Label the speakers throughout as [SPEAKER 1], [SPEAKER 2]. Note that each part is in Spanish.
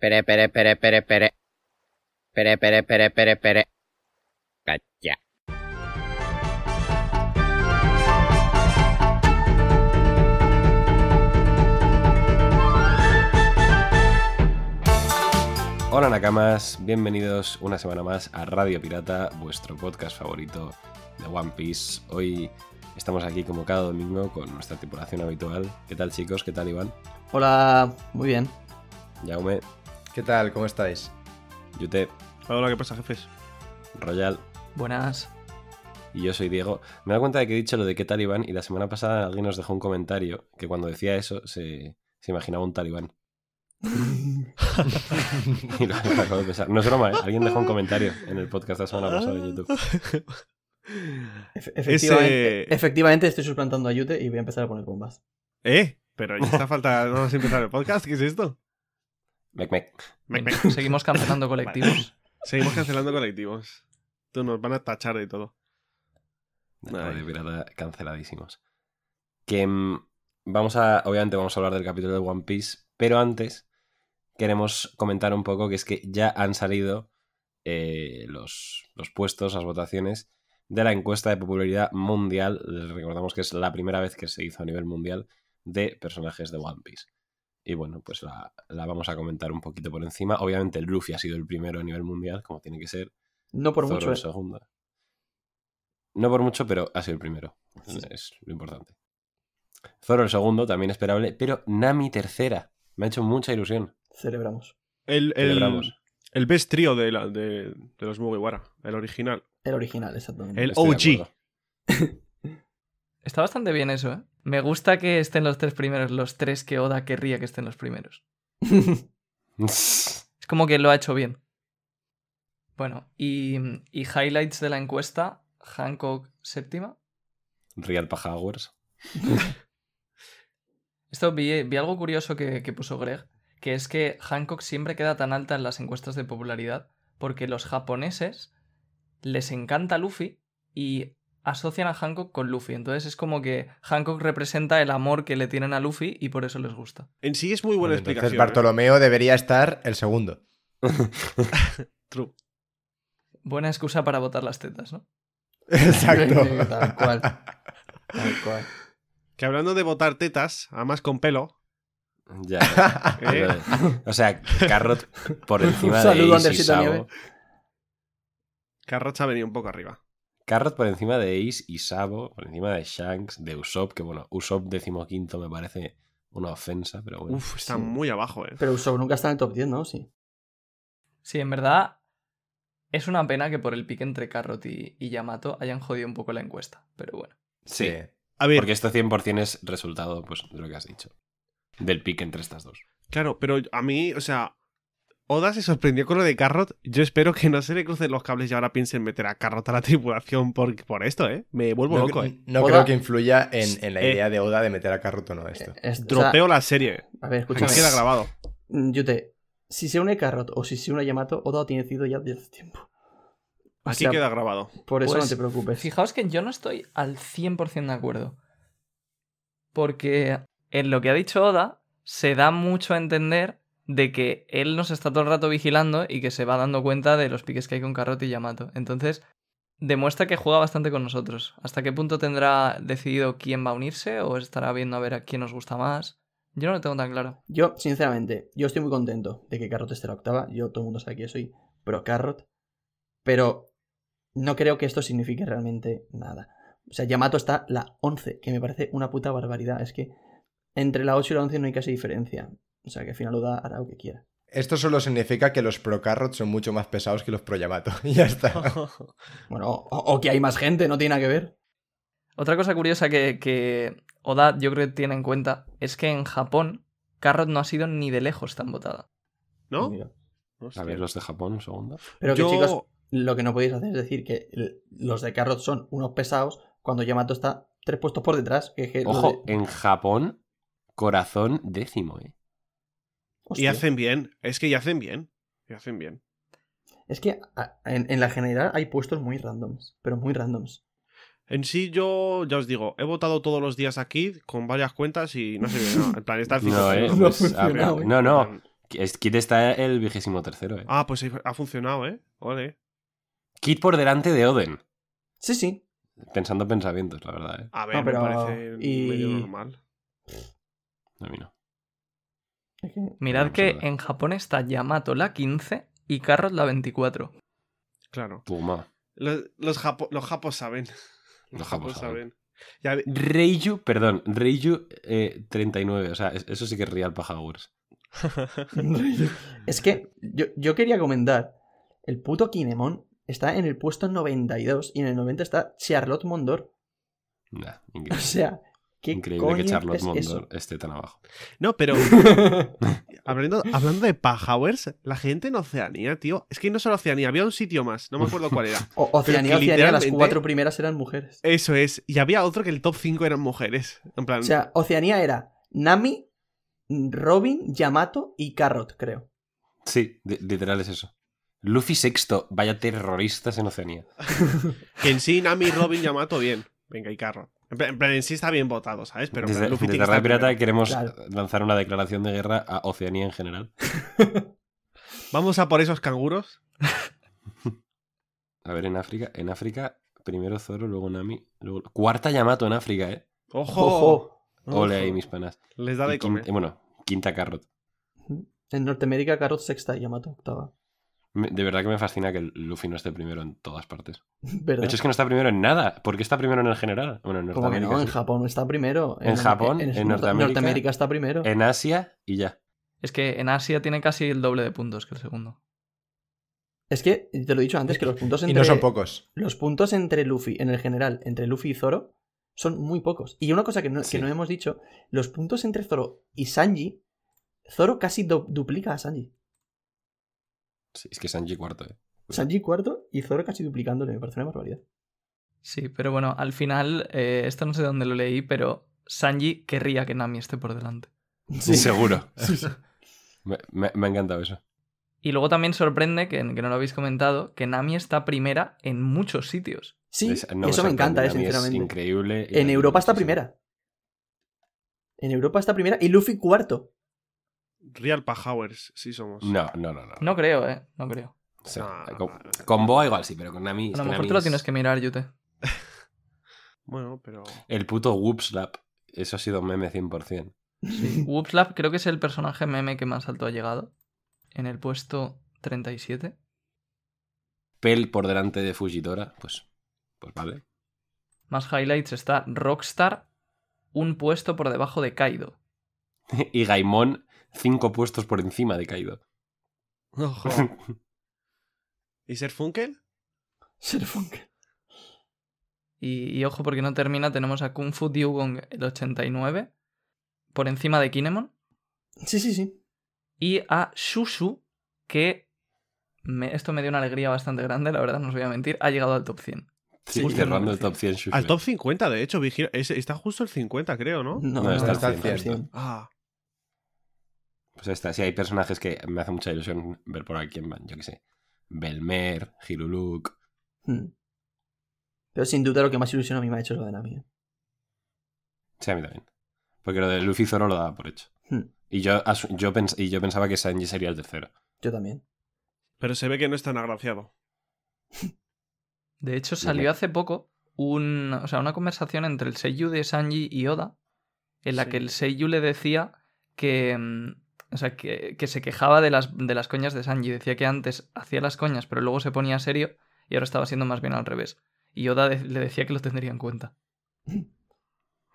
[SPEAKER 1] Pere, pere, pere, pere, pere. Pere, pere, pere, pere, pere. Cacha.
[SPEAKER 2] Hola Nakamas, bienvenidos una semana más a Radio Pirata, vuestro podcast favorito de One Piece. Hoy estamos aquí como cada domingo con nuestra tripulación habitual. ¿Qué tal chicos? ¿Qué tal Iván?
[SPEAKER 3] Hola, muy bien.
[SPEAKER 2] Jaume,
[SPEAKER 4] ¿Qué tal? ¿Cómo estáis?
[SPEAKER 2] Yute,
[SPEAKER 5] Hola, ¿qué pasa, jefes?
[SPEAKER 2] Royal
[SPEAKER 3] Buenas.
[SPEAKER 2] y yo soy Diego. Me he dado cuenta de que he dicho lo de qué tal Iván y la semana pasada alguien nos dejó un comentario que cuando decía eso se, se imaginaba un talibán. y lo acabo de pensar. No es broma, ¿eh? alguien dejó un comentario en el podcast la semana pasada en YouTube.
[SPEAKER 3] Efe-
[SPEAKER 5] Ese-
[SPEAKER 3] efectivamente, efectivamente estoy suplantando a Yute y voy a empezar a poner bombas.
[SPEAKER 5] ¿Eh? Pero ya está falta. Vamos a empezar el podcast. ¿Qué es esto?
[SPEAKER 2] Mec, mec.
[SPEAKER 5] Mec, mec.
[SPEAKER 6] Seguimos cancelando colectivos.
[SPEAKER 5] Seguimos cancelando colectivos. Tú nos van a tachar de todo. Ay.
[SPEAKER 2] Radio Pirata canceladísimos. Que mm, vamos a. Obviamente vamos a hablar del capítulo de One Piece, pero antes queremos comentar un poco que es que ya han salido eh, los, los puestos, las votaciones de la encuesta de popularidad mundial. Les recordamos que es la primera vez que se hizo a nivel mundial de personajes de One Piece. Y bueno, pues la, la vamos a comentar un poquito por encima. Obviamente el Luffy ha sido el primero a nivel mundial, como tiene que ser.
[SPEAKER 3] No por
[SPEAKER 2] Zorro
[SPEAKER 3] mucho.
[SPEAKER 2] el
[SPEAKER 3] eh.
[SPEAKER 2] segundo. No por mucho, pero ha sido el primero. Es lo importante. Zoro el segundo, también esperable, pero Nami tercera. Me ha hecho mucha ilusión.
[SPEAKER 3] eh, Celebramos.
[SPEAKER 5] El, el,
[SPEAKER 2] Celebramos.
[SPEAKER 5] el best trío de, la- de, de los Mugiwara. El original.
[SPEAKER 3] El original, exactamente.
[SPEAKER 5] El
[SPEAKER 2] Estoy de
[SPEAKER 5] OG.
[SPEAKER 2] acuerdo.
[SPEAKER 6] Está bastante bien eso, ¿eh? Me gusta que estén los tres primeros, los tres que Oda querría que estén los primeros. Es como que lo ha hecho bien. Bueno, y, y highlights de la encuesta, Hancock séptima.
[SPEAKER 2] Real Paja Hours.
[SPEAKER 6] Esto vi, vi algo curioso que, que puso Greg, que es que Hancock siempre queda tan alta en las encuestas de popularidad porque los japoneses les encanta Luffy y asocian a Hancock con Luffy. Entonces es como que Hancock representa el amor que le tienen a Luffy y por eso les gusta.
[SPEAKER 5] En sí es muy
[SPEAKER 4] Bueno,
[SPEAKER 5] buena
[SPEAKER 4] entonces
[SPEAKER 5] explicación. ¿eh?
[SPEAKER 4] Bartolomeo debería estar el segundo.
[SPEAKER 5] True.
[SPEAKER 6] Buena excusa para botar las tetas, ¿no?
[SPEAKER 4] Exacto.
[SPEAKER 3] Tal cual. Tal cual.
[SPEAKER 5] Que hablando de botar tetas, además con pelo.
[SPEAKER 2] Ya. Ah,
[SPEAKER 5] ¿eh?
[SPEAKER 2] o sea, Carrot por encima
[SPEAKER 3] Un saludo,
[SPEAKER 2] de Ace y
[SPEAKER 3] Andersito
[SPEAKER 2] Sabo.
[SPEAKER 3] Nieve.
[SPEAKER 5] Carrocha ha venido un poco arriba.
[SPEAKER 2] Carrot por encima de Ace y Sabo, por encima de Shanks, de Usopp, que bueno, Usopp decimoquinto me parece una ofensa, pero bueno.
[SPEAKER 5] Uf, está
[SPEAKER 3] sí.
[SPEAKER 5] muy abajo, eh.
[SPEAKER 3] Pero Usopp nunca está en el top 10, ¿no? Sí.
[SPEAKER 6] Sí, en verdad es una pena que por el pique entre Carrot y, y Yamato hayan jodido un poco la encuesta, pero bueno.
[SPEAKER 2] sí.
[SPEAKER 5] A ver,
[SPEAKER 2] Porque este esto 100% es resultado pues, de lo que has dicho. Del pique entre estas dos.
[SPEAKER 5] claro, pero a mí, o sea. Oda se sorprendió con lo de Carrot. Yo espero que no se le crucen los cables y ahora piensen meter a Carrot a la tripulación por, por esto, ¿eh? Me vuelvo
[SPEAKER 4] No,
[SPEAKER 5] loco, ¿eh?
[SPEAKER 4] no
[SPEAKER 3] Oda-
[SPEAKER 4] creo que influya en, en la
[SPEAKER 5] Eh.
[SPEAKER 4] idea de Oda de meter a Carrot o no esto.
[SPEAKER 3] Es- Eh, o sea,
[SPEAKER 5] Dropeo la serie.
[SPEAKER 3] a ver,
[SPEAKER 5] Aquí
[SPEAKER 3] escúchame.
[SPEAKER 5] queda grabado.
[SPEAKER 3] Mm, Yute, si se une Carrot o si se une Yamato, Oda tiene decidido ya desde hace tiempo. O
[SPEAKER 5] Aquí
[SPEAKER 3] sea,
[SPEAKER 5] queda grabado.
[SPEAKER 3] Por eso
[SPEAKER 6] Pues,
[SPEAKER 3] no te preocupes.
[SPEAKER 6] Fijaos que yo no estoy al 100% de acuerdo. Porque en lo que ha dicho Oda se da mucho a entender de que él nos está todo el rato vigilando y que se va dando cuenta de los piques que hay con Carrot y Yamato. Entonces, demuestra que juega bastante con nosotros. ¿Hasta qué punto tendrá decidido quién va a unirse o estará viendo a ver a quién nos gusta más? Yo no lo tengo tan claro.
[SPEAKER 3] Yo, sinceramente, yo estoy muy contento de que Carrot esté la octava. Yo, todo el mundo sabe que yo soy pro Carrot. Pero no creo que esto signifique realmente nada. O sea, Yamato está la 11, que me parece una puta barbaridad. Es que entre la 8 y la 11 no hay casi diferencia. O sea, que al final Oda hará lo que quiera.
[SPEAKER 4] Esto solo significa que los pro Carrot son mucho más pesados que los pro Yamato. Y ya está.
[SPEAKER 3] Bueno, o, o que hay más gente, no tiene nada que ver.
[SPEAKER 6] Otra cosa curiosa que, que Oda yo creo que tiene en cuenta es que en Japón Carrot no ha sido ni de lejos tan votada.
[SPEAKER 5] ¿No?
[SPEAKER 3] Pues Mira.
[SPEAKER 2] A
[SPEAKER 5] Hostia.
[SPEAKER 2] ver, los de Japón, un segundo.
[SPEAKER 3] Pero que
[SPEAKER 5] Yo-
[SPEAKER 3] chicos, lo que no podéis hacer es decir que l- los de Carrot son unos pesados cuando Yamato está tres puestos por detrás. Que, es que lo
[SPEAKER 2] Ojo,
[SPEAKER 5] eh,
[SPEAKER 3] de-
[SPEAKER 2] en Japón, corazón décimo, ¿eh?
[SPEAKER 5] Y
[SPEAKER 3] Hostia.
[SPEAKER 5] hacen bien. Es que ya hacen bien. Y hacen bien.
[SPEAKER 3] Es que a- en, en la general hay puestos muy randoms, pero muy randoms.
[SPEAKER 5] En sí, yo ya os digo, he votado todos los días aquí con varias cuentas y Ah, no sé, no, en plan, está el
[SPEAKER 2] No, ¿eh?
[SPEAKER 3] No ha
[SPEAKER 2] Pues, a-
[SPEAKER 3] funcionado,
[SPEAKER 2] no, no, Es- Kit está el vigésimo tercero, ¿eh?
[SPEAKER 5] Ah, pues ha funcionado, ¿eh? Ole.
[SPEAKER 2] Kit por delante de Oden.
[SPEAKER 3] Sí, sí.
[SPEAKER 2] Pensando pensamientos, la verdad, ¿eh?
[SPEAKER 5] A ver,
[SPEAKER 3] No, pero-
[SPEAKER 5] me parece
[SPEAKER 3] y-
[SPEAKER 5] medio normal.
[SPEAKER 2] A mí no.
[SPEAKER 3] Es que-
[SPEAKER 6] Mirad
[SPEAKER 2] Vamos a
[SPEAKER 6] que
[SPEAKER 2] ver.
[SPEAKER 6] en Japón está Yamato la 15 y Carrot la 24.
[SPEAKER 5] Claro.
[SPEAKER 2] Puma.
[SPEAKER 5] Los, los, japo- los japos saben.
[SPEAKER 2] Los japos saben.
[SPEAKER 5] Ya ve-
[SPEAKER 2] Reiju, perdón, Reiju eh, 39. O sea, es- eso sí que es real paja Wars.
[SPEAKER 3] es que yo, yo quería comentar, el puto Kinemon está en el puesto 92 y en el 90 está Charlotte Mondor.
[SPEAKER 2] Nah,
[SPEAKER 3] O
[SPEAKER 2] increíble.
[SPEAKER 3] sea, ¿qué
[SPEAKER 2] Increíble
[SPEAKER 3] coño
[SPEAKER 2] que Charlotte
[SPEAKER 3] es
[SPEAKER 2] Mondor esté tan abajo.
[SPEAKER 5] No, pero
[SPEAKER 3] eso?
[SPEAKER 5] hablando, hablando de Pajawers, la gente en Oceanía, tío. Es que no solo Oceanía, había un sitio más, no me acuerdo cuál era.
[SPEAKER 3] O- Oceanía,
[SPEAKER 5] que
[SPEAKER 3] Oceanía, las
[SPEAKER 5] literalmente-
[SPEAKER 3] cuatro primeras eran mujeres.
[SPEAKER 5] Eso es. Y había otro que el top 5 eran mujeres. En plan,
[SPEAKER 3] O sea, Oceanía era Nami, Robin, Yamato y Carrot, creo.
[SPEAKER 2] Sí, li- literal es eso. Luffy sexto, vaya terroristas en Oceanía.
[SPEAKER 5] que en sí Nami, Robin, Yamato, bien. Venga, y Carro. En plan, en plan, en sí está bien votado, ¿sabes? Pero en
[SPEAKER 2] desde
[SPEAKER 5] plan, Luffy
[SPEAKER 2] desde
[SPEAKER 5] tiene que
[SPEAKER 2] Radio
[SPEAKER 5] estar
[SPEAKER 2] Pirata
[SPEAKER 5] primero.
[SPEAKER 2] queremos
[SPEAKER 3] Claro.
[SPEAKER 2] lanzar una declaración de guerra a Oceanía en general.
[SPEAKER 5] Vamos a por esos canguros.
[SPEAKER 2] A ver, en África, en África, primero Zoro, luego Nami, luego... Cuarta Yamato en África, ¿eh?
[SPEAKER 5] ¡Ojo!
[SPEAKER 3] Ojo.
[SPEAKER 2] Ole ahí,
[SPEAKER 5] Ojo.
[SPEAKER 2] mis panas.
[SPEAKER 5] Les da
[SPEAKER 2] Y Em-
[SPEAKER 5] de comer.
[SPEAKER 2] quinta- bueno, quinta Carrot.
[SPEAKER 3] En Norteamérica, Carrot sexta y Yamato octava.
[SPEAKER 2] Me- De verdad que me fascina que el Luffy no esté primero en todas partes.
[SPEAKER 3] ¿Verdad?
[SPEAKER 2] De hecho, es que no está primero en nada. ¿Por qué está primero en el general? Bueno, en
[SPEAKER 3] Como que
[SPEAKER 2] Norteamérica.
[SPEAKER 3] no, en
[SPEAKER 2] sí.
[SPEAKER 3] Japón está primero.
[SPEAKER 2] En Japón, en
[SPEAKER 3] Norte-
[SPEAKER 2] Norteamérica.
[SPEAKER 3] está primero.
[SPEAKER 2] En Asia y ya.
[SPEAKER 6] Es que en Asia tiene casi el doble de puntos que el segundo.
[SPEAKER 3] Es que, te lo he dicho antes, que los puntos entre...
[SPEAKER 4] Y no son pocos.
[SPEAKER 3] Los puntos entre Luffy, en el general, entre Luffy y Zoro, son muy pocos. Y una cosa que no, que
[SPEAKER 2] Sí.
[SPEAKER 3] no hemos dicho, los puntos entre Zoro y Sanji, Zoro casi du- duplica a Sanji.
[SPEAKER 2] Sí, es que Sanji cuarto, ¿eh?
[SPEAKER 3] Sanji cuarto y Zoro casi duplicándole, me parece una barbaridad.
[SPEAKER 6] Sí, pero bueno, al final, eh, esto no sé dónde lo leí, pero Sanji querría que Nami esté por delante.
[SPEAKER 2] Seguro. Me, me- me ha encantado eso.
[SPEAKER 6] Y luego también sorprende, que, que no lo habéis comentado, que Nami está primera en muchos sitios.
[SPEAKER 3] Sí,
[SPEAKER 2] Es- no
[SPEAKER 3] eso me
[SPEAKER 2] sorprende,
[SPEAKER 3] encanta, eh,
[SPEAKER 2] a mí es
[SPEAKER 3] sinceramente.
[SPEAKER 2] increíble.
[SPEAKER 3] En Europa está
[SPEAKER 2] Sí, sí.
[SPEAKER 3] primera. En Europa está primera y Luffy cuarto.
[SPEAKER 5] Real Pajawers, sí somos.
[SPEAKER 2] No, no, no. No,
[SPEAKER 6] No creo, ¿eh? No creo.
[SPEAKER 2] O sea,
[SPEAKER 5] No, no,
[SPEAKER 2] con,
[SPEAKER 5] no, no.
[SPEAKER 2] con Boa igual sí, pero con Nami. es
[SPEAKER 6] A lo
[SPEAKER 2] que
[SPEAKER 6] mejor
[SPEAKER 2] Nami
[SPEAKER 6] tú lo
[SPEAKER 2] es-
[SPEAKER 6] tienes que mirar, Yute.
[SPEAKER 5] Bueno, pero.
[SPEAKER 2] El puto Whoopslap. Eso ha sido meme 100%.
[SPEAKER 6] Whoopslap creo que es el personaje meme que más alto ha llegado. En el puesto 37.
[SPEAKER 2] Pel por delante de Fujitora. Pues, pues vale.
[SPEAKER 6] Más highlights está Rockstar, un puesto por debajo de Kaido.
[SPEAKER 2] y Gaimon, cinco puestos por encima de Kaido.
[SPEAKER 5] Ojo. ¿Y ser Funkel?
[SPEAKER 3] Serfunk.
[SPEAKER 6] Y, y ojo porque no termina, tenemos a Kung Fu Dugong el 89, por encima de Kinemon,
[SPEAKER 3] Sí, sí, sí.
[SPEAKER 6] y a Shushu, que me- esto me dio una alegría bastante grande, la verdad, no os voy a mentir, ha llegado al top 100.
[SPEAKER 2] Sí,
[SPEAKER 6] Justo
[SPEAKER 2] cerrando
[SPEAKER 6] el
[SPEAKER 2] el top 100. Shushu.
[SPEAKER 5] Al top 50, de hecho, vigila- ese- está justo el 50, creo, ¿no?
[SPEAKER 3] No,
[SPEAKER 2] No, está
[SPEAKER 4] al cien,
[SPEAKER 3] al
[SPEAKER 4] está al
[SPEAKER 3] cien.
[SPEAKER 5] Ah,
[SPEAKER 2] Pues ahí está, sí, hay personajes que me hace mucha ilusión ver por aquí en van, yo qué sé. Belmer, Hiruluk.
[SPEAKER 3] Mm. Pero sin duda lo que más ilusión a mí me ha hecho es lo de Nami. ¿eh?
[SPEAKER 2] Sí, a mí también. Porque lo de Luffy y Zoro lo daba por hecho.
[SPEAKER 3] Hmm.
[SPEAKER 2] Y yo, asu- yo pens- y yo pensaba que Sanji sería el tercero.
[SPEAKER 3] Yo también.
[SPEAKER 5] pero se ve que no es tan agraciado.
[SPEAKER 6] De hecho, salió hace poco un, o sea, una conversación entre el Seiyu de Sanji y Oda, en la
[SPEAKER 5] Sí.
[SPEAKER 6] que el Seiyu le decía que. mm, O sea, que, que se quejaba de las, de las coñas de Sanji. Decía que antes hacía las coñas, pero luego se ponía serio y ahora estaba siendo más bien al revés. Y Oda de- le decía que lo tendría en cuenta.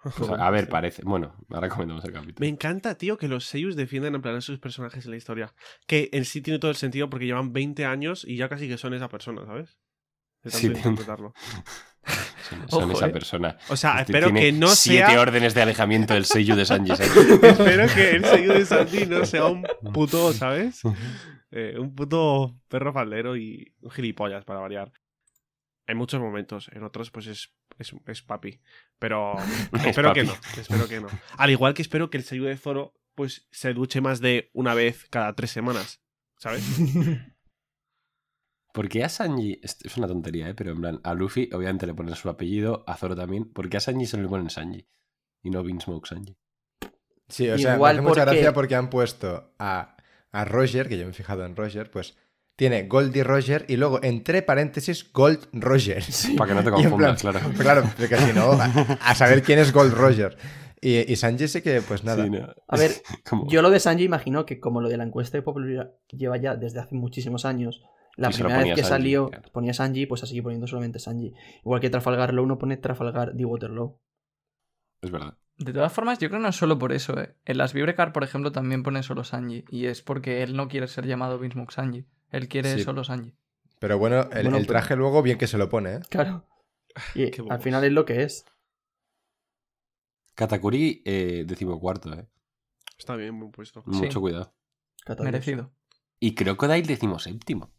[SPEAKER 2] O sea, a ver, parece. Bueno, ahora comentamos el capítulo.
[SPEAKER 5] Me encanta, tío, que los Seiyus defiendan en plan a sus personajes en la historia. Que en sí tiene todo el sentido porque llevan 20 años y ya casi que son esa persona, ¿sabes? De tanto
[SPEAKER 2] Sí,
[SPEAKER 5] interpretarlo.
[SPEAKER 2] Son, son
[SPEAKER 6] Ojo,
[SPEAKER 2] esa
[SPEAKER 6] eh.
[SPEAKER 2] persona.
[SPEAKER 5] O
[SPEAKER 2] Este
[SPEAKER 5] sea, Ah, espero
[SPEAKER 2] tiene
[SPEAKER 5] que no
[SPEAKER 2] siete
[SPEAKER 5] sea.
[SPEAKER 2] órdenes de alejamiento del sello de Sanji. ¿sabes?
[SPEAKER 5] espero que el Seiyu de Sanji no sea un puto, ¿sabes? Eh, un puto perro faldero y un gilipollas, para variar. En muchos momentos, en otros, pues es, es, es papi. Pero espero que
[SPEAKER 2] papi.
[SPEAKER 5] no, espero que no. Al igual que espero que el Seiyu de Zoro, pues se duche más de una vez cada tres semanas, ¿sabes?
[SPEAKER 2] ¿Por qué a Sanji.? Es es una tontería, ¿eh? Pero en plan, a Luffy obviamente le ponen su apellido, a Zoro también. ¿Por qué a Sanji se le ponen Sanji? Y no Bean Smoke Sanji.
[SPEAKER 4] Sí, o sea,
[SPEAKER 3] Igual
[SPEAKER 4] me hace mucha
[SPEAKER 3] porque-
[SPEAKER 4] gracia porque han puesto a, a a Roger, que yo me he fijado en Roger, pues tiene Goldie Roger y luego entre paréntesis Gold Roger.
[SPEAKER 2] Para que no te
[SPEAKER 4] Y en plan-
[SPEAKER 2] confundas, claro.
[SPEAKER 4] Claro, porque si no, a, a saber quién es Gold Roger. Y, y Sanji sí que, pues nada.
[SPEAKER 2] Sí, no.
[SPEAKER 3] A ver,
[SPEAKER 2] Como-
[SPEAKER 3] Yo lo de Sanji imagino que como lo de la encuesta de popularidad lleva ya desde hace muchísimos años, la
[SPEAKER 2] Y se lo
[SPEAKER 3] primera vez
[SPEAKER 2] ponía
[SPEAKER 3] que
[SPEAKER 2] Sanji,
[SPEAKER 3] salió
[SPEAKER 2] claro.
[SPEAKER 3] ponía Sanji, pues así poniendo solamente Sanji. Igual que Trafalgar Law no pone Trafalgar de Waterloo.
[SPEAKER 2] Es verdad.
[SPEAKER 6] De todas formas, yo creo que no es solo por eso, ¿eh? En las Vibrecar, por ejemplo, también pone solo Sanji. Y es porque él no quiere ser llamado Bismuth Sanji. Él quiere
[SPEAKER 4] Sí.
[SPEAKER 6] solo Sanji.
[SPEAKER 4] Pero bueno, el,
[SPEAKER 3] Bueno,
[SPEAKER 4] el traje luego bien que se lo pone, ¿eh?
[SPEAKER 3] Claro. Y
[SPEAKER 5] Qué
[SPEAKER 3] al
[SPEAKER 5] bobos.
[SPEAKER 3] final es lo que es.
[SPEAKER 2] Katakuri, eh, decimocuarto, eh.
[SPEAKER 5] Está bien, buen puesto.
[SPEAKER 2] Mucho cuidado.
[SPEAKER 3] Catadius.
[SPEAKER 6] Merecido.
[SPEAKER 2] Y Crocodile, decimoséptimo.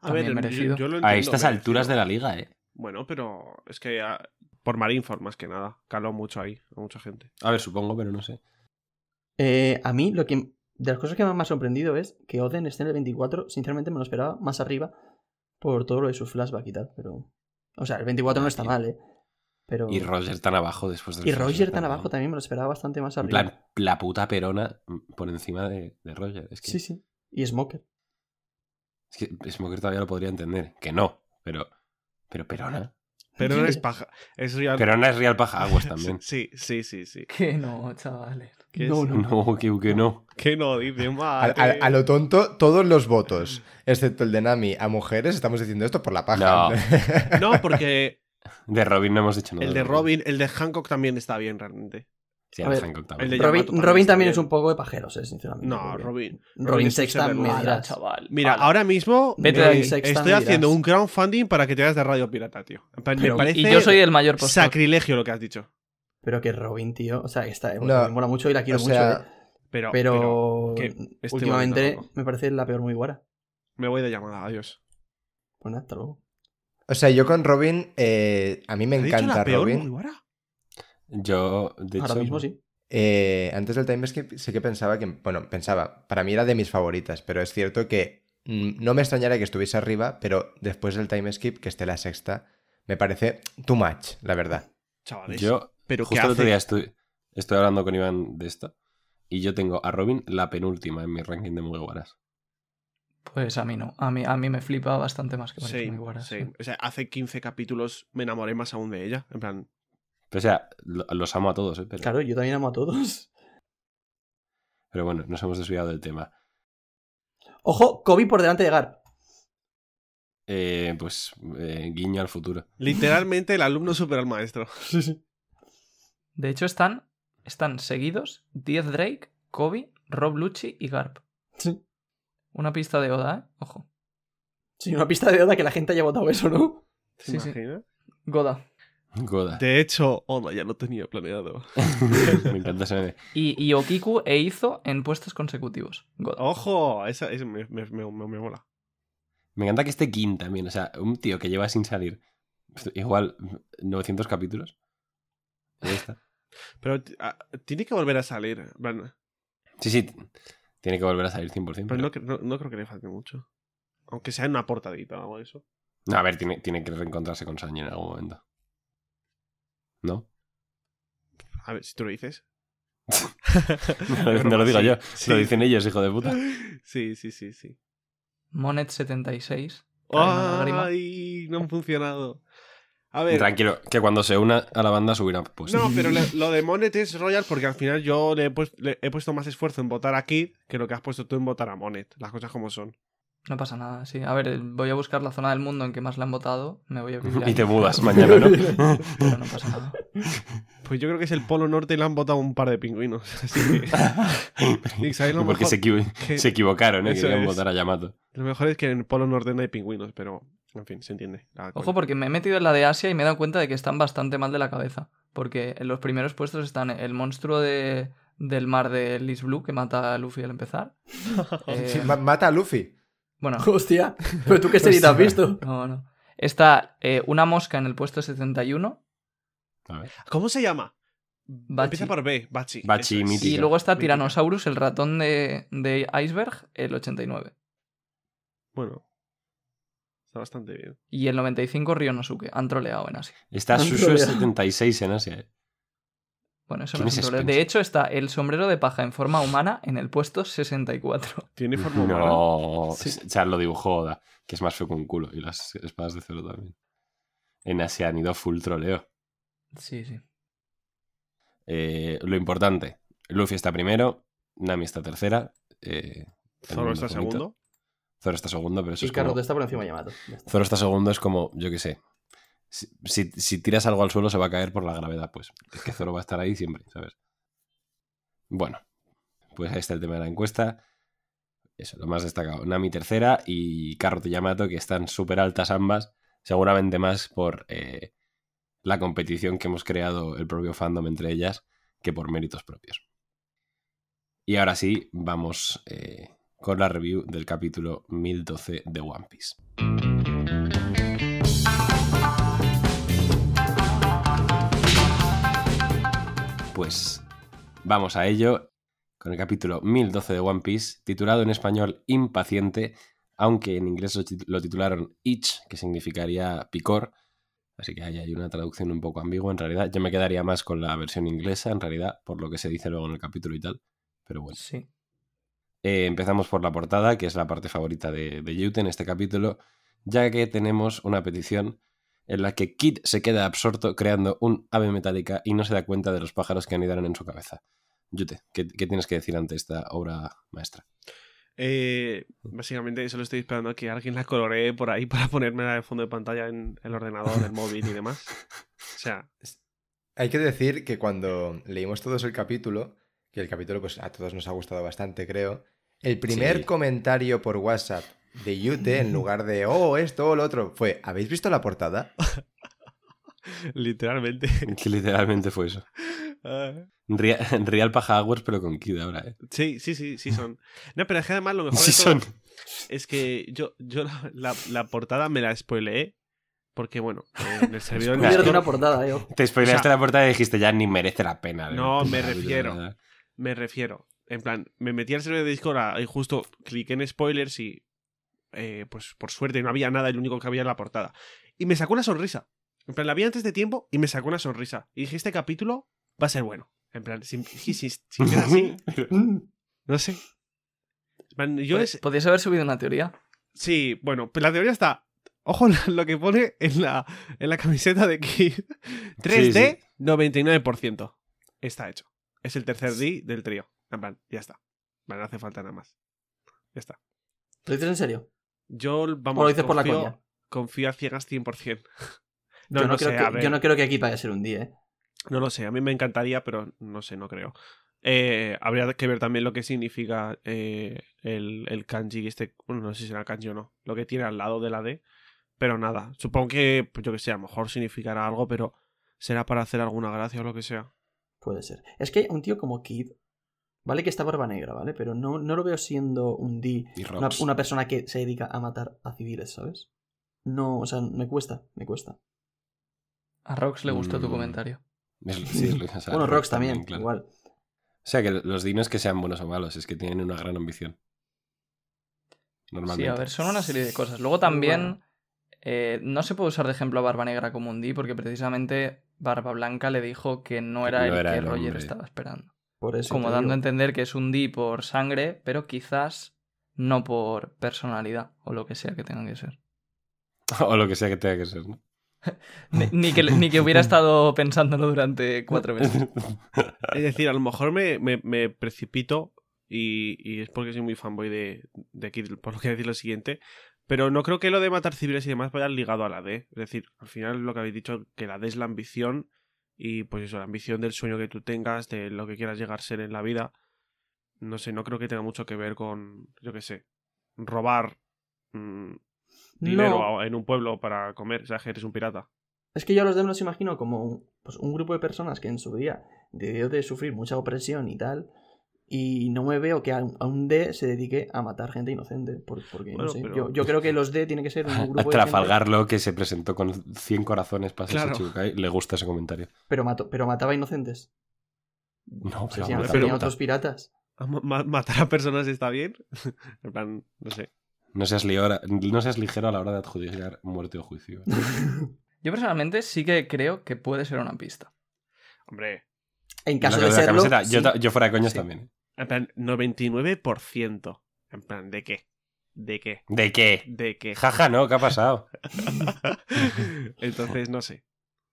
[SPEAKER 5] A
[SPEAKER 6] También
[SPEAKER 5] ver,
[SPEAKER 6] merecido.
[SPEAKER 5] yo, yo lo
[SPEAKER 2] A
[SPEAKER 5] entiendo,
[SPEAKER 2] estas
[SPEAKER 5] merecido.
[SPEAKER 2] alturas de la liga, eh.
[SPEAKER 5] Bueno, pero es que ah, por Marineford más que nada. Caló mucho ahí, a mucha gente.
[SPEAKER 2] A ver, supongo, pero no sé.
[SPEAKER 3] Eh, a mí, lo que de las cosas que más me ha sorprendido es que Oden esté en el 24. Sinceramente me lo esperaba más arriba por todo lo de su flashback y tal, pero... O sea, el 24 no está
[SPEAKER 2] Y-
[SPEAKER 3] mal, ¿eh? Pero...
[SPEAKER 2] Y Roger tan abajo después del
[SPEAKER 3] Y
[SPEAKER 2] Flash,
[SPEAKER 3] Roger
[SPEAKER 2] ¿no?
[SPEAKER 3] tan abajo también me lo esperaba bastante más
[SPEAKER 2] En
[SPEAKER 3] arriba.
[SPEAKER 2] plan, la puta perona por encima de, de Roger. Es que,
[SPEAKER 3] Sí, sí. Y Smoker.
[SPEAKER 2] es que Smoker todavía lo podría entender. Que no, pero. Pero perona.
[SPEAKER 5] Pero no es paja. Es real.
[SPEAKER 2] Perona es Real Paja Aguas también.
[SPEAKER 5] Sí, sí, sí, sí.
[SPEAKER 6] Que no, chavales.
[SPEAKER 5] Que
[SPEAKER 3] No,
[SPEAKER 5] sí.
[SPEAKER 3] no.
[SPEAKER 2] No, que, que no.
[SPEAKER 5] Que no, dice
[SPEAKER 4] A,
[SPEAKER 5] mal.
[SPEAKER 4] a- a lo tonto, todos los votos, excepto el de Nami, a mujeres, estamos diciendo esto por la paja.
[SPEAKER 2] No.
[SPEAKER 5] No, porque
[SPEAKER 2] De Robin no hemos dicho nada.
[SPEAKER 5] el de Robin, el de Hancock también está bien realmente.
[SPEAKER 2] Sí,
[SPEAKER 3] A
[SPEAKER 2] el de
[SPEAKER 3] ver,
[SPEAKER 2] Hancock
[SPEAKER 5] el
[SPEAKER 2] también.
[SPEAKER 5] de-
[SPEAKER 3] Robin,
[SPEAKER 5] Yamato también
[SPEAKER 3] Robin
[SPEAKER 5] está
[SPEAKER 3] también
[SPEAKER 5] bien.
[SPEAKER 3] es un poco de pajeros, eh, sinceramente.
[SPEAKER 5] No,
[SPEAKER 3] porque
[SPEAKER 5] Robin.
[SPEAKER 3] Robin
[SPEAKER 5] Robin
[SPEAKER 3] Sexta
[SPEAKER 5] Sexta
[SPEAKER 3] me
[SPEAKER 5] Mala,
[SPEAKER 3] dirás.
[SPEAKER 6] chaval.
[SPEAKER 5] Mira, ahora mismo
[SPEAKER 6] Vete
[SPEAKER 5] eh,
[SPEAKER 6] de ahí,
[SPEAKER 3] Sexta,
[SPEAKER 5] estoy
[SPEAKER 3] miras.
[SPEAKER 5] haciendo un crowdfunding para que te hagas de Radio Pirata, tío. En plan, Me
[SPEAKER 2] Pero-
[SPEAKER 5] parece
[SPEAKER 6] Y yo soy el mayor postor.
[SPEAKER 5] sacrilegio lo que has dicho.
[SPEAKER 3] Pero que Robin, tío. O sea, está,
[SPEAKER 4] No,
[SPEAKER 3] me mola mucho y la quiero
[SPEAKER 4] o sea,
[SPEAKER 3] mucho. eh,
[SPEAKER 5] Pero, pero
[SPEAKER 3] pero
[SPEAKER 5] que este
[SPEAKER 3] últimamente
[SPEAKER 5] momento loco.
[SPEAKER 3] me parece la peor muy guara.
[SPEAKER 5] me voy de llamada, adiós.
[SPEAKER 3] Pues nada, hasta luego.
[SPEAKER 4] O sea, yo con Robin, eh, a mí me
[SPEAKER 5] ¿Ha dicho
[SPEAKER 4] encanta
[SPEAKER 5] la peor
[SPEAKER 4] Robin.
[SPEAKER 5] Mugiwara?
[SPEAKER 2] Yo, de
[SPEAKER 3] Ahora
[SPEAKER 2] hecho,
[SPEAKER 3] mismo sí.
[SPEAKER 4] Eh, antes del time es que sí que pensaba que, bueno, pensaba, para mí era de mis favoritas, pero es cierto que mm, no me extrañaría que estuviese arriba, pero después del time skip, que esté la sexta, me parece too much, la verdad.
[SPEAKER 5] Chavales.
[SPEAKER 2] Yo,
[SPEAKER 5] pero ¿qué
[SPEAKER 2] justo el otro
[SPEAKER 5] hace?
[SPEAKER 2] día estoy, estoy hablando con Iván de esto. Y yo tengo a Robin la penúltima en mi ranking de Mugiwaras.
[SPEAKER 6] Pues a mí no. A mí, a mí me flipa bastante más que Marisol
[SPEAKER 5] Same,
[SPEAKER 6] Mugiwara, sí.
[SPEAKER 5] same. O sea, hace 15 capítulos me enamoré más aún de ella. En plan,
[SPEAKER 2] Pero, o sea, lo- los amo a todos, ¿eh? Pero,
[SPEAKER 3] Claro, yo también amo a todos.
[SPEAKER 2] pero bueno, nos hemos desviado del tema.
[SPEAKER 3] Ojo, Kobe por delante de Gar.
[SPEAKER 2] Eh, pues eh, guiño al futuro.
[SPEAKER 5] literalmente el alumno supera al maestro.
[SPEAKER 3] Sí, sí.
[SPEAKER 6] De hecho, están, están seguidos 10 Drake, Kobe, Rob Lucci y Garp.
[SPEAKER 3] Sí.
[SPEAKER 6] Una pista de Oda, ¿eh? Ojo.
[SPEAKER 3] Sí, una pista de duda que la gente haya votado eso, ¿no?
[SPEAKER 5] ¿Te
[SPEAKER 6] Sí, sí.
[SPEAKER 5] imaginas?
[SPEAKER 6] Goda.
[SPEAKER 2] Goda.
[SPEAKER 5] De hecho, Oda ya lo tenía planeado.
[SPEAKER 2] Me encanta ese meme.
[SPEAKER 6] Y, y Okiku e Izo en puestos consecutivos. Goda.
[SPEAKER 2] Oh.
[SPEAKER 5] Ojo, esa, esa me, me- me- me- me mola.
[SPEAKER 2] Me encanta que esté Kim también. O sea, un tío que lleva sin salir pues, igual 900 capítulos. Ahí está.
[SPEAKER 5] Pero t- ah, tiene que volver a salir. en plan,
[SPEAKER 2] Sí, sí. Tiene que volver a salir 100%.
[SPEAKER 5] Pero
[SPEAKER 2] pero-
[SPEAKER 5] no, cre- no- no creo que le falte mucho. Aunque sea en una portadita o algo de eso.
[SPEAKER 2] No, a ver, tiene, tiene que reencontrarse con Sanji en algún momento. ¿No?
[SPEAKER 5] A ver, si tú lo dices.
[SPEAKER 2] No, lo digo yo.
[SPEAKER 5] Sí,
[SPEAKER 2] Lo dicen ellos, hijo de puta.
[SPEAKER 5] sí, sí, sí. sí.
[SPEAKER 6] Monet76. Cae una lágrima.
[SPEAKER 5] ¡Ay! No han funcionado. A ver.
[SPEAKER 2] Tranquilo, que cuando se una a la banda subirá pues.
[SPEAKER 5] No, pero le- lo de Monet es Royal porque al final yo le he, puest- le he puesto más esfuerzo en votar a Kid que lo que has puesto tú en votar a Monet. Las cosas como son.
[SPEAKER 6] No pasa nada, sí. A ver, voy a buscar la zona del mundo en que más la han votado. Me voy a vivir
[SPEAKER 2] Y
[SPEAKER 6] ahí.
[SPEAKER 2] te mudas mañana, ¿no?
[SPEAKER 6] Pero no pasa nada.
[SPEAKER 5] Pues yo creo que es el Polo Norte y le han votado un par de pingüinos. Así que Y sabéis lo
[SPEAKER 2] Porque
[SPEAKER 5] mejor
[SPEAKER 2] se, equivo-
[SPEAKER 5] que-
[SPEAKER 2] se equivocaron, ¿eh?
[SPEAKER 5] Eso
[SPEAKER 2] Querían
[SPEAKER 5] es.
[SPEAKER 2] votar a Yamato.
[SPEAKER 5] lo mejor es que en el Polo Norte no hay pingüinos, pero en fin, se entiende. Ah,
[SPEAKER 6] Ojo,
[SPEAKER 5] coño.
[SPEAKER 6] porque me he metido en la de Asia y me he dado cuenta de que están bastante mal de la cabeza. Porque en los primeros puestos están el monstruo de, del mar de Liz Blue que mata a Luffy al empezar. Eh,
[SPEAKER 4] Sí, ma- mata a Luffy.
[SPEAKER 6] bueno,
[SPEAKER 3] Hostia. Pero tú qué serie te has visto.
[SPEAKER 6] no, no. Está eh, una mosca en el puesto 71
[SPEAKER 2] A ver.
[SPEAKER 5] ¿Cómo se llama?
[SPEAKER 6] Bachi.
[SPEAKER 5] Empieza por B, Bachi.
[SPEAKER 2] Bachi,
[SPEAKER 5] Eso es.
[SPEAKER 2] mítica.
[SPEAKER 6] y luego está
[SPEAKER 5] Mítica.
[SPEAKER 6] Tyrannosaurus, el ratón de, de Iceberg, el 89.
[SPEAKER 5] Bueno, está bastante bien.
[SPEAKER 6] Y el 95 Ryonosuke. Han troleado en Asia.
[SPEAKER 2] Está
[SPEAKER 3] Han
[SPEAKER 2] Susu
[SPEAKER 3] troleado.
[SPEAKER 2] 76 en Asia, ¿eh?
[SPEAKER 6] Bueno, eso
[SPEAKER 2] ¿Quién
[SPEAKER 6] no es
[SPEAKER 2] es
[SPEAKER 6] un problema.
[SPEAKER 2] Spencer?
[SPEAKER 6] De hecho, está el sombrero de paja en forma humana en el puesto 64.
[SPEAKER 5] Tiene forma humana.
[SPEAKER 2] No,
[SPEAKER 6] Sí.
[SPEAKER 2] o sea, lo dibujó Oda, que es más feo que un culo. Y las espadas de cero también. En Asia han ido full troleo.
[SPEAKER 6] Sí, sí.
[SPEAKER 2] Eh, lo importante, Luffy está primero, Nami está tercera. Eh, el
[SPEAKER 5] Zoro
[SPEAKER 2] mundo
[SPEAKER 5] está
[SPEAKER 2] es bonito.
[SPEAKER 5] segundo.
[SPEAKER 2] Zoro está segundo, pero eso
[SPEAKER 3] Y
[SPEAKER 2] es como...
[SPEAKER 3] Carrot está por encima de Yamato. Ya está.
[SPEAKER 2] Zoro está segundo es como, yo qué sé. Si, si- si tiras algo al suelo se va a caer por la gravedad, pues. Es que Zoro va a estar ahí siempre, ¿sabes? Bueno, pues ahí está el tema de la encuesta. Eso, lo más destacado. Nami tercera y Carrot y Yamato, que están súper altas ambas. Seguramente más por eh, la competición que hemos creado el propio fandom entre ellas que por méritos propios. Y ahora sí, vamos eh, con la review del capítulo 1012 de One Piece. Pues vamos a ello con el capítulo 1012 de One Piece, titulado en español Impaciente, aunque en inglés lo tit- lo titularon Itch, que significaría picor. Así que ahí hay una traducción un poco ambigua en realidad. Yo me quedaría más con la versión inglesa, en realidad, por lo que se dice luego en el capítulo y tal. Pero bueno.
[SPEAKER 6] Sí.
[SPEAKER 2] Eh, empezamos por la portada, que es la parte favorita de, de Yute en este capítulo, ya que tenemos una petición en la que Kid se queda absorto creando un ave metálica y no se da cuenta de los pájaros que anidaron en su cabeza. Yute, ¿qué, qué tienes que decir ante esta obra maestra?
[SPEAKER 5] Eh, básicamente solo estoy esperando a que alguien la coloree por ahí para ponérmela de fondo de pantalla en el ordenador, el móvil y demás. O sea,
[SPEAKER 4] Hay que decir que cuando leímos todos el capítulo, que el capítulo pues a todos nos ha gustado bastante, creo, el primer
[SPEAKER 2] Sí.
[SPEAKER 4] comentario por WhatsApp de Yute en lugar de oh, esto o lo otro, fue ¿habéis visto la portada?
[SPEAKER 5] literalmente.
[SPEAKER 2] Que literalmente fue eso.
[SPEAKER 5] Ah.
[SPEAKER 2] Real, Real Paja Hours, pero con Kid ahora, ¿eh?
[SPEAKER 5] Sí, sí, sí, sí son. No, pero es que además lo mejor de
[SPEAKER 2] Sí
[SPEAKER 5] todo
[SPEAKER 2] son.
[SPEAKER 5] es que yo, yo la, la- la portada me la spoileé. Porque bueno, eh, en el servidor de
[SPEAKER 2] Claro.
[SPEAKER 3] Pierde
[SPEAKER 5] Discord
[SPEAKER 3] una portada, eh. ojo.
[SPEAKER 2] Te spoileaste
[SPEAKER 5] O sea-
[SPEAKER 2] la portada y dijiste, ya ni merece la pena. ver
[SPEAKER 5] No,
[SPEAKER 2] el
[SPEAKER 5] me
[SPEAKER 2] capítulo,
[SPEAKER 5] refiero.
[SPEAKER 2] ¿verdad?
[SPEAKER 5] me refiero. En plan, me metí al servidor de Discord a- y justo cliqué en spoilers y eh, pues por suerte no había nada y lo único que había era la portada. Y me sacó una sonrisa. En plan, la vi antes de tiempo y me sacó una sonrisa. Y dije, este capítulo va a ser bueno. En plan, si, si, si- si queda así, no sé. En plan, yo
[SPEAKER 6] Pod-
[SPEAKER 5] es,
[SPEAKER 6] Podrías haber subido una teoría.
[SPEAKER 5] Sí, bueno, pues la teoría está. Ojo la- lo que pone en la, en la camiseta de Kid. 3D, 99%. Está hecho. Es el tercer D del trío. En plan, ya está. Vale, no hace falta nada más. Ya está.
[SPEAKER 3] ¿Lo dices en serio?
[SPEAKER 5] Yo, vamos,
[SPEAKER 3] ¿O lo dices por la
[SPEAKER 5] confío,
[SPEAKER 3] coña?
[SPEAKER 5] confío a ciegas 100%. No,
[SPEAKER 3] Yo no,
[SPEAKER 5] no
[SPEAKER 3] creo
[SPEAKER 5] sé, a
[SPEAKER 3] que,
[SPEAKER 5] ver.
[SPEAKER 3] yo no creo que aquí vaya a ser un día, eh.
[SPEAKER 5] No lo sé, a mí me encantaría, pero no sé, no creo. Eh, habría que ver también lo que significa eh, el, el kanji, este, bueno, no sé si será kanji o no, lo que tiene al lado de la D, pero nada, supongo que, pues yo que sé, a lo mejor significará algo, pero será para hacer alguna gracia o lo que sea.
[SPEAKER 3] Puede ser. Es que un tío como Kid, ¿vale? Que está barba negra, ¿vale? Pero no, no lo veo siendo un D,
[SPEAKER 2] Y
[SPEAKER 3] una,
[SPEAKER 2] Rocks.
[SPEAKER 3] una persona que se dedica a matar a civiles, ¿sabes? No, o sea, me cuesta, me cuesta.
[SPEAKER 6] A Rox le gustó tu
[SPEAKER 2] Mm.
[SPEAKER 6] comentario.
[SPEAKER 2] Es- sí, es lo que- o sea,
[SPEAKER 3] bueno, Rox también,
[SPEAKER 2] claro.
[SPEAKER 3] igual.
[SPEAKER 2] O sea, que los dinos que sean buenos o malos, es que tienen una gran ambición. Normalmente.
[SPEAKER 6] Sí, a ver, son una serie de cosas. Luego también
[SPEAKER 3] Bueno.
[SPEAKER 6] eh, no se puede usar de ejemplo a Barba Negra como un D porque precisamente Barba Blanca le dijo que no era
[SPEAKER 2] No
[SPEAKER 6] el
[SPEAKER 2] era
[SPEAKER 6] que
[SPEAKER 2] el
[SPEAKER 6] Roger
[SPEAKER 2] hombre.
[SPEAKER 6] estaba esperando.
[SPEAKER 3] Por eso.
[SPEAKER 6] como
[SPEAKER 3] te
[SPEAKER 6] dando a
[SPEAKER 3] digo.
[SPEAKER 6] entender que es un D por sangre, pero quizás no por personalidad o lo que sea que tenga que ser.
[SPEAKER 2] O lo que sea que tenga que ser, ¿no?
[SPEAKER 6] Ni, ni que, ni que hubiera estado pensándolo durante cuatro meses.
[SPEAKER 5] Es decir, a lo mejor me, me- me precipito y, y es porque soy muy fanboy de, de Kid, por lo que decir lo siguiente. Pero no creo que lo de matar civiles y demás vaya ligado a la D. Es decir, al final lo que habéis dicho, que la D es la ambición y pues eso, la ambición del sueño que tú tengas, de lo que quieras llegar a ser en la vida. No sé, no creo que tenga mucho que ver con, yo qué sé, robar mm, dinero
[SPEAKER 3] No,
[SPEAKER 5] a- en un pueblo para comer. O sea, que eres un pirata.
[SPEAKER 3] es que yo a los demás los imagino como un, pues, un grupo de personas que en su día debió de sufrir mucha opresión y tal. Y no me veo que a un, a un D se dedique a matar gente inocente. por- Porque, no
[SPEAKER 5] Bueno,
[SPEAKER 3] sé,
[SPEAKER 5] pero-
[SPEAKER 3] yo, yo creo que los D tienen que ser un grupo
[SPEAKER 2] A
[SPEAKER 3] de gente-
[SPEAKER 2] Trafalgar Law, que se presentó con 100 corazones para ser
[SPEAKER 5] Claro.
[SPEAKER 2] Shichibukai, le gusta ese comentario.
[SPEAKER 3] Pero, mató- pero mataba inocentes.
[SPEAKER 2] No,
[SPEAKER 3] Se
[SPEAKER 2] pero,
[SPEAKER 3] llama-
[SPEAKER 2] vamos,
[SPEAKER 3] tenía
[SPEAKER 5] pero-
[SPEAKER 2] tampoco.
[SPEAKER 3] otros piratas.
[SPEAKER 5] A ma- ma- matar a personas está bien. en plan, no sé.
[SPEAKER 2] no, seas liora- no seas ligero a la hora de adjudicar muerte o juicio.
[SPEAKER 6] Yo personalmente sí que creo que puede ser una pista.
[SPEAKER 5] Hombre.
[SPEAKER 3] En
[SPEAKER 2] Lo
[SPEAKER 3] caso
[SPEAKER 2] que
[SPEAKER 3] de
[SPEAKER 2] es la
[SPEAKER 3] serlo.
[SPEAKER 2] camiseta,
[SPEAKER 3] sí.
[SPEAKER 2] yo, ta- yo fuera de coñas
[SPEAKER 3] Sí.
[SPEAKER 2] también. ¿eh?
[SPEAKER 5] En plan, 99%. En plan, ¿de qué? ¿De qué?
[SPEAKER 2] ¿De qué?
[SPEAKER 5] ¿De qué?
[SPEAKER 2] Jaja, no, ¿qué ha pasado?
[SPEAKER 5] Entonces, no sé.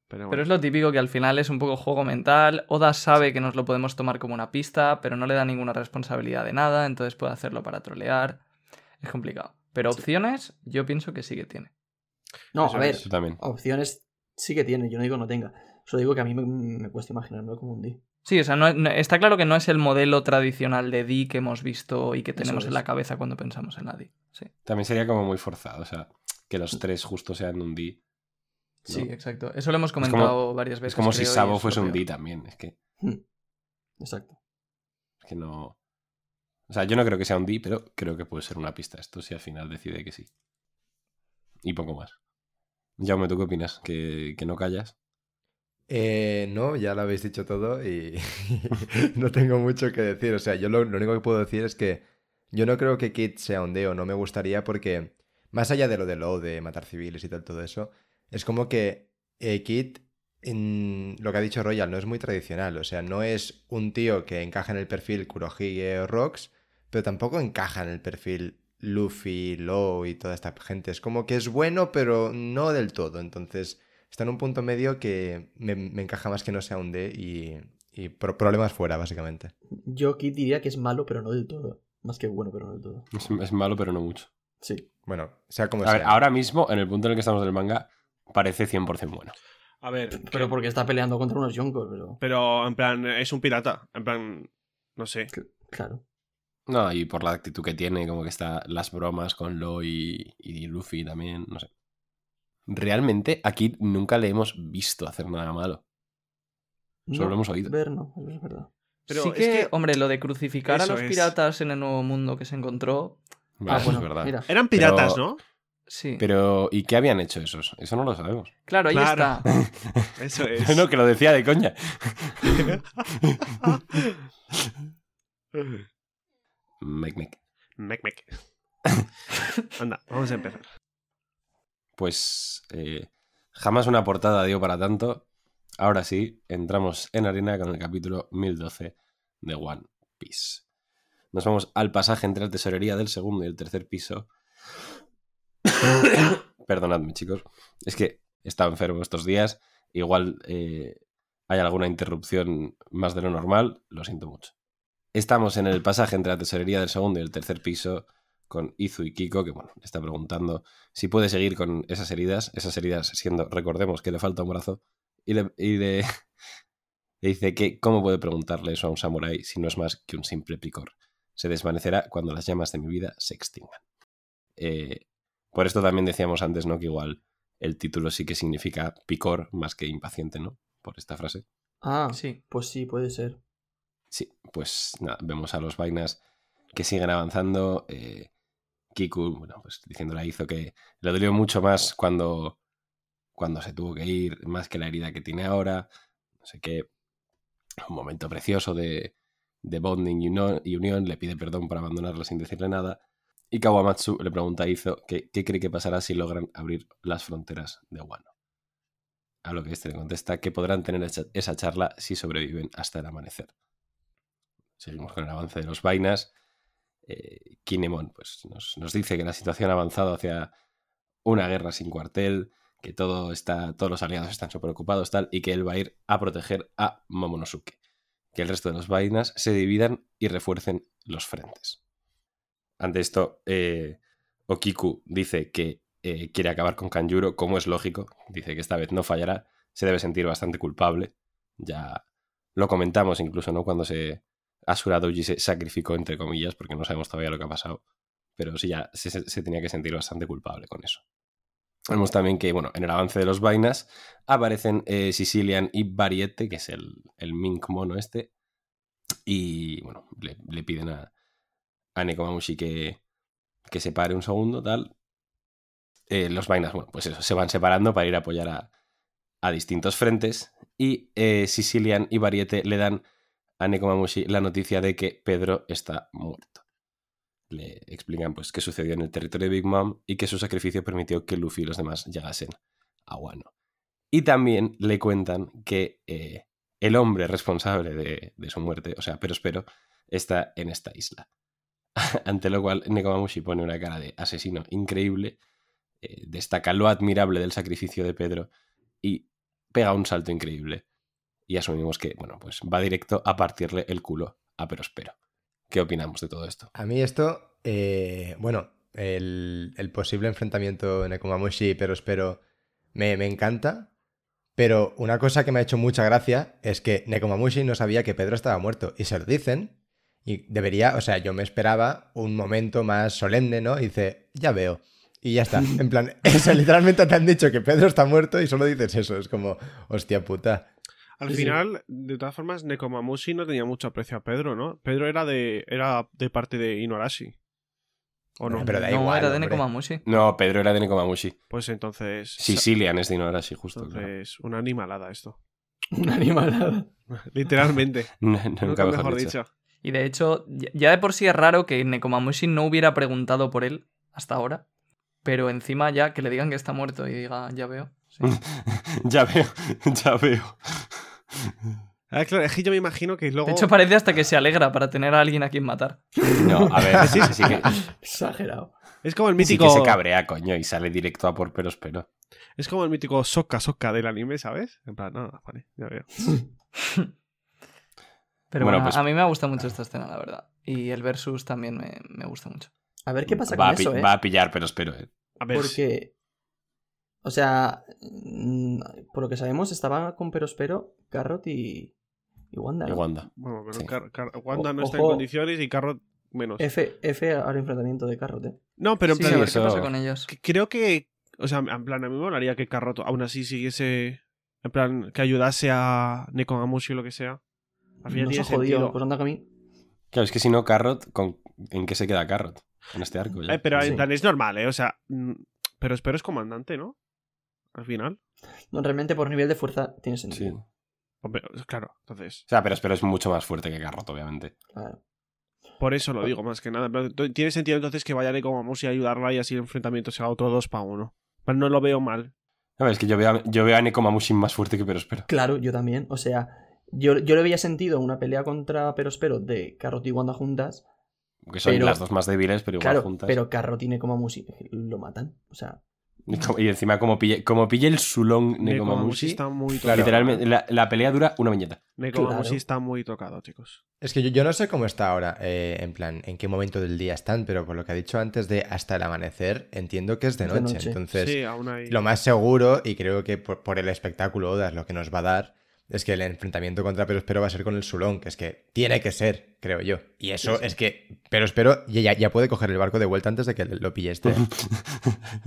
[SPEAKER 5] Pero,
[SPEAKER 6] Pero
[SPEAKER 5] bueno.
[SPEAKER 6] es lo típico que al final es un poco juego mental. Oda sabe que nos lo podemos tomar como una pista, pero no le da ninguna responsabilidad de nada, entonces puede hacerlo para trolear. Es complicado. Pero opciones, yo pienso que sí que tiene.
[SPEAKER 3] No,
[SPEAKER 5] Eso
[SPEAKER 3] a ver,
[SPEAKER 2] Eso también.
[SPEAKER 3] opciones sí que tiene. Yo no digo que no tenga. Solo digo que a mí me, me cuesta imaginarme como un D.
[SPEAKER 6] Sí, o sea, no- no- está claro que no es el modelo tradicional de Di que hemos visto y que
[SPEAKER 3] Eso
[SPEAKER 6] tenemos
[SPEAKER 3] es.
[SPEAKER 6] en la cabeza cuando pensamos en la Di. Sí,
[SPEAKER 2] También sería como muy forzado, o sea, que los tres justo sean un D.
[SPEAKER 6] sí,
[SPEAKER 2] No.
[SPEAKER 6] exacto. Eso lo hemos
[SPEAKER 2] como-
[SPEAKER 6] comentado varias veces.
[SPEAKER 2] Es como si
[SPEAKER 6] creo, y
[SPEAKER 2] Sabo
[SPEAKER 6] es
[SPEAKER 2] fuese un
[SPEAKER 6] propio.
[SPEAKER 2] D también, es que,
[SPEAKER 3] Exacto.
[SPEAKER 2] es que no... O sea, yo no creo que sea un D, pero creo que puede ser una pista esto si al final decide que sí. Y poco más. Jaume, ¿tú qué opinas? ¿Que, que no callas?
[SPEAKER 4] Eh, no, ya lo habéis dicho todo y no tengo mucho que decir. O sea, yo lo, lo único que puedo decir es que yo no creo que Kit sea un deo, no me gustaría porque, más allá de lo de lo de matar civiles y tal, todo eso, es como que eh, Kit, en lo que ha dicho Royal, no es muy tradicional. O sea, no es un tío que encaja en el perfil Kurohige o Rox, pero tampoco encaja en el perfil Luffy, Law y toda esta gente. Es como que es bueno, pero no del todo. Entonces está en un punto medio que me, me encaja más que no sea un D y, y pro- problemas fuera, básicamente.
[SPEAKER 3] Yo aquí diría que es malo, pero no del todo. Más que bueno, pero no del todo.
[SPEAKER 2] Es, es malo, pero no mucho.
[SPEAKER 3] Sí.
[SPEAKER 4] Bueno, sea como
[SPEAKER 2] A
[SPEAKER 4] sea.
[SPEAKER 2] ver, ahora mismo, en el punto en el que estamos del manga, parece 100% bueno.
[SPEAKER 5] A ver,
[SPEAKER 3] Pero porque está peleando contra unos yonkos, pero.
[SPEAKER 5] pero en plan, es un pirata. En plan, no sé.
[SPEAKER 3] Claro.
[SPEAKER 2] No, y por la actitud que tiene, como que está las bromas con Lo y, y Luffy también, no sé. Realmente aquí nunca le hemos visto hacer nada malo. Solo
[SPEAKER 3] No,
[SPEAKER 2] lo hemos oído.
[SPEAKER 3] Ver, no, eso es verdad.
[SPEAKER 5] Pero
[SPEAKER 6] sí
[SPEAKER 5] es
[SPEAKER 6] que,
[SPEAKER 5] que-
[SPEAKER 6] hombre, lo de crucificar a
[SPEAKER 5] Eso
[SPEAKER 6] los
[SPEAKER 5] es.
[SPEAKER 6] piratas en el nuevo mundo que se encontró,
[SPEAKER 2] Vale,
[SPEAKER 3] Ah, bueno,
[SPEAKER 2] es verdad.
[SPEAKER 3] Mira,
[SPEAKER 5] Eran piratas,
[SPEAKER 2] Pero-
[SPEAKER 5] ¿no?
[SPEAKER 6] sí.
[SPEAKER 2] Pero, ¿y qué habían hecho esos? Eso no lo sabemos.
[SPEAKER 6] Claro, ahí
[SPEAKER 5] Claro.
[SPEAKER 6] está.
[SPEAKER 5] Eso es.
[SPEAKER 2] No, que lo decía de coña. Mec, mec.
[SPEAKER 5] Mec, mec. Anda, vamos a empezar.
[SPEAKER 2] Pues eh, jamás una portada dio para tanto. Ahora sí, entramos en arena con el capítulo 1012 de One Piece. Nos vamos al pasaje entre la tesorería del segundo y el tercer piso. Perdonadme, chicos. Es que he estado enfermo estos días. Igual eh, hay alguna interrupción más de lo normal. Lo siento mucho. Estamos en el pasaje entre la tesorería del segundo y el tercer piso con Izu y Kiko, que bueno, le está preguntando si puede seguir con esas heridas, esas heridas siendo, recordemos que le falta un brazo, y le, y le- le dice que cómo puede preguntarle eso a un samurái si no es más que un simple picor. Se desvanecerá cuando las llamas de mi vida se extingan. Eh, por esto también decíamos antes, ¿no? Que igual el título sí que significa picor más que impaciente, ¿no? Por esta frase.
[SPEAKER 3] Ah,
[SPEAKER 6] Sí.
[SPEAKER 3] pues sí, puede ser.
[SPEAKER 2] Sí, pues nada, vemos a los vainas que siguen avanzando. eh, Kiku, bueno, pues diciéndole a Izo que le dolió mucho más cuando, cuando se tuvo que ir, más que la herida que tiene ahora. No sé qué. Un momento precioso de, de bonding y uno- y unión. Le pide perdón por abandonarla sin decirle nada. Y Kawamatsu le pregunta a Izo que, qué cree que pasará si logran abrir las fronteras de Wano. A lo que este le contesta que podrán tener esa- esa charla si sobreviven hasta el amanecer. Seguimos con el avance de los vainas. Eh, Kinemon pues, nos, nos dice que la situación ha avanzado hacia una guerra sin cuartel, que todo está, todos los aliados están súper ocupados tal, y que él va a ir a proteger a Momonosuke. Que el resto de los vainas se dividan y refuercen los frentes. Ante esto, eh, Okiku dice que eh, quiere acabar con Kanjuro, como es lógico. Dice que esta vez no fallará. Se debe sentir bastante culpable. Ya lo comentamos incluso, ¿no? Cuando se, Asura Doji se sacrificó, entre comillas, porque no sabemos todavía lo que ha pasado. Pero sí, ya se, se- se tenía que sentir bastante culpable con eso. Vemos también que, bueno, en el avance de los vainas aparecen eh, Sicilian y Variete, que es el, el mink mono este. Y, bueno, le, le piden a, a Nekomamushi que, que se pare un segundo, tal. Eh, los vainas, bueno, pues eso, se van separando para ir a apoyar a, a distintos frentes. Y eh, Sicilian y Variete le dan a Nekomamushi la noticia de que Pedro está muerto. Le explican pues qué sucedió en el territorio de Big Mom y que su sacrificio permitió que Luffy y los demás llegasen a Wano. Y también le cuentan que eh, el hombre responsable de, de su muerte, o sea, pero espero, está en esta isla. Ante lo cual, Nekomamushi pone una cara de asesino increíble, eh, destaca lo admirable del sacrificio de Pedro y pega un salto increíble. Y asumimos que, bueno, pues va directo a partirle el culo a Perospero. ¿Qué opinamos de todo esto?
[SPEAKER 4] A mí esto, eh, bueno, el, el posible enfrentamiento Nekomamushi y Perospero me, me encanta, pero una cosa que me ha hecho mucha gracia es que Nekomamushi no sabía que Pedro estaba muerto y se lo dicen. Y debería, o sea, yo me esperaba un momento más solemne, ¿no? Y dice, ya veo. Y ya está. En plan, eso, literalmente te han dicho que Pedro está muerto y solo dices eso. Es como, hostia puta.
[SPEAKER 5] Al
[SPEAKER 4] Sí, sí.
[SPEAKER 5] final, de todas formas, Nekomamushi no tenía mucho aprecio a Pedro, ¿no? Pedro era de, era de parte de Inorashi. ¿O no?
[SPEAKER 4] Bueno, pero da
[SPEAKER 6] no,
[SPEAKER 4] igual,
[SPEAKER 6] era de
[SPEAKER 4] hombre.
[SPEAKER 6] Nekomamushi.
[SPEAKER 2] No, Pedro era de Nekomamushi.
[SPEAKER 5] Pues entonces.
[SPEAKER 2] Sicilian es de Inuarashi, justo. claro.
[SPEAKER 5] Entonces, una animalada esto.
[SPEAKER 3] Una animalada.
[SPEAKER 5] Literalmente.
[SPEAKER 2] No,
[SPEAKER 5] Nunca mejor dicho.
[SPEAKER 6] Y de hecho, ya- ya de por sí es raro que Nekomamushi no hubiera preguntado por él hasta ahora. Pero encima ya que le digan que está muerto y diga, ya veo. sí.
[SPEAKER 2] Mm. ya veo, ya veo.
[SPEAKER 5] Ah, claro, es que yo me imagino que luego.
[SPEAKER 6] De hecho, parece hasta que se alegra para tener a alguien a quien matar.
[SPEAKER 2] No, a ver, sí, sí que,
[SPEAKER 3] Exagerado.
[SPEAKER 5] es como el
[SPEAKER 2] sí
[SPEAKER 5] mítico.
[SPEAKER 2] que se cabrea, coño, y sale directo a por Perospero.
[SPEAKER 5] Es como el mítico soca soca del anime, ¿sabes? En plan, no, no, vale, ya veo.
[SPEAKER 6] Pero
[SPEAKER 2] Bueno,
[SPEAKER 6] bueno,
[SPEAKER 2] pues-
[SPEAKER 6] a mí me gusta mucho esta escena, la verdad. Y el versus también me, me gusta mucho.
[SPEAKER 3] A ver qué pasa
[SPEAKER 2] va,
[SPEAKER 3] con
[SPEAKER 2] a pi-
[SPEAKER 3] eso, ¿eh?
[SPEAKER 2] va a pillar Perospero, eh.
[SPEAKER 5] A ver.
[SPEAKER 3] Porque. O sea, mm, por lo que sabemos, estaba con Perospero, Carrot y. Y Wanda. ¿eh?
[SPEAKER 2] Y
[SPEAKER 3] ¿no?
[SPEAKER 2] Wanda.
[SPEAKER 5] Bueno, pero
[SPEAKER 2] Sí.
[SPEAKER 5] Car- Car- Wanda no
[SPEAKER 3] O-
[SPEAKER 5] está en
[SPEAKER 3] ojo.
[SPEAKER 5] condiciones y Carrot menos.
[SPEAKER 2] pues.
[SPEAKER 3] F, F al enfrentamiento de Carrot, ¿eh?
[SPEAKER 5] No, pero en
[SPEAKER 6] Sí,
[SPEAKER 5] plan.
[SPEAKER 6] a ver
[SPEAKER 2] eso-
[SPEAKER 6] qué pasa con ellos.
[SPEAKER 5] que- Creo que. O sea, en plan, a mí me molaría que Carrot aún así siguiese. En plan, que ayudase a Nekomamushi o lo que sea. Al final
[SPEAKER 3] No se
[SPEAKER 5] tiene
[SPEAKER 3] ha jodido,
[SPEAKER 5] sentido.
[SPEAKER 3] pues anda que a mí.
[SPEAKER 2] Claro, es que si no, Carrot, ¿con... ¿en qué se queda Carrot? En este arco ya.
[SPEAKER 5] Eh, pero
[SPEAKER 3] Sí.
[SPEAKER 5] en plan, es normal, ¿eh? O sea. mm, Pero espero es comandante, ¿no? Al final.
[SPEAKER 3] No, realmente por nivel de fuerza tiene
[SPEAKER 2] Sí.
[SPEAKER 3] sentido.
[SPEAKER 2] O
[SPEAKER 5] Hombre, claro, entonces.
[SPEAKER 2] sea, Perospero es mucho más fuerte que Carrot, obviamente.
[SPEAKER 3] Claro.
[SPEAKER 5] Por eso
[SPEAKER 3] Ah.
[SPEAKER 5] lo digo, más que nada. En plan, to- Tiene sentido entonces que vaya Nekomamushi a ayudarla y así el enfrentamiento sea otro 2 para 1. No lo veo mal.
[SPEAKER 2] No, es que yo veo a, yo veo a Nekomamushi más fuerte que Perospero.
[SPEAKER 3] Claro, yo también. O sea, yo, yo le había sentido una pelea contra Perospero de Carrot y Wanda juntas.
[SPEAKER 2] Que son
[SPEAKER 3] Pero-
[SPEAKER 2] las dos más débiles, pero igual
[SPEAKER 3] claro,
[SPEAKER 2] juntas.
[SPEAKER 3] pero Carrot tiene como música. Lo matan. O sea,
[SPEAKER 2] Y, como- y encima, como pille, como pille el sulón
[SPEAKER 5] Nekomamushi
[SPEAKER 2] Nekomamushi,
[SPEAKER 5] está muy tocado.
[SPEAKER 4] Claro.
[SPEAKER 2] literalmente, la, la pelea dura una viñeta.
[SPEAKER 5] Nekomamushi
[SPEAKER 3] Claro.
[SPEAKER 5] está muy tocado, chicos.
[SPEAKER 4] Es que yo, yo no sé cómo está ahora, eh, en plan, en qué momento del día están, pero por lo que ha dicho antes de hasta el amanecer, entiendo que es de
[SPEAKER 3] De
[SPEAKER 4] noche.
[SPEAKER 3] noche.
[SPEAKER 4] Entonces,
[SPEAKER 5] sí, aún hay.
[SPEAKER 4] lo más seguro, y creo que por, por el espectáculo Odas lo que nos va a dar, es que el enfrentamiento contra Perospero va a ser con el Sulón, que es que tiene que ser, creo yo. Y eso es que Perospero ya, ya- ya puede coger el barco de vuelta antes de que lo pille
[SPEAKER 2] Pues
[SPEAKER 4] este.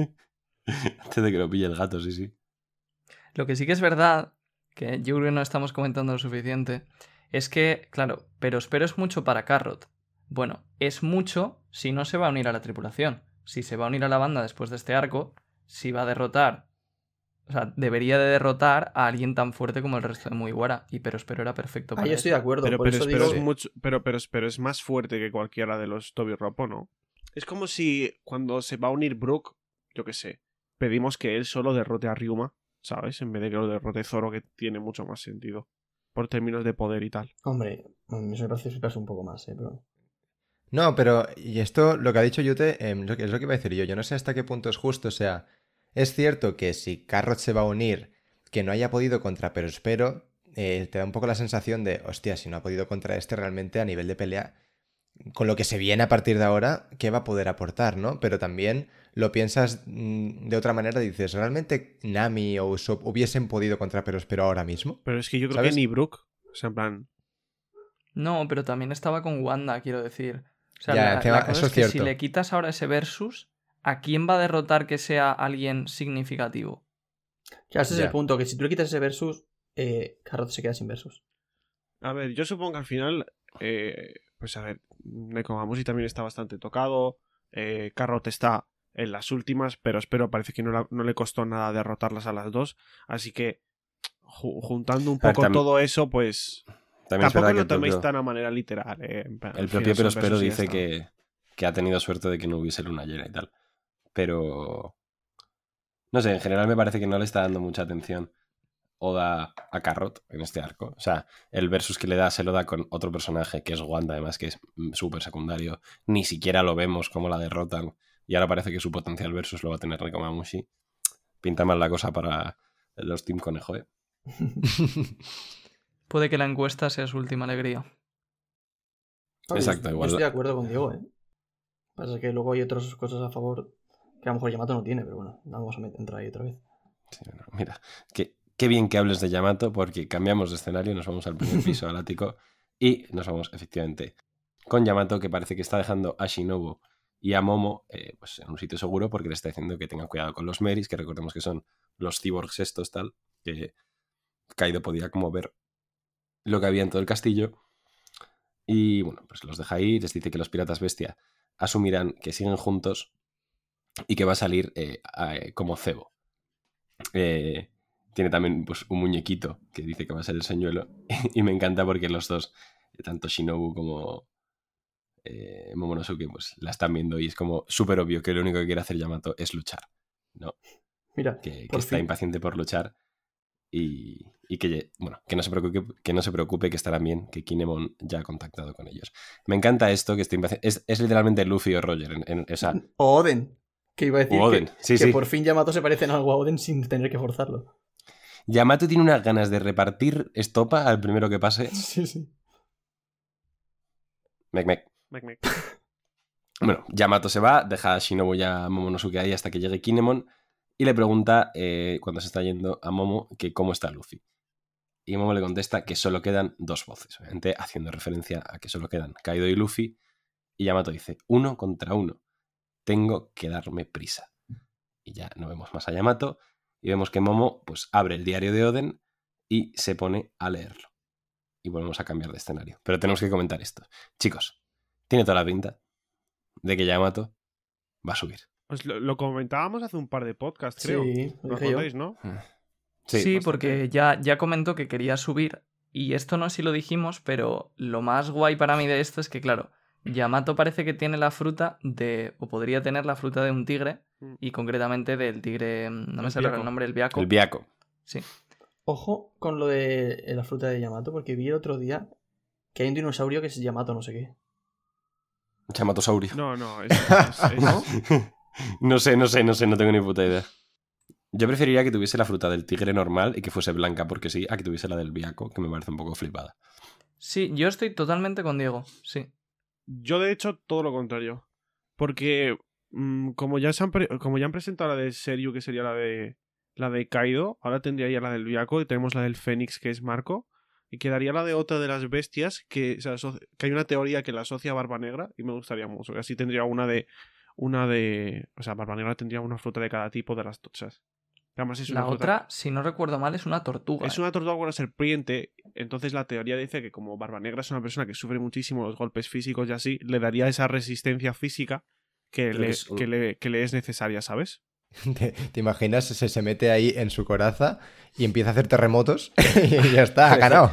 [SPEAKER 2] Antes de que lo pille el gato, sí, sí.
[SPEAKER 6] Lo que sí que es verdad, que yo creo que no estamos comentando lo suficiente, es que, claro, pero espero es mucho para Carrot. Bueno, es mucho si no se va a unir a la tripulación. Si se va a unir a la banda después de este arco, si va a derrotar. O sea, debería de derrotar a alguien tan fuerte como el resto de Mugiwara. Y pero espero era perfecto para
[SPEAKER 3] ahí
[SPEAKER 6] eso.
[SPEAKER 3] Ah, estoy de acuerdo.
[SPEAKER 5] pero,
[SPEAKER 3] por
[SPEAKER 5] pero,
[SPEAKER 3] eso
[SPEAKER 5] espero
[SPEAKER 3] digo-
[SPEAKER 5] es mucho- pero, pero, pero es más fuerte que cualquiera de los Toby Ropo, ¿no? Es como si cuando se va a unir Brook, yo qué sé, pedimos que él solo derrote a Ryuma, ¿sabes? En vez de que lo derrote Zoro, que tiene mucho más sentido. Por términos de poder y tal.
[SPEAKER 3] Hombre, mm, eso me parece explicarse un poco más, ¿eh? Pero...
[SPEAKER 4] No, pero, y esto, lo que ha dicho Yute, em, lo que- es lo que iba a decir yo. Yo no sé hasta qué punto es justo. O sea, es cierto que si Carrot se va a unir, que no haya podido contra Perospero, eh, te da un poco la sensación de, hostia, si no ha podido contra este realmente a nivel de pelea, con lo que se viene a partir de ahora, ¿qué va a poder aportar, no? Pero también lo piensas mm, de otra manera, dices, ¿realmente Nami o Usopp hubiesen podido contra Perospero ahora mismo?
[SPEAKER 5] Pero es que yo creo
[SPEAKER 4] ¿Sabes?
[SPEAKER 5] que ni Brook, o sea, en plan,
[SPEAKER 6] No, pero también estaba con Wanda, quiero decir. O sea,
[SPEAKER 4] Ya,
[SPEAKER 6] la- la
[SPEAKER 4] encima,
[SPEAKER 6] cosa
[SPEAKER 4] eso
[SPEAKER 6] es
[SPEAKER 4] es
[SPEAKER 6] que si
[SPEAKER 4] cierto.
[SPEAKER 6] le quitas ahora ese versus, ¿a quién va a derrotar que sea alguien significativo?
[SPEAKER 3] Claro, ese es
[SPEAKER 4] Ya.
[SPEAKER 3] el punto, que si tú le quitas ese versus, eh, Carrot se queda sin versus.
[SPEAKER 5] A ver, yo supongo que al final, eh, pues a ver, Nekomamushi también está bastante tocado, eh, Carrot está en las últimas, pero espero, parece que no, la- no le costó nada derrotarlas a las dos, así que ju- juntando un
[SPEAKER 2] A ver,
[SPEAKER 5] poco
[SPEAKER 2] tam-
[SPEAKER 5] todo eso, pues
[SPEAKER 2] También
[SPEAKER 5] tampoco
[SPEAKER 2] es verdad
[SPEAKER 5] lo
[SPEAKER 2] que el
[SPEAKER 5] toméis
[SPEAKER 2] propio,
[SPEAKER 5] tan a manera literal. eh, en plan,
[SPEAKER 2] el
[SPEAKER 5] al final
[SPEAKER 2] propio
[SPEAKER 5] son
[SPEAKER 2] Perospero
[SPEAKER 5] versos y ya
[SPEAKER 2] dice
[SPEAKER 5] está.
[SPEAKER 2] que, que ha tenido suerte de que no hubiese luna llena y tal. Pero... No sé, en general me parece que no le está dando mucha atención Oda a Carrot en este arco. O sea, el versus que le da se lo da con otro personaje que es Wanda, además, que es mm, súper secundario. Ni siquiera lo vemos cómo la derrotan. Y ahora parece que su potencial versus lo va a tener Nekomamushi. Pinta mal la cosa para los Team Conejo, ¿eh?
[SPEAKER 6] Puede que la encuesta sea su última alegría.
[SPEAKER 3] No, yo-
[SPEAKER 2] Exacto,
[SPEAKER 3] yo
[SPEAKER 2] igual.
[SPEAKER 3] estoy de acuerdo con Diego, ¿eh? Pasa que luego hay otras cosas a favor que a lo mejor Yamato no tiene, pero bueno, no vamos a met- entrar ahí otra vez.
[SPEAKER 2] Sí, no, mira, que, qué bien que hables de Yamato porque cambiamos de escenario, nos vamos al primer piso, al ático, y nos vamos efectivamente con Yamato que parece que está dejando a Shinobu y a Momo eh, pues, en un sitio seguro porque le está diciendo que tengan cuidado con los Meris, que recordemos que son los cyborgs estos tal, que Kaido podía como ver lo que había en todo el castillo. Y bueno, pues los deja ahí, les dice que los piratas bestia asumirán que siguen juntos y que va a salir eh, a- eh, como cebo. Eh, tiene también pues, un muñequito que dice que va a ser el señuelo. y me encanta porque los dos, eh, tanto Shinobu como eh, Momonosuke, pues la están viendo y es como súper obvio que lo único que quiere hacer Yamato es luchar. ¿no?
[SPEAKER 3] Mira,
[SPEAKER 2] que, que
[SPEAKER 3] Por
[SPEAKER 2] está
[SPEAKER 3] fin.
[SPEAKER 2] impaciente por luchar y, y que, ye- bueno, que, no se preocupe, que no se preocupe, que estarán bien, que Kinemon ya ha contactado con ellos. Me encanta esto, que esté impaciente. Es, es literalmente Luffy o Roger, en, en- o sea,
[SPEAKER 3] o Oden, que iba a decir
[SPEAKER 2] o Oden.
[SPEAKER 3] que,
[SPEAKER 2] Sí,
[SPEAKER 3] que
[SPEAKER 2] sí.
[SPEAKER 3] por fin Yamato se parece en algo a Oden sin tener que forzarlo.
[SPEAKER 2] Yamato tiene unas ganas de repartir estopa al primero que pase.
[SPEAKER 3] Sí, sí.
[SPEAKER 2] Mec, mec.
[SPEAKER 5] Mec, mec.
[SPEAKER 2] Bueno, Yamato se va, deja a Shinobu y a Momonosuke ahí hasta que llegue Kinemon y le pregunta eh, cuando se está yendo a Momo que cómo está Luffy. Y Momo le contesta que solo quedan dos voces, obviamente haciendo referencia a que solo quedan Kaido y Luffy. Y Yamato dice, uno contra uno, tengo que darme prisa. Y ya no vemos más a Yamato y vemos que Momo pues abre el diario de Oden y se pone a leerlo. Y volvemos a cambiar de escenario. Pero tenemos que comentar esto. Chicos, tiene toda la pinta de que Yamato va a subir.
[SPEAKER 5] Os lo, lo comentábamos hace un par de podcasts, creo.
[SPEAKER 3] Sí, lo
[SPEAKER 5] ¿Lo
[SPEAKER 3] dije yo.
[SPEAKER 5] acordáis, no?
[SPEAKER 6] Sí,
[SPEAKER 5] bastante.
[SPEAKER 6] porque ya, ya comentó que quería subir. Y esto no sé si lo dijimos, pero lo más guay para mí de esto es que, claro, Yamato parece que tiene la fruta de. o podría tener la fruta de un tigre.
[SPEAKER 5] Mm.
[SPEAKER 6] Y concretamente del tigre. mm, No
[SPEAKER 5] El
[SPEAKER 6] me sale ahora
[SPEAKER 5] biaco.
[SPEAKER 6] el nombre, el biaco.
[SPEAKER 2] El Biaco.
[SPEAKER 6] sí.
[SPEAKER 3] Ojo con lo de eh, la fruta de Yamato, porque vi el otro día que hay un dinosaurio que es Yamato, no sé qué.
[SPEAKER 2] Yamatosaurio. No.
[SPEAKER 5] No, no. Es, es- es-
[SPEAKER 2] sé, no sé, no sé, no tengo ni puta idea. Yo preferiría que tuviese la fruta del tigre normal y que fuese blanca, porque sí, a que tuviese la del Biaco, que me parece un poco flipada.
[SPEAKER 6] Sí, yo estoy totalmente con Diego. Sí.
[SPEAKER 5] Yo, de hecho, todo lo contrario. Porque, mm, como, ya se han pre- como ya han presentado la de Seryu, que sería la de la de Kaido, ahora tendría ya la del Viaco y tenemos la del Fénix, que es Marco. Y quedaría la de otra de las bestias, que, se asocia- que hay una teoría que la asocia a Barba Negra, y me gustaría mucho. que Así tendría una de. Una de. O sea, Barba Negra tendría una fruta de cada tipo de las tochas. Además, es una
[SPEAKER 6] La
[SPEAKER 5] fruta-
[SPEAKER 6] otra, si no recuerdo mal, es una tortuga.
[SPEAKER 5] Es
[SPEAKER 6] ¿eh?
[SPEAKER 5] una tortuga con una serpiente, entonces la teoría dice que como Barba Negra es una persona que sufre muchísimo los golpes físicos y así, le daría esa resistencia física que,
[SPEAKER 2] Creo
[SPEAKER 5] le,
[SPEAKER 2] que
[SPEAKER 5] que,
[SPEAKER 2] es un-
[SPEAKER 5] le, que le es necesaria, ¿sabes?
[SPEAKER 4] ¿Te, te imaginas? Se, se mete ahí en su coraza y empieza a hacer terremotos y ya está,
[SPEAKER 5] Pues,
[SPEAKER 4] ha ganado.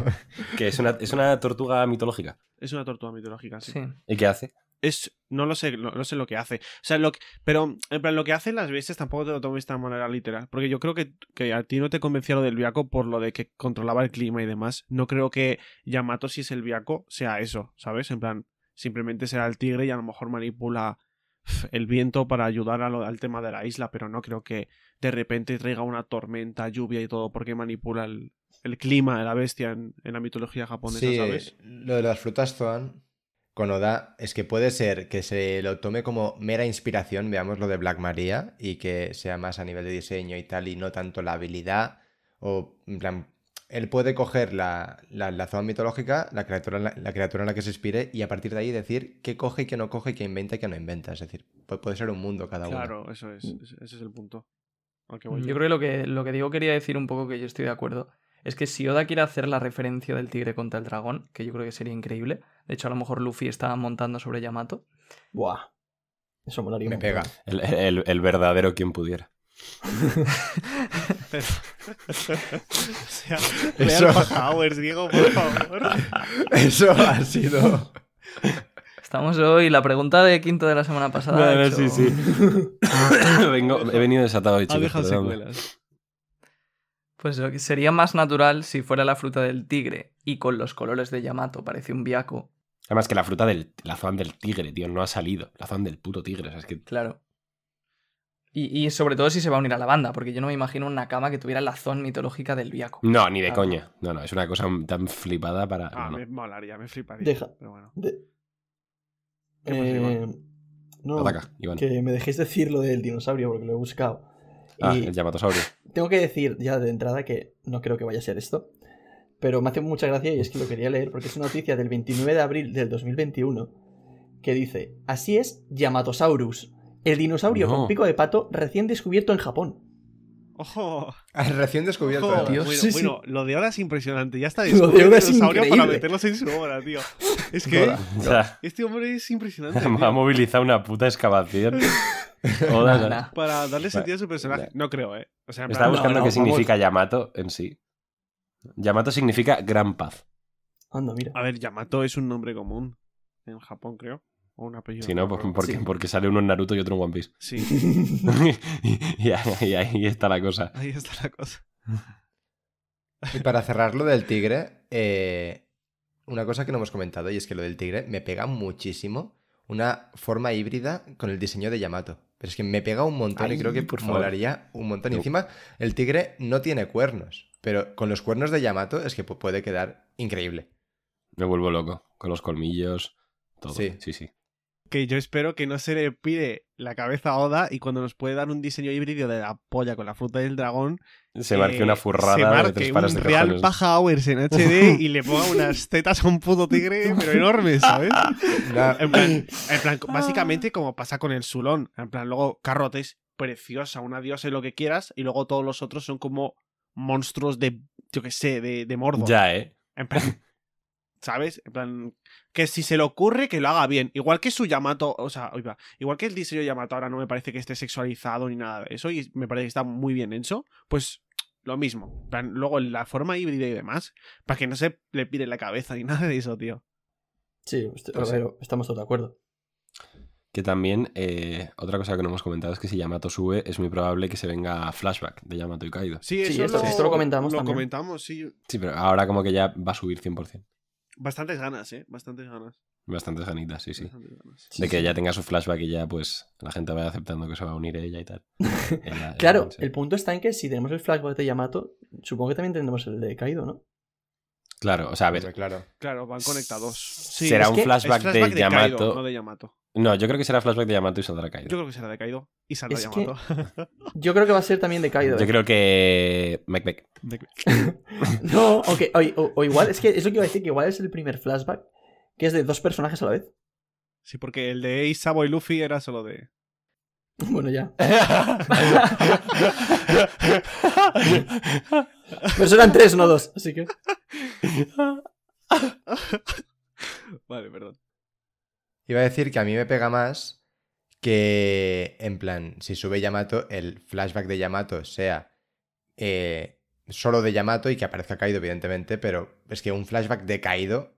[SPEAKER 2] Que es una, es una tortuga mitológica.
[SPEAKER 5] Es una tortuga mitológica, sí.
[SPEAKER 6] Sí.
[SPEAKER 2] ¿Y qué hace?
[SPEAKER 5] Es, no lo sé, no, no sé lo que hace. O sea, lo que- pero en plan, lo que hacen las bestias tampoco te lo tomes de esta manera literal. Porque yo creo que, que a ti no te convencía lo del viaco por lo de que controlaba el clima y demás. No creo que Yamato, si es el viaco, sea eso, ¿sabes? En plan, simplemente será el tigre y a lo mejor manipula pf, el viento para ayudar a lo- al tema de la isla, pero no creo que de repente traiga una tormenta, lluvia y todo porque manipula el, el clima de la bestia en, en la mitología japonesa,
[SPEAKER 4] Sí,
[SPEAKER 5] pues ¿sabes?
[SPEAKER 4] lo de las frutas Zoan con Oda es que puede ser que se lo tome como mera inspiración, veamos lo de Black Maria, y que sea más a nivel de diseño y tal, y no tanto la habilidad. O, en plan, él puede coger la, la, la Zoan mitológica, la criatura, en la, la criatura en la que se inspire, y a partir de ahí decir qué coge y qué no coge, y qué inventa y qué no inventa. Es decir, pu- puede ser un mundo cada uno.
[SPEAKER 5] Claro, eso es, ese ese es el punto. Al que voy
[SPEAKER 6] Yo creo que lo, que lo que Diego quería decir un poco que yo estoy de acuerdo es que si Oda quiere hacer la referencia del tigre contra el dragón, que yo creo que sería increíble, de hecho a lo mejor Luffy está montando sobre Yamato,
[SPEAKER 3] Buah. Eso molaría. un
[SPEAKER 4] Me
[SPEAKER 3] montón.
[SPEAKER 4] pega.
[SPEAKER 2] El, el- el verdadero quien pudiera.
[SPEAKER 5] Pero- o sea,
[SPEAKER 4] Eso.
[SPEAKER 5] Real Powers, Diego, por favor.
[SPEAKER 4] Eso ha sido.
[SPEAKER 6] estamos hoy, la pregunta de quinto de la semana pasada... ha hecho-
[SPEAKER 2] Vengo- he venido desatado hoy,
[SPEAKER 5] Ha
[SPEAKER 2] chicos.
[SPEAKER 5] dejado
[SPEAKER 2] perdón.
[SPEAKER 5] secuelas.
[SPEAKER 6] Pues lo que sería más natural si fuera la fruta del tigre y con los colores de Yamato parece un biaco.
[SPEAKER 2] Además que la fruta del... La zona del tigre, tío, no ha salido. La zona del puto tigre. O sea, es que...
[SPEAKER 6] Claro. Y, y sobre todo si se va a unir a la banda, porque yo no me imagino una cama que tuviera la zona mitológica del biaco.
[SPEAKER 2] No, ni de
[SPEAKER 6] Claro.
[SPEAKER 2] coña. No, no, es una cosa tan flipada para...
[SPEAKER 5] Ah,
[SPEAKER 2] no.
[SPEAKER 5] me molaría, me fliparía.
[SPEAKER 3] Deja.
[SPEAKER 5] Pero bueno.
[SPEAKER 3] De-
[SPEAKER 5] ¿Qué pasa, Iván?
[SPEAKER 3] Eh, no,
[SPEAKER 2] Ataca, Iván.
[SPEAKER 3] que me dejéis decir lo del dinosaurio porque lo he buscado.
[SPEAKER 2] Ah,
[SPEAKER 3] Y-
[SPEAKER 2] el Yamatosaurio.
[SPEAKER 3] Tengo que decir ya de entrada que no creo que vaya a ser esto, pero me hace mucha gracia y es que lo quería leer porque es una noticia del 29 de abril del 2021 que dice, así es Yamatosaurus, el dinosaurio
[SPEAKER 2] No.
[SPEAKER 3] con pico de pato recién descubierto en Japón.
[SPEAKER 5] ¡Ojo!
[SPEAKER 4] Recién descubierto.
[SPEAKER 5] ojo.
[SPEAKER 4] además.
[SPEAKER 6] Dios,
[SPEAKER 5] bueno,
[SPEAKER 3] sí,
[SPEAKER 5] bueno, lo de ahora es impresionante. Ya está
[SPEAKER 3] de ahora es
[SPEAKER 5] dinosaurio para
[SPEAKER 3] increíble.
[SPEAKER 5] meterlos en su obra, tío. Es que
[SPEAKER 4] Toda.
[SPEAKER 2] O sea,
[SPEAKER 5] este hombre es impresionante.
[SPEAKER 2] ha
[SPEAKER 5] tío.
[SPEAKER 2] movilizado una puta excavación. Joder,
[SPEAKER 6] Nah, nah.
[SPEAKER 5] Para darle sentido a su
[SPEAKER 2] ya.
[SPEAKER 5] personaje. No creo, ¿eh? O sea, en
[SPEAKER 2] Estaba
[SPEAKER 5] plan-
[SPEAKER 2] buscando
[SPEAKER 3] no,
[SPEAKER 2] qué
[SPEAKER 3] vamos.
[SPEAKER 2] significa Yamato en sí. Yamato significa gran paz.
[SPEAKER 3] Anda, mira.
[SPEAKER 5] A ver, Yamato es un nombre común en Japón, creo. O un apellido.
[SPEAKER 2] Si no, pues
[SPEAKER 5] recuerdo.
[SPEAKER 2] porque, porque sale uno en Naruto y otro en One Piece.
[SPEAKER 5] Sí,
[SPEAKER 2] y, ahí- y ahí está la cosa.
[SPEAKER 5] ahí está la cosa.
[SPEAKER 4] Y para cerrar lo del tigre, eh, una cosa que no hemos comentado y es que lo del tigre me pega muchísimo una forma híbrida con el diseño de Yamato. Pero es que me pega un montón
[SPEAKER 2] Ay,
[SPEAKER 4] y creo que
[SPEAKER 2] por favor.
[SPEAKER 4] molaría un montón. Y
[SPEAKER 2] No.
[SPEAKER 4] encima, el tigre no tiene cuernos, pero con los cuernos de Yamato es que pu- puede quedar increíble.
[SPEAKER 2] Me vuelvo loco. Con los colmillos, todo. Sí,
[SPEAKER 4] Sí.
[SPEAKER 2] sí.
[SPEAKER 5] Que yo espero que no se le pide la cabeza a Oda y cuando nos puede dar un diseño híbrido de la polla con la fruta del dragón.
[SPEAKER 2] Se marque
[SPEAKER 5] eh,
[SPEAKER 2] una
[SPEAKER 5] se
[SPEAKER 2] furrada
[SPEAKER 5] marque
[SPEAKER 2] de tres pares
[SPEAKER 5] un
[SPEAKER 2] de
[SPEAKER 5] Real
[SPEAKER 2] cojones.
[SPEAKER 5] Paja Hours en HD y le ponga unas tetas a un puto tigre, pero enormes, ¿sabes?
[SPEAKER 4] Una-
[SPEAKER 5] En plan, en plan, básicamente como pasa con el Sulón. En plan, luego Carrotes, preciosa, una diosa y lo que quieras. Y luego todos los otros son como monstruos de, yo qué sé, de, de mordo.
[SPEAKER 2] Ya, ¿eh?
[SPEAKER 5] En plan, ¿sabes? En plan, que si se le ocurre, que lo haga bien. Igual que su Yamato, o sea, oiga, igual que el diseño de Yamato ahora no me parece que esté sexualizado ni nada de eso y me parece que está muy bien hecho, pues lo mismo. En plan, luego la forma híbrida y demás, para que no se le pire la cabeza ni nada de eso, tío.
[SPEAKER 3] Sí, est-
[SPEAKER 2] Pues
[SPEAKER 3] a ver, estamos todos de acuerdo.
[SPEAKER 2] Que también, eh, otra cosa que no hemos comentado es que si Yamato sube, es muy probable que se venga flashback de Yamato y Kaido.
[SPEAKER 5] Sí,
[SPEAKER 3] Sí,
[SPEAKER 5] eso
[SPEAKER 3] esto-
[SPEAKER 5] lo,
[SPEAKER 3] esto lo comentamos
[SPEAKER 5] Lo
[SPEAKER 3] también.
[SPEAKER 5] comentamos, sí.
[SPEAKER 2] Sí, pero ahora como que ya va a subir 100%.
[SPEAKER 5] Bastantes ganas, ¿eh? Bastantes ganas.
[SPEAKER 2] Bastantes ganitas, sí, sí.
[SPEAKER 5] bastantes ganas.
[SPEAKER 2] De que ya tenga su flashback y ya, pues, la gente vaya aceptando que se va a unir a ella y tal. En la- en la
[SPEAKER 3] Claro,
[SPEAKER 2] canción.
[SPEAKER 3] el punto está en que si tenemos el flashback de Yamato, supongo que también tendremos el de Kaido, ¿no?
[SPEAKER 2] Claro, o sea, a ver,
[SPEAKER 4] Hombre, claro.
[SPEAKER 5] Claro, van conectados. Sí,
[SPEAKER 2] será
[SPEAKER 5] es
[SPEAKER 2] un
[SPEAKER 5] que es
[SPEAKER 2] flashback, de, Yamato.
[SPEAKER 5] Kaido, no de Yamato.
[SPEAKER 2] No, yo creo que será flashback de Yamato y saldrá Kaido. Yo,
[SPEAKER 5] Yo creo que será de Kaido y saldrá
[SPEAKER 3] Es que-
[SPEAKER 5] Yamato.
[SPEAKER 3] Yo creo que va a ser también de Kaido. ¿eh?
[SPEAKER 2] creo que. Mec, mec.
[SPEAKER 3] No, ok, o, o- o igual, es que es lo que iba a decir, que igual es el primer flashback que es de dos personajes a la vez.
[SPEAKER 5] Sí, porque el de Ace, Sabo y Luffy era solo de.
[SPEAKER 3] Bueno, ya. Pero serán tres, no dos. Así que.
[SPEAKER 5] Vale, perdón.
[SPEAKER 4] Iba a decir que a mí me pega más que, en plan, si sube Yamato, el flashback de Yamato sea eh, solo de Yamato y que aparezca Kaido, evidentemente, pero es que un flashback de Kaido,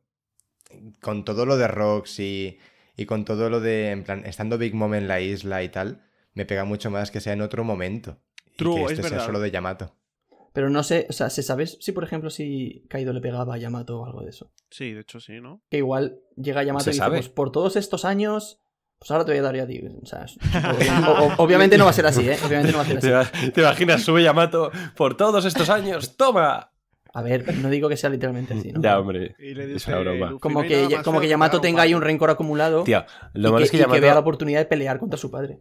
[SPEAKER 4] con todo lo de Rox y, y con todo lo de, en plan, estando Big Mom en la isla y tal, me pega mucho más que sea en otro momento. y
[SPEAKER 5] True, es
[SPEAKER 4] que este sea
[SPEAKER 5] verdad.
[SPEAKER 4] solo de Yamato.
[SPEAKER 3] Pero no sé, o sea, ¿se sabe si, por ejemplo, si Kaido le pegaba a Yamato o algo de eso?
[SPEAKER 5] Sí, de hecho sí, ¿no?
[SPEAKER 3] Que igual llega Yamato
[SPEAKER 2] Se
[SPEAKER 3] y dice,
[SPEAKER 2] sabe.
[SPEAKER 3] pues por todos estos años, pues ahora te voy a dar yo a ti. O sea, es- o- o- obviamente no va a ser así, ¿eh? Obviamente no va a ser así.
[SPEAKER 2] ¿Te, va- te imaginas? Sube Yamato por todos estos años. ¡Toma!
[SPEAKER 3] A ver, no digo que sea literalmente así, ¿no?
[SPEAKER 2] Ya, hombre.
[SPEAKER 5] Y le
[SPEAKER 2] Es
[SPEAKER 5] dice,
[SPEAKER 2] una broma.
[SPEAKER 5] "Luffy,
[SPEAKER 3] Como
[SPEAKER 5] no hay nada
[SPEAKER 3] que,
[SPEAKER 5] más
[SPEAKER 3] como
[SPEAKER 5] feo
[SPEAKER 3] que Yamato
[SPEAKER 5] dar
[SPEAKER 3] tenga ahí un
[SPEAKER 5] palo".
[SPEAKER 3] rencor acumulado
[SPEAKER 2] Tío, lo
[SPEAKER 3] y,
[SPEAKER 2] malo
[SPEAKER 3] que,
[SPEAKER 2] es que
[SPEAKER 3] y que vea la
[SPEAKER 2] Yamato,
[SPEAKER 3] oportunidad de pelear contra su padre.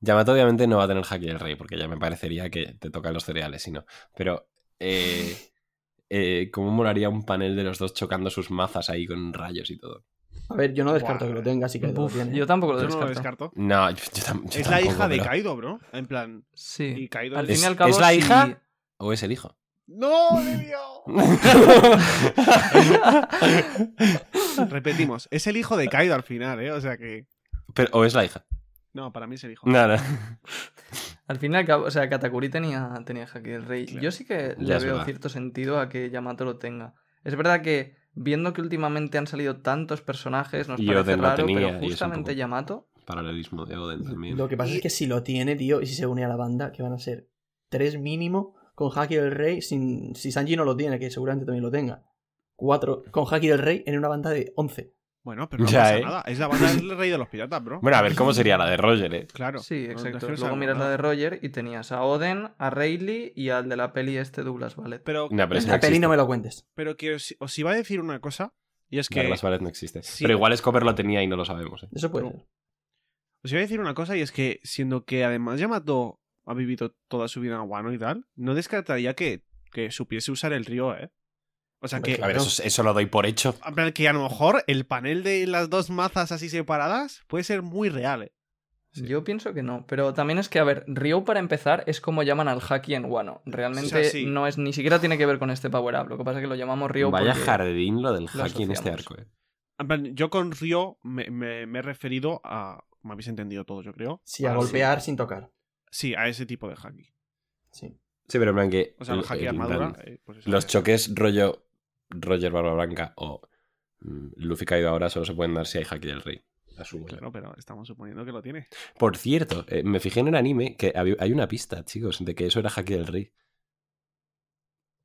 [SPEAKER 2] Yamato obviamente no va a tener Haki del Rey, porque ya me parecería que te tocan los cereales, si no. Pero, eh, eh, ¿cómo molaría un panel de los dos chocando sus mazas ahí con rayos y todo?
[SPEAKER 3] A ver, yo no descarto
[SPEAKER 5] Buah.
[SPEAKER 3] que lo tenga, así que lo
[SPEAKER 6] Buf,
[SPEAKER 3] tiene.
[SPEAKER 6] yo tampoco lo
[SPEAKER 5] Yo no lo
[SPEAKER 6] descarto.
[SPEAKER 5] descarto.
[SPEAKER 2] No, yo, yo tam- yo
[SPEAKER 5] Es la
[SPEAKER 2] tampoco,
[SPEAKER 5] hija de
[SPEAKER 2] pero-
[SPEAKER 5] Kaido, bro. En plan.
[SPEAKER 6] Sí.
[SPEAKER 5] Y Kaido
[SPEAKER 6] Al
[SPEAKER 5] es-
[SPEAKER 6] fin y al cabo,
[SPEAKER 2] ¿es la
[SPEAKER 6] si-
[SPEAKER 2] hija? ¿O es el hijo?
[SPEAKER 5] ¡No, Dios! Repetimos, es el hijo de Kaido al final, ¿eh? O sea que.
[SPEAKER 2] Pero- ¿O es la hija?
[SPEAKER 5] No, para mí es el hijo.
[SPEAKER 2] Nada.
[SPEAKER 6] Al fin y al cabo, o sea, Katakuri tenía, tenía Haki del Rey.
[SPEAKER 5] Claro.
[SPEAKER 6] Yo sí que
[SPEAKER 2] Ya
[SPEAKER 6] le
[SPEAKER 2] es
[SPEAKER 6] veo
[SPEAKER 2] verdad.
[SPEAKER 6] cierto sentido a que Yamato lo tenga. Es verdad que, viendo que últimamente han salido tantos personajes, nos
[SPEAKER 2] Y
[SPEAKER 6] parece
[SPEAKER 2] Oden lo
[SPEAKER 6] raro,
[SPEAKER 2] tenía, y
[SPEAKER 6] pero
[SPEAKER 2] es un
[SPEAKER 6] justamente
[SPEAKER 2] poco-
[SPEAKER 6] Yamato...
[SPEAKER 2] Paralelismo de Oden también.
[SPEAKER 3] Lo que pasa es que si lo tiene, tío, y si se une a la banda, que van a ser tres mínimo, con Haki del Rey sin, si Sanji no lo tiene, que seguramente también lo tenga. 4 con Haki del Rey en una banda de 11.
[SPEAKER 5] Bueno, pero no
[SPEAKER 2] Ya,
[SPEAKER 5] pasa
[SPEAKER 2] eh.
[SPEAKER 5] nada. Es la banda del rey de los piratas, bro.
[SPEAKER 2] Bueno, a ver, ¿cómo sería la de Roger, eh?
[SPEAKER 5] Claro.
[SPEAKER 6] Sí,
[SPEAKER 5] no
[SPEAKER 6] exacto.
[SPEAKER 5] dejemos
[SPEAKER 6] Luego
[SPEAKER 5] algo,
[SPEAKER 6] miras la
[SPEAKER 5] nada.
[SPEAKER 6] de Roger y tenías a Oden, a Rayleigh y al de la peli este Douglas Ballet.
[SPEAKER 5] Pero,
[SPEAKER 2] No, pero ese no
[SPEAKER 3] La peli
[SPEAKER 2] existe.
[SPEAKER 3] no me lo cuentes.
[SPEAKER 5] pero que os, os iba a decir una cosa, y es que...
[SPEAKER 2] Douglas Barrett no existe.
[SPEAKER 5] Sí. eh.
[SPEAKER 2] Pero igual Scoper lo tenía y no lo sabemos. eh.
[SPEAKER 3] Eso puede
[SPEAKER 5] No.
[SPEAKER 3] ser.
[SPEAKER 5] Os iba a decir una cosa y es que, siendo que además ya mató, ha vivido toda su vida en Guano y tal, no descartaría que, que supiese usar el río, ¿eh? O sea
[SPEAKER 3] Hombre,
[SPEAKER 5] que,
[SPEAKER 2] A ver, eso, eso lo doy por hecho.
[SPEAKER 5] en plan que a lo mejor el panel de las dos mazas así separadas puede ser muy real, ¿eh? Sí.
[SPEAKER 6] Yo pienso que no, pero también es que, a ver, Ryo para empezar es como llaman al Haki en Wano. Realmente
[SPEAKER 5] O sea, sí.
[SPEAKER 6] no es, ni siquiera tiene que ver con este Power Up, lo que pasa es que lo llamamos Ryo
[SPEAKER 2] Vaya
[SPEAKER 6] porque-
[SPEAKER 2] jardín lo del hacky en
[SPEAKER 6] asociamos.
[SPEAKER 2] este arco, eh.
[SPEAKER 5] En plan, yo con río me, me- me he referido a... Me habéis entendido todo, yo creo.
[SPEAKER 3] Sí, a
[SPEAKER 5] Ah,
[SPEAKER 3] golpear sin tocar.
[SPEAKER 5] Sí, a ese tipo de haki.
[SPEAKER 3] Sí.
[SPEAKER 2] Sí, pero en plan que.
[SPEAKER 5] O sea, el, haki
[SPEAKER 2] el-
[SPEAKER 5] armadura...
[SPEAKER 2] el-
[SPEAKER 5] eh, pues eso.
[SPEAKER 2] los choques rollo Roger Barba Blanca o mm, Luffy caído ahora solo se pueden dar si hay hacky del rey. Asumo. yo.
[SPEAKER 5] Claro, pero estamos suponiendo que lo tiene.
[SPEAKER 2] Por cierto, eh, me fijé en el anime que había- hay una pista, chicos, de que eso era hacky del rey.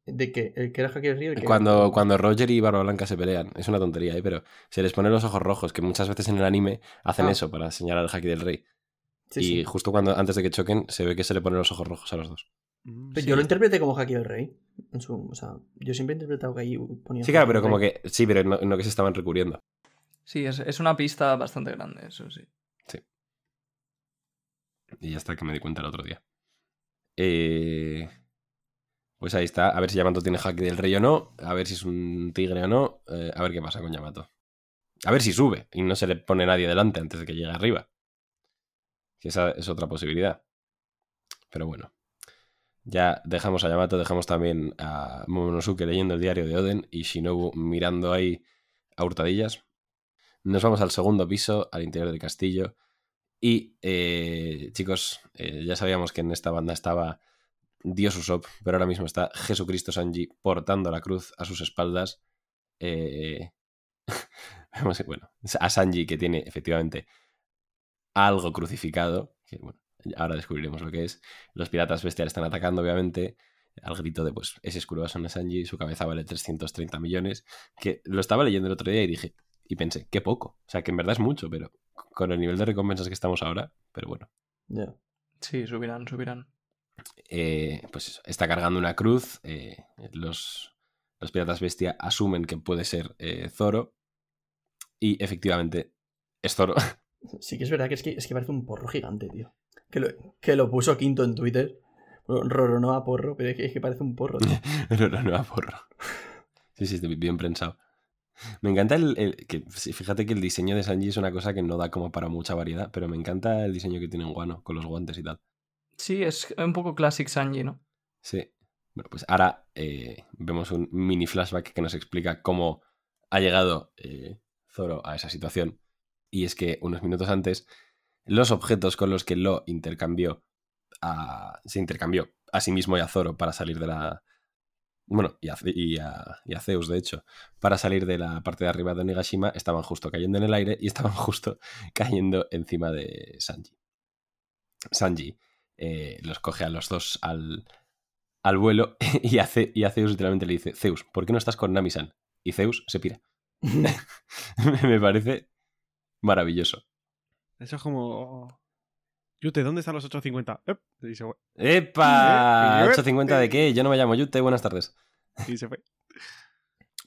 [SPEAKER 3] ¿De qué? ¿El que era Haki del Rey? el que-
[SPEAKER 2] Cuando, cuando Roger y Barba Blanca se pelean, es una tontería, ¿eh? pero se les ponen los ojos rojos, que muchas veces en el anime hacen
[SPEAKER 3] Ah.
[SPEAKER 2] eso para señalar el hacky del rey.
[SPEAKER 3] Sí,
[SPEAKER 2] y
[SPEAKER 3] sí.
[SPEAKER 2] justo cuando antes de que choquen, se ve que se le ponen los ojos rojos a los dos.
[SPEAKER 5] Mm,
[SPEAKER 3] Pero
[SPEAKER 5] sí.
[SPEAKER 3] Yo lo interpreté como Haki del Rey. En su, o sea, yo siempre he interpretado que ahí ponía.
[SPEAKER 2] Sí, claro,
[SPEAKER 3] Haki
[SPEAKER 2] pero
[SPEAKER 3] del
[SPEAKER 2] como
[SPEAKER 3] Rey.
[SPEAKER 2] que. Sí, pero no, no que se estaban recurriendo.
[SPEAKER 6] Sí, es, es una pista bastante grande, eso sí.
[SPEAKER 2] Y ya está, que me di cuenta el otro día. Eh, Pues ahí está. A ver si Yamato tiene hack del rey o no. A ver si es un tigre o no. eh, a ver qué pasa con Yamato. A ver si sube y no se le pone nadie delante antes de que llegue arriba. Que esa es otra posibilidad. Pero bueno. Ya dejamos a Yamato, dejamos también a Momonosuke leyendo el diario de Oden y Shinobu mirando ahí a hurtadillas. Nos vamos al segundo piso, al interior del castillo. Y eh, chicos, eh, ya sabíamos que en esta banda estaba Dios Usopp, pero ahora mismo está Jesucristo Sanji portando la cruz a sus espaldas. Eh, vemos que, bueno, a Sanji que tiene efectivamente algo crucificado, que bueno, ahora descubriremos lo que es. Los piratas bestiales están atacando, obviamente. Al grito de, pues, ese escurvaso en Sanji, su cabeza vale 330 millones. Que lo estaba leyendo el otro día y dije, y pensé, qué poco. O sea, que en verdad es mucho, pero con el nivel de recompensas que estamos ahora, pero bueno.
[SPEAKER 3] Ya.
[SPEAKER 6] Sí, subirán, subirán.
[SPEAKER 2] Eh, pues eso, está cargando una cruz. eh, los, los piratas bestia asumen que puede ser eh, Zoro. Y efectivamente es Zoro.
[SPEAKER 3] Sí que es verdad que es que, es que parece un porro gigante, tío. Que lo, que lo puso quinto en Twitter. Bueno, Roro no a porro, pero es que, es que parece un porro, tío.
[SPEAKER 2] no, no, no, porro. Sí, sí, está bien pensado. Me encanta el, el- que, sí, fíjate que el diseño de Sanji es una cosa que no da como para mucha variedad, pero me encanta el diseño que tiene en Guano con los guantes y tal.
[SPEAKER 6] Sí, es un poco Classic Sanji, ¿no?
[SPEAKER 2] Sí. Bueno, pues ahora eh, vemos un mini flashback que nos explica cómo ha llegado eh, Zoro a esa situación. Y es que unos minutos antes, los objetos con los que lo intercambió a- se intercambió a sí mismo y a Zoro para salir de la. Bueno, y a, y a- y a Zeus, de hecho, para salir de la parte de arriba de Onigashima, estaban justo cayendo en el aire y estaban justo cayendo encima de Sanji. Sanji eh, los coge a los dos al, al vuelo y a, Ce- y a Zeus literalmente le dice, Zeus, ¿por qué no estás con Nami-san? Y Zeus se pira. Me parece maravilloso.
[SPEAKER 5] Eso es como... oh, Yute, ¿dónde están los 850? Ep, Y se fue.
[SPEAKER 2] ¡Epa!
[SPEAKER 5] Eh, eh,
[SPEAKER 2] ¿850 de
[SPEAKER 5] eh.
[SPEAKER 2] qué? Yo no me llamo Yute, buenas tardes.
[SPEAKER 5] Y se fue.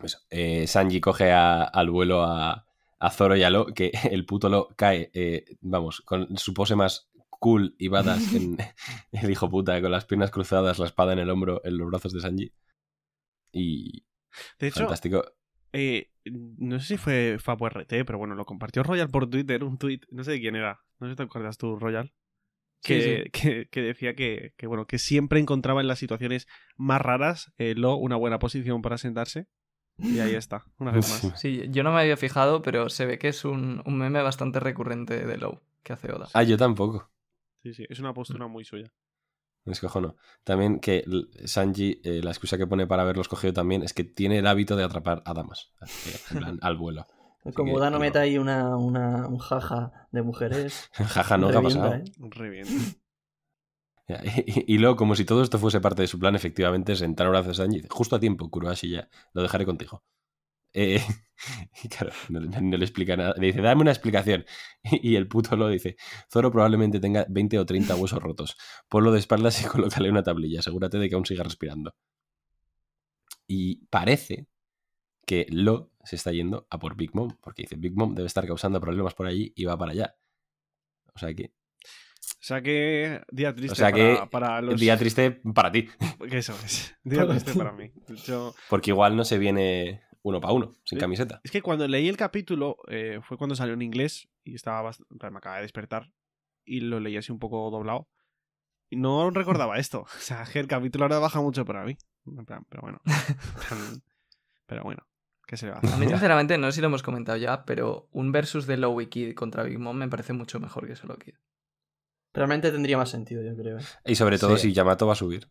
[SPEAKER 2] Eso. Eh, Sanji coge a- al vuelo a, a Zoro y a Lo, que el puto Lo cae, eh, vamos, con su pose más cool y badass, en, el hijo puta, con las piernas cruzadas, la espada en el hombro, en los brazos de Sanji. Y
[SPEAKER 5] De hecho,
[SPEAKER 2] fantástico.
[SPEAKER 5] eh, no sé si fue Fapo RT, pero bueno, lo compartió Royal por Twitter, un tweet, no sé de quién era. No sé si te acuerdas tú, Royal. Que,
[SPEAKER 6] Sí, sí.
[SPEAKER 5] que- que decía que, que, bueno, que siempre encontraba en las situaciones más raras eh, lo una buena posición para sentarse. Y ahí está, una vez más.
[SPEAKER 6] Sí, yo no me había fijado, pero se ve que es un, un meme bastante recurrente de Low que hace Oda.
[SPEAKER 2] Ah, yo tampoco.
[SPEAKER 5] Sí, sí, es una postura muy suya.
[SPEAKER 2] Me descojono. También que l- Sanji, eh, la excusa que pone para haberlos cogido también es que tiene el hábito de atrapar a damas. Así que, en plan, al vuelo.
[SPEAKER 3] Como
[SPEAKER 2] que-
[SPEAKER 3] Dano meta ahí una, una, un jaja de mujeres.
[SPEAKER 2] Jaja, no, ¿qué ha
[SPEAKER 3] revienta,
[SPEAKER 2] pasado?
[SPEAKER 3] ¿eh?
[SPEAKER 5] Re bien.
[SPEAKER 2] Y, y luego, como si todo esto fuese parte de su plan, efectivamente, sentar brazos a Sanji. y dice, Justo a tiempo, Kuroashi, ya. Lo dejaré contigo. Eh, y claro, no, le- no le explica nada. Le dice, dame una explicación. Y, el puto lo dice, Zoro probablemente tenga 20 o 30 huesos rotos. Ponlo de espaldas y colócale una tablilla. Asegúrate de que aún siga respirando. Y parece que Lo se está yendo a por Big Mom, porque dice, Big Mom debe estar causando problemas por allí y va para allá. O sea que,
[SPEAKER 5] O sea que día triste
[SPEAKER 2] sea que
[SPEAKER 5] para, para los...
[SPEAKER 2] día triste para ti.
[SPEAKER 5] que eso es. Día
[SPEAKER 3] Para
[SPEAKER 5] triste
[SPEAKER 3] ti.
[SPEAKER 5] para mí. Yo-
[SPEAKER 2] Porque igual no se viene uno para uno, sin
[SPEAKER 5] Sí.
[SPEAKER 2] camiseta.
[SPEAKER 5] Es que cuando leí el capítulo eh, fue cuando salió en inglés y estaba bast- en plan, me acaba de despertar y lo leí así un poco doblado. Y no recordaba esto. O sea, que el capítulo ahora baja mucho para mí. En plan, pero bueno. En plan, pero bueno, ¿qué se le va a
[SPEAKER 6] A mí,
[SPEAKER 5] hacer?
[SPEAKER 6] sinceramente, no sé si lo hemos comentado ya, pero un versus de Lowy Kid contra Big Mom me parece mucho mejor que solo Kid.
[SPEAKER 3] Realmente tendría más sentido, yo creo. ¿eh?
[SPEAKER 2] Y sobre todo
[SPEAKER 4] Sí.
[SPEAKER 2] si Yamato va a subir.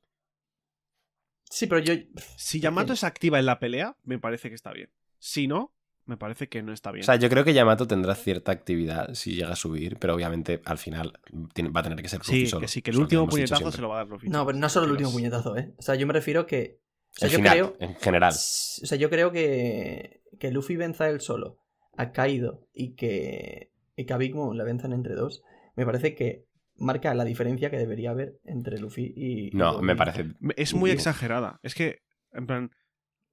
[SPEAKER 3] Sí, pero yo.
[SPEAKER 5] Si Yamato es activa en la pelea, me parece que está bien. Si no, me parece que no está bien.
[SPEAKER 2] O sea, yo creo que Yamato tendrá cierta actividad si llega a subir, pero obviamente al final tiene- va a tener que ser Luffy
[SPEAKER 5] sí,
[SPEAKER 2] solo.
[SPEAKER 5] que sí, que el
[SPEAKER 2] Eso lo
[SPEAKER 5] último
[SPEAKER 2] hemos dicho
[SPEAKER 5] puñetazo se
[SPEAKER 2] siempre.
[SPEAKER 5] lo va a dar Luffy.
[SPEAKER 3] No, pero no solo el último
[SPEAKER 5] Tranquilos.
[SPEAKER 3] puñetazo, ¿eh? O sea, yo me refiero que. O sea,
[SPEAKER 2] En
[SPEAKER 3] yo
[SPEAKER 2] final,
[SPEAKER 3] creo.
[SPEAKER 2] en general.
[SPEAKER 3] S- O sea, yo creo que, que Luffy venza él solo a Kaido y que, y que a Big Mom la venzan entre dos, me parece que marca la diferencia que debería haber entre Luffy y... y
[SPEAKER 2] No,
[SPEAKER 3] Robin.
[SPEAKER 2] me parece.
[SPEAKER 5] Me- Es muy
[SPEAKER 2] Digo.
[SPEAKER 5] exagerada. Es que, en plan.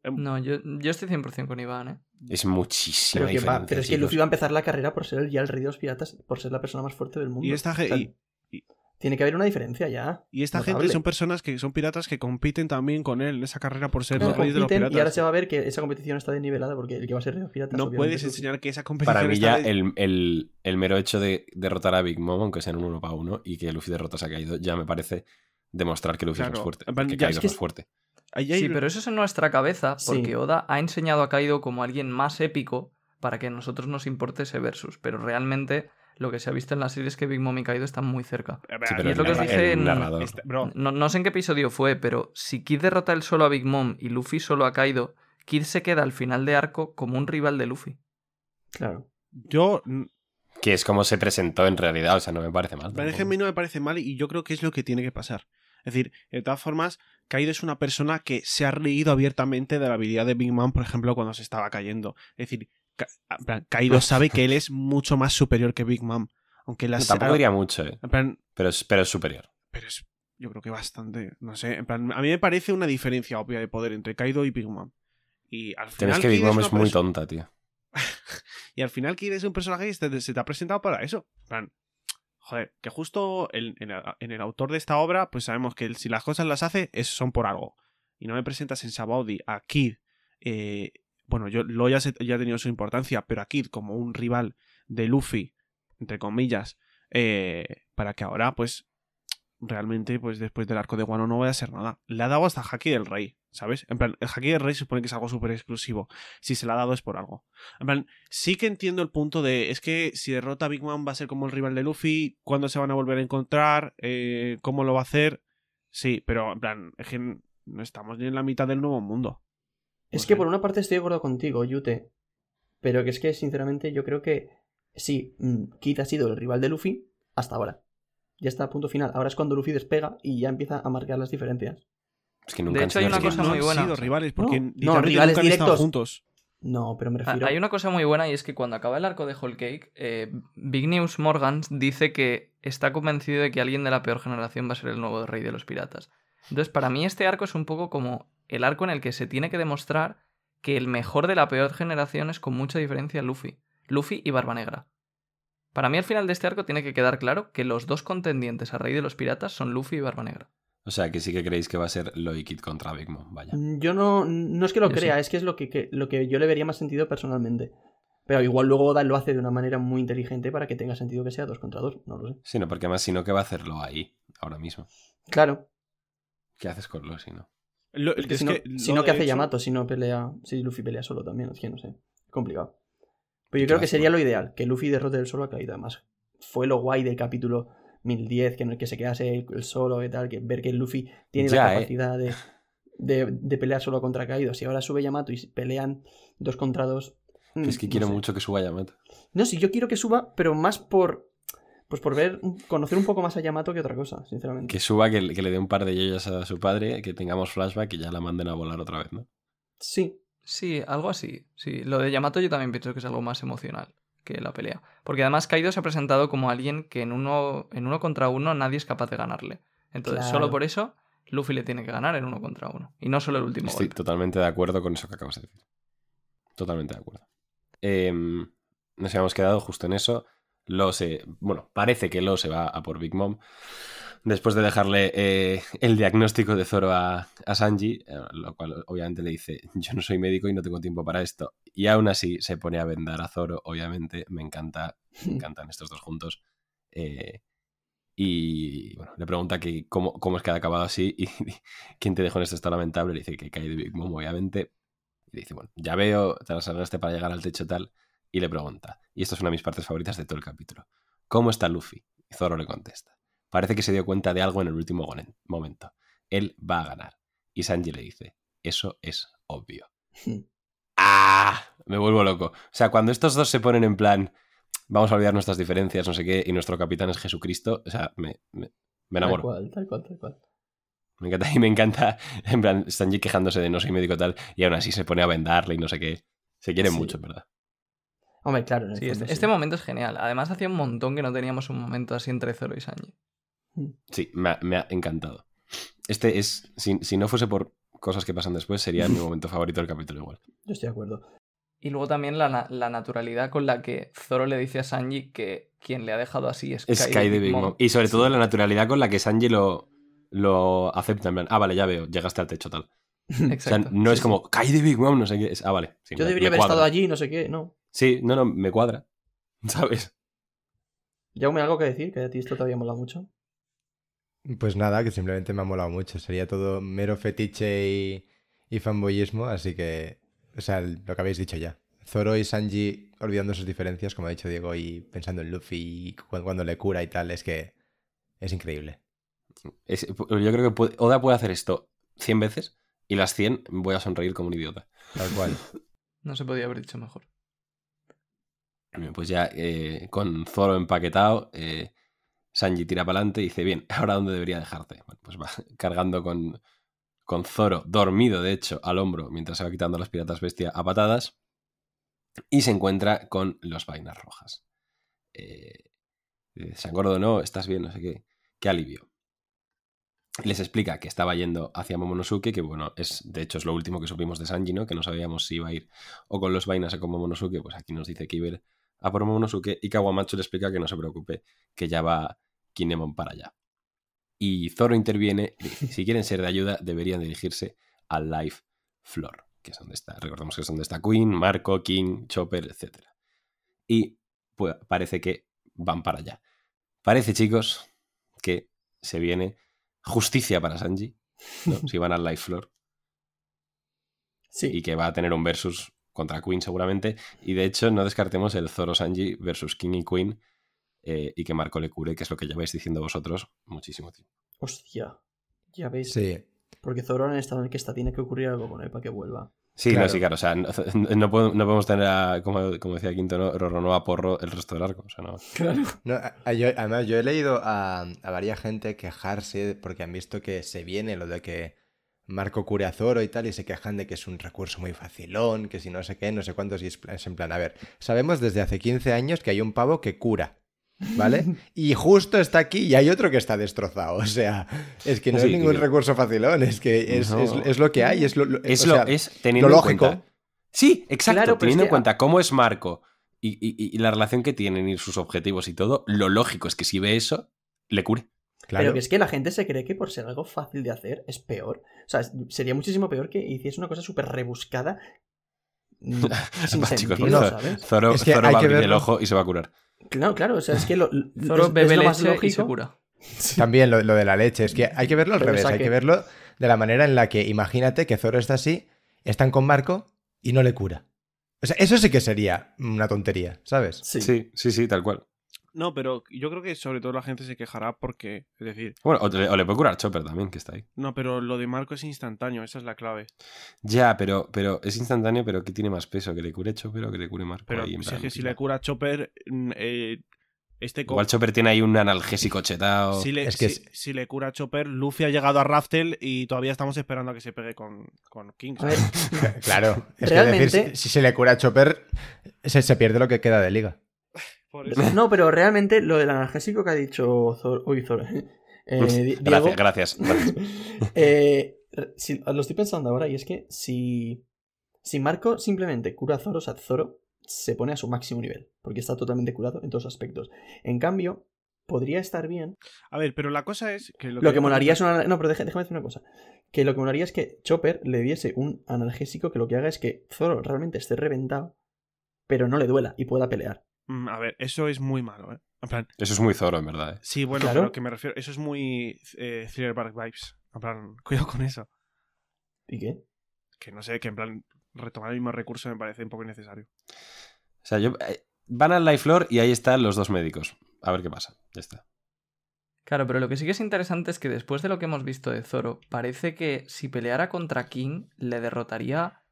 [SPEAKER 5] em,
[SPEAKER 6] No, yo, yo estoy 100% con Iván, ¿eh?
[SPEAKER 2] Es muchísima
[SPEAKER 3] Pero, que va-
[SPEAKER 2] diferencia.
[SPEAKER 3] pero es que
[SPEAKER 2] chicos.
[SPEAKER 3] Luffy va a empezar la carrera por ser el, ya el rey de los piratas, por ser la persona más fuerte del mundo.
[SPEAKER 5] Y esta,
[SPEAKER 3] O
[SPEAKER 5] ge-
[SPEAKER 3] sea,
[SPEAKER 5] y-
[SPEAKER 3] Tiene que haber una diferencia ya.
[SPEAKER 5] y esta gente
[SPEAKER 3] notable.
[SPEAKER 5] son personas que son piratas que compiten también con él en esa carrera por ser
[SPEAKER 3] No,
[SPEAKER 5] los reyes de los
[SPEAKER 3] compiten,
[SPEAKER 5] piratas.
[SPEAKER 3] y ahora se va a ver que esa competición está desnivelada porque el que va a ser rey de los piratas...
[SPEAKER 5] No
[SPEAKER 3] obviamente,
[SPEAKER 5] puedes
[SPEAKER 3] es Luffy.
[SPEAKER 5] enseñar que esa competición
[SPEAKER 2] Para mí ya
[SPEAKER 5] está de-
[SPEAKER 2] el, el- el mero hecho de derrotar a Big Mom, aunque sea en un uno para uno, y que Luffy derrota a Kaido, ya me parece demostrar que Luffy es
[SPEAKER 5] Claro,
[SPEAKER 2] más fuerte.
[SPEAKER 5] en plan,
[SPEAKER 2] Que
[SPEAKER 5] ya,
[SPEAKER 2] Kaido
[SPEAKER 5] es
[SPEAKER 2] es
[SPEAKER 5] que
[SPEAKER 2] más
[SPEAKER 5] es-
[SPEAKER 2] fuerte.
[SPEAKER 5] Ahí hay-
[SPEAKER 6] Sí, pero eso es en nuestra cabeza
[SPEAKER 3] Sí.
[SPEAKER 6] porque Oda ha enseñado a Kaido como alguien más épico para que a nosotros nos importe ese versus, pero realmente lo que se ha visto en la serie es que Big Mom y Kaido están muy cerca.
[SPEAKER 5] Eh, bah,
[SPEAKER 2] Sí, pero
[SPEAKER 6] y es lo que os
[SPEAKER 2] narra-
[SPEAKER 6] dije en-
[SPEAKER 2] narrador.
[SPEAKER 5] Este- bro,
[SPEAKER 6] No, no sé en qué episodio fue, pero si Kid derrota él solo a Big Mom y Luffy solo a Kaido, Kid se queda al final de arco como un rival de Luffy.
[SPEAKER 3] Claro.
[SPEAKER 5] yo. mm,
[SPEAKER 2] Que es como se presentó en realidad, o sea, no me parece mal.
[SPEAKER 5] Pero es que a
[SPEAKER 2] tampoco.
[SPEAKER 5] mí no me parece mal y yo creo que es lo que tiene que pasar. Es decir, de todas formas, Kaido es una persona que se ha reído abiertamente de la habilidad de Big Man, por ejemplo, cuando se estaba cayendo. Es decir, Ka- en plan, Kaido sabe que él es mucho más superior que Big Man. Aunque la
[SPEAKER 2] No, tampoco diría mucho, eh,
[SPEAKER 5] En plan,
[SPEAKER 2] pero, es, pero es superior.
[SPEAKER 5] pero es, yo creo que bastante. No sé, en plan, a mí me parece una diferencia obvia de poder entre Kaido y Big Mom. Y al
[SPEAKER 2] Tienes
[SPEAKER 5] final.
[SPEAKER 2] que Big
[SPEAKER 5] Kid
[SPEAKER 2] Mom
[SPEAKER 5] una
[SPEAKER 2] es muy
[SPEAKER 5] perso-
[SPEAKER 2] tonta, tío.
[SPEAKER 5] Y al final Kid es un personaje que se te, se te ha presentado para eso. En plan, joder, que justo el- en, el- en el autor de esta obra, pues sabemos que él, si las cosas las hace, es, son por algo. Y no me presentas en Sabaudi a Kid. eh, bueno, yo lo ya, se- ya ha tenido su importancia, pero a Kid como un rival de Luffy, entre comillas, eh, para que ahora, pues, realmente, pues después del arco de Wano no vaya a ser nada. Le ha dado hasta Haki del Rey, ¿sabes? En plan, el Haki del Rey se supone que es algo súper exclusivo. Si se le ha dado es por algo. En plan, sí que entiendo el punto de. Es que si derrota a Big Man va a ser como el rival de Luffy. ¿Cuándo se van a volver a encontrar? Eh, ¿Cómo lo va a hacer? Sí, pero en plan, es que no estamos ni en la mitad del nuevo mundo.
[SPEAKER 3] Es
[SPEAKER 5] Pues
[SPEAKER 6] Pues
[SPEAKER 5] No
[SPEAKER 3] que
[SPEAKER 5] sé.
[SPEAKER 3] por una parte estoy de acuerdo contigo, Yute. Pero que es que, sinceramente, yo creo que sí, mm, Kid ha sido el rival de Luffy hasta ahora. Ya está a punto final. Ahora es cuando Luffy despega y ya empieza a marcar las diferencias.
[SPEAKER 2] Es que nunca
[SPEAKER 6] De
[SPEAKER 2] han
[SPEAKER 6] hecho,
[SPEAKER 2] sido
[SPEAKER 6] hay una
[SPEAKER 2] rivales.
[SPEAKER 6] cosa
[SPEAKER 5] no
[SPEAKER 6] muy
[SPEAKER 5] han
[SPEAKER 6] buena.
[SPEAKER 5] sido rivales porque
[SPEAKER 3] No, no,
[SPEAKER 5] literalmente
[SPEAKER 3] rivales
[SPEAKER 5] nunca han estado
[SPEAKER 3] directos.
[SPEAKER 5] juntos.
[SPEAKER 3] No, pero me
[SPEAKER 6] Ah,
[SPEAKER 3] refiero.
[SPEAKER 6] Hay una cosa muy buena y es que cuando acaba el arco de Whole Cake, eh, Big News Morgan dice que está convencido de que alguien de la peor generación va a ser el nuevo rey de los piratas. Entonces, para mí este arco es un poco como el arco en el que se tiene que demostrar que el mejor de la peor generación es con mucha diferencia Luffy. Luffy y Barba Negra. Para mí al final de este arco tiene que quedar claro que los dos contendientes a rey de los piratas son Luffy y Barba Negra.
[SPEAKER 2] O sea, que sí que creéis que va a ser Loy Kid contra Big Mom, vaya.
[SPEAKER 3] Mm, Yo no, no es que lo
[SPEAKER 6] Yo
[SPEAKER 3] crea, es que es lo que, que- lo que yo le vería más sentido personalmente. Pero igual luego Oda lo hace de una manera muy inteligente para que tenga sentido que sea dos contra dos, no lo sé.
[SPEAKER 2] Sí, no, porque además, si no, ¿qué va a hacerlo ahí, ahora mismo?
[SPEAKER 3] Claro,
[SPEAKER 2] ¿Qué haces con Lo si no?
[SPEAKER 5] Lo-
[SPEAKER 3] es que
[SPEAKER 5] es
[SPEAKER 3] si no,
[SPEAKER 5] que
[SPEAKER 3] si
[SPEAKER 5] lo
[SPEAKER 3] no, ¿qué
[SPEAKER 5] de
[SPEAKER 3] hace
[SPEAKER 5] hecho-
[SPEAKER 3] Yamato si no pelea, si Luffy pelea solo también? Es que no sé, complicado. Pero
[SPEAKER 2] Qué
[SPEAKER 3] yo creo que sería
[SPEAKER 2] lástima.
[SPEAKER 3] lo ideal, que Luffy derrote el solo a Kaido, además. Fue lo guay del capítulo 1010, que en el que se quedase el, el solo y tal, que ver que Luffy tiene
[SPEAKER 2] Ya,
[SPEAKER 3] la
[SPEAKER 2] eh.
[SPEAKER 3] capacidad de, de- de pelear solo contra Kaido. Si ahora sube Yamato y pelean dos contra dos... mm,
[SPEAKER 2] Es que
[SPEAKER 3] no
[SPEAKER 2] quiero
[SPEAKER 3] sé.
[SPEAKER 2] mucho que suba Yamato.
[SPEAKER 3] No, sí, yo quiero que suba, pero más por. Pues por ver, conocer un poco más a Yamato que otra cosa, sinceramente.
[SPEAKER 2] Que suba, que, le- que le dé un par de yoyas a su padre, que tengamos flashback y ya la manden a volar otra vez, ¿no?
[SPEAKER 3] Sí,
[SPEAKER 6] Sí, algo así. Sí, lo de Yamato yo también pienso que es algo más emocional que la pelea. Porque además Kaido se ha presentado como alguien que en uno, en uno contra uno nadie es capaz de ganarle. Entonces,
[SPEAKER 3] Claro.
[SPEAKER 6] solo por eso, Luffy le tiene que ganar en uno contra uno. Y no solo el último
[SPEAKER 2] Estoy
[SPEAKER 6] golpe.
[SPEAKER 2] totalmente de acuerdo con eso que acabas de decir. Totalmente de acuerdo. Em, nos habíamos quedado justo en eso. Lo se. Bueno, parece que Lo se va a por Big Mom. Después de dejarle eh, el diagnóstico de Zoro a, a Sanji, eh, lo cual obviamente le dice: Yo no soy médico y no tengo tiempo para esto. Y aún así se pone a vendar a Zoro, obviamente. Me encanta, me encantan estos dos juntos. Eh, y bueno, le pregunta que cómo, cómo es que ha acabado así y quién te dejó en este estado lamentable. Le dice que cae de Big Mom, obviamente. Y le dice, bueno, ya veo, te arrastraste para llegar al techo tal. Y le pregunta, y esta es una de mis partes favoritas de todo el capítulo, ¿cómo está Luffy? Y Zoro le contesta, parece que se dio cuenta de algo en el último gonen- momento. Él va a ganar. Y Sanji le dice, eso es obvio. ¡Ah! Me vuelvo loco. O sea, cuando estos dos se ponen en plan, vamos a olvidar nuestras diferencias, no sé qué, y nuestro capitán es Jesucristo, o sea, me, me, me
[SPEAKER 3] tal
[SPEAKER 2] enamoro.
[SPEAKER 3] cual, tal cual, tal cual.
[SPEAKER 2] Me encanta, y me encanta, en plan, Sanji quejándose de no soy médico tal, y aún así se pone a vendarle y no sé qué. Se quieren
[SPEAKER 3] Sí.
[SPEAKER 2] mucho, en ¿verdad?
[SPEAKER 3] Hombre, claro, en el
[SPEAKER 6] Sí,
[SPEAKER 3] fondo
[SPEAKER 6] este,
[SPEAKER 3] sí.
[SPEAKER 6] este momento es genial. Además, hacía un montón que no teníamos un momento así entre Zoro y Sanji.
[SPEAKER 2] Sí, me ha, me ha encantado. Este es, si, si no fuese por cosas que pasan después, sería mi momento favorito del capítulo igual.
[SPEAKER 3] Yo estoy de acuerdo.
[SPEAKER 6] Y luego también la, na- la naturalidad con la que Zoro le dice a Sanji que quien le ha dejado así es,
[SPEAKER 2] Es Kai de Big Mom. Y sobre todo la naturalidad con la que Sanji lo, lo acepta, en plan, ah, vale, ya veo, llegaste al techo tal. O sea,
[SPEAKER 6] Exacto.
[SPEAKER 2] no
[SPEAKER 6] Sí,
[SPEAKER 2] es
[SPEAKER 6] sí.
[SPEAKER 2] como, Kai de Big Mom, no sé qué. es, ah, vale. sí,
[SPEAKER 3] Yo
[SPEAKER 2] me-
[SPEAKER 3] debería
[SPEAKER 2] me
[SPEAKER 3] haber estado
[SPEAKER 2] cuadra.
[SPEAKER 3] allí, no sé qué, no.
[SPEAKER 2] Sí, no, no, me cuadra. ¿Sabes?
[SPEAKER 3] Ya me algo que decir, que a ti esto te había molado mucho.
[SPEAKER 4] Pues nada, que simplemente me ha molado mucho. Sería todo mero fetiche y, y fanboyismo, así que, o sea, el- lo que habéis dicho ya. Zoro y Sanji olvidando sus diferencias, como ha dicho Diego, y pensando en Luffy y cu- cuando, le cura y tal, es que es increíble.
[SPEAKER 2] Es- yo creo que puede- Oda puede hacer esto 100 veces y las 100 voy a sonreír como un idiota.
[SPEAKER 4] Tal cual.
[SPEAKER 6] No se podía haber dicho mejor.
[SPEAKER 2] Bien, Pues ya eh, con Zoro empaquetado, eh, Sanji tira para adelante y dice, bien, ¿ahora dónde debería dejarte? Bueno, pues va cargando con, con Zoro, dormido de hecho, al hombro, mientras se va quitando a los piratas bestia a patadas, y se encuentra con los vainas rojas. Eh, dice, San Gordo, no, estás bien, no sé qué. Qué alivio. Les explica que estaba yendo hacia Momonosuke, que bueno, es de hecho es lo último que supimos de Sanji, ¿no? Que no sabíamos si iba a ir o con los vainas o con Momonosuke, pues aquí nos dice que iba a ir a por Momonosuke y Kawamacho le explica que no se preocupe, que ya va Kinemon para allá. Y Zoro interviene y dice, si quieren ser de ayuda deberían dirigirse al Life Floor, que es donde está, recordemos que es donde está Queen, Marco, King, Chopper, etc. Y pues, parece que van para allá. Parece, chicos, que se viene justicia para Sanji, ¿no? si van al Life Floor
[SPEAKER 3] Sí,
[SPEAKER 2] y que va a tener un versus contra Queen seguramente. Y de hecho, no descartemos el Zoro Sanji versus King y Queen eh, y que Marco le cure, que es lo que lleváis diciendo vosotros muchísimo tiempo.
[SPEAKER 3] hostia. Ya veis.
[SPEAKER 4] Sí,
[SPEAKER 3] Porque Zoro en el estado en el que está tiene que ocurrir algo con él para que vuelva.
[SPEAKER 2] Sí,
[SPEAKER 4] Claro.
[SPEAKER 2] no, sí, claro. O sea, no, no puedo- no podemos tener, a, como, como decía Quinto, ¿no? Roronoa Porro el resto del arco. O sea, no.
[SPEAKER 3] Claro.
[SPEAKER 4] No, a- a- yo- además, yo he leído a, a varias gente quejarse porque han visto que se viene lo de que Marco cure a Zoro y tal, y se quejan de que es un recurso muy facilón, que si no sé qué, no sé cuántos, y es, pla- es en plan, a ver, sabemos desde hace 15 años que hay un pavo que cura, ¿vale? Y justo está aquí y hay otro que está destrozado, o sea, es que no
[SPEAKER 2] Sí,
[SPEAKER 4] es ningún
[SPEAKER 2] que-
[SPEAKER 4] recurso facilón, es que es,
[SPEAKER 2] No.
[SPEAKER 4] es- es lo que hay, es lo, lo-
[SPEAKER 2] Es,
[SPEAKER 4] o
[SPEAKER 2] lo,
[SPEAKER 4] sea,
[SPEAKER 2] es teniendo
[SPEAKER 4] lo
[SPEAKER 2] en
[SPEAKER 4] lógico.
[SPEAKER 2] cuenta- Sí, exacto.
[SPEAKER 3] Claro, pero es
[SPEAKER 2] teniendo en
[SPEAKER 3] que-
[SPEAKER 2] cuenta cómo es Marco y, y- y la relación que tienen y sus objetivos y todo, lo lógico es que si ve eso, le cure.
[SPEAKER 4] claro,
[SPEAKER 3] Pero que es que la gente se cree que por ser algo fácil de hacer es peor. O sea, es- sería muchísimo peor que hiciese una cosa súper rebuscada. mm, sin
[SPEAKER 2] Va, chicos,
[SPEAKER 3] sentido,
[SPEAKER 2] no.
[SPEAKER 3] ¿sabes?
[SPEAKER 2] Zoro,
[SPEAKER 4] Es que
[SPEAKER 2] Zoro
[SPEAKER 4] hay
[SPEAKER 2] va a
[SPEAKER 4] que
[SPEAKER 2] abrir el
[SPEAKER 4] verlo.
[SPEAKER 2] ojo y se va a curar.
[SPEAKER 3] Claro, claro. O sea, es que lo, lo-
[SPEAKER 6] Zoro
[SPEAKER 3] es- es
[SPEAKER 6] bebe
[SPEAKER 3] lo más
[SPEAKER 6] leche y se
[SPEAKER 3] lógico.
[SPEAKER 6] cura.
[SPEAKER 4] También lo, lo de la leche, es que hay que verlo al
[SPEAKER 3] Pero
[SPEAKER 4] revés, hay
[SPEAKER 3] saque.
[SPEAKER 4] que verlo de la manera en la que imagínate que Zoro está así, están con Marco y no le cura. O sea, eso sí que sería una tontería, ¿sabes?
[SPEAKER 3] Sí.
[SPEAKER 2] sí, sí, sí tal cual.
[SPEAKER 5] No, pero yo creo que sobre todo la gente se quejará porque, es decir,
[SPEAKER 2] Bueno, o le, o le puede curar Chopper también, que está ahí.
[SPEAKER 5] no, pero lo de Marco es instantáneo, esa es la clave.
[SPEAKER 2] Pues Ya, pero, pero es instantáneo, pero ¿qué tiene más peso? ¿Que le cure Chopper o que le cure Marco?
[SPEAKER 5] Pero
[SPEAKER 2] ahí, en
[SPEAKER 5] si,
[SPEAKER 2] plan,
[SPEAKER 5] es que si
[SPEAKER 2] tira?
[SPEAKER 5] le cura a Chopper, mm, eh, Este co-
[SPEAKER 2] Igual Chopper tiene ahí un analgésico chetado.
[SPEAKER 5] si, le,
[SPEAKER 4] Es que
[SPEAKER 5] si-
[SPEAKER 4] es-
[SPEAKER 5] si le cura a Chopper, Luffy ha llegado a Raftel y todavía estamos esperando a que se pegue con, con King.
[SPEAKER 3] A ver,
[SPEAKER 5] ¿sabes?
[SPEAKER 4] Claro, es
[SPEAKER 3] Realmente-
[SPEAKER 4] que decir, si, si se le cura a Chopper, se, se pierde lo que queda de liga.
[SPEAKER 5] Por eso.
[SPEAKER 3] no, pero realmente lo del analgésico que ha dicho Zor, uy, Zor, eh, Di- Diego,
[SPEAKER 2] Gracias, gracias, gracias.
[SPEAKER 3] Eh, si- lo estoy pensando ahora y es que si, si Marco simplemente cura a Zoro, o sea, Zoro se pone a su máximo nivel, porque está totalmente curado en todos aspectos. En cambio, podría estar bien.
[SPEAKER 5] A ver, pero la cosa es que lo,
[SPEAKER 3] Lo que molaría es una... No, pero deja- déjame decir una cosa. Que lo que molaría es que Chopper le diese un analgésico que lo que haga es que Zoro realmente esté reventado, pero no le duela y pueda pelear.
[SPEAKER 5] Mm, A ver, eso es muy malo, ¿eh? En plan,
[SPEAKER 2] Eso es muy Zoro, en verdad. ¿eh?
[SPEAKER 5] sí, bueno,
[SPEAKER 3] Claro.
[SPEAKER 5] pero que me refiero. Eso es muy eh, Thriller Bark Vibes. En plan, cuidado con eso.
[SPEAKER 3] ¿Y qué?
[SPEAKER 5] Que no sé, que en plan, retomar el mismo recurso me parece un poco innecesario.
[SPEAKER 2] O sea, yo- eh, van al Life Lore y ahí están los dos médicos. A ver qué pasa. Ya está.
[SPEAKER 6] Claro, pero lo que sí que es interesante es que después de lo que hemos visto de Zoro, parece que si peleara contra King, le derrotaría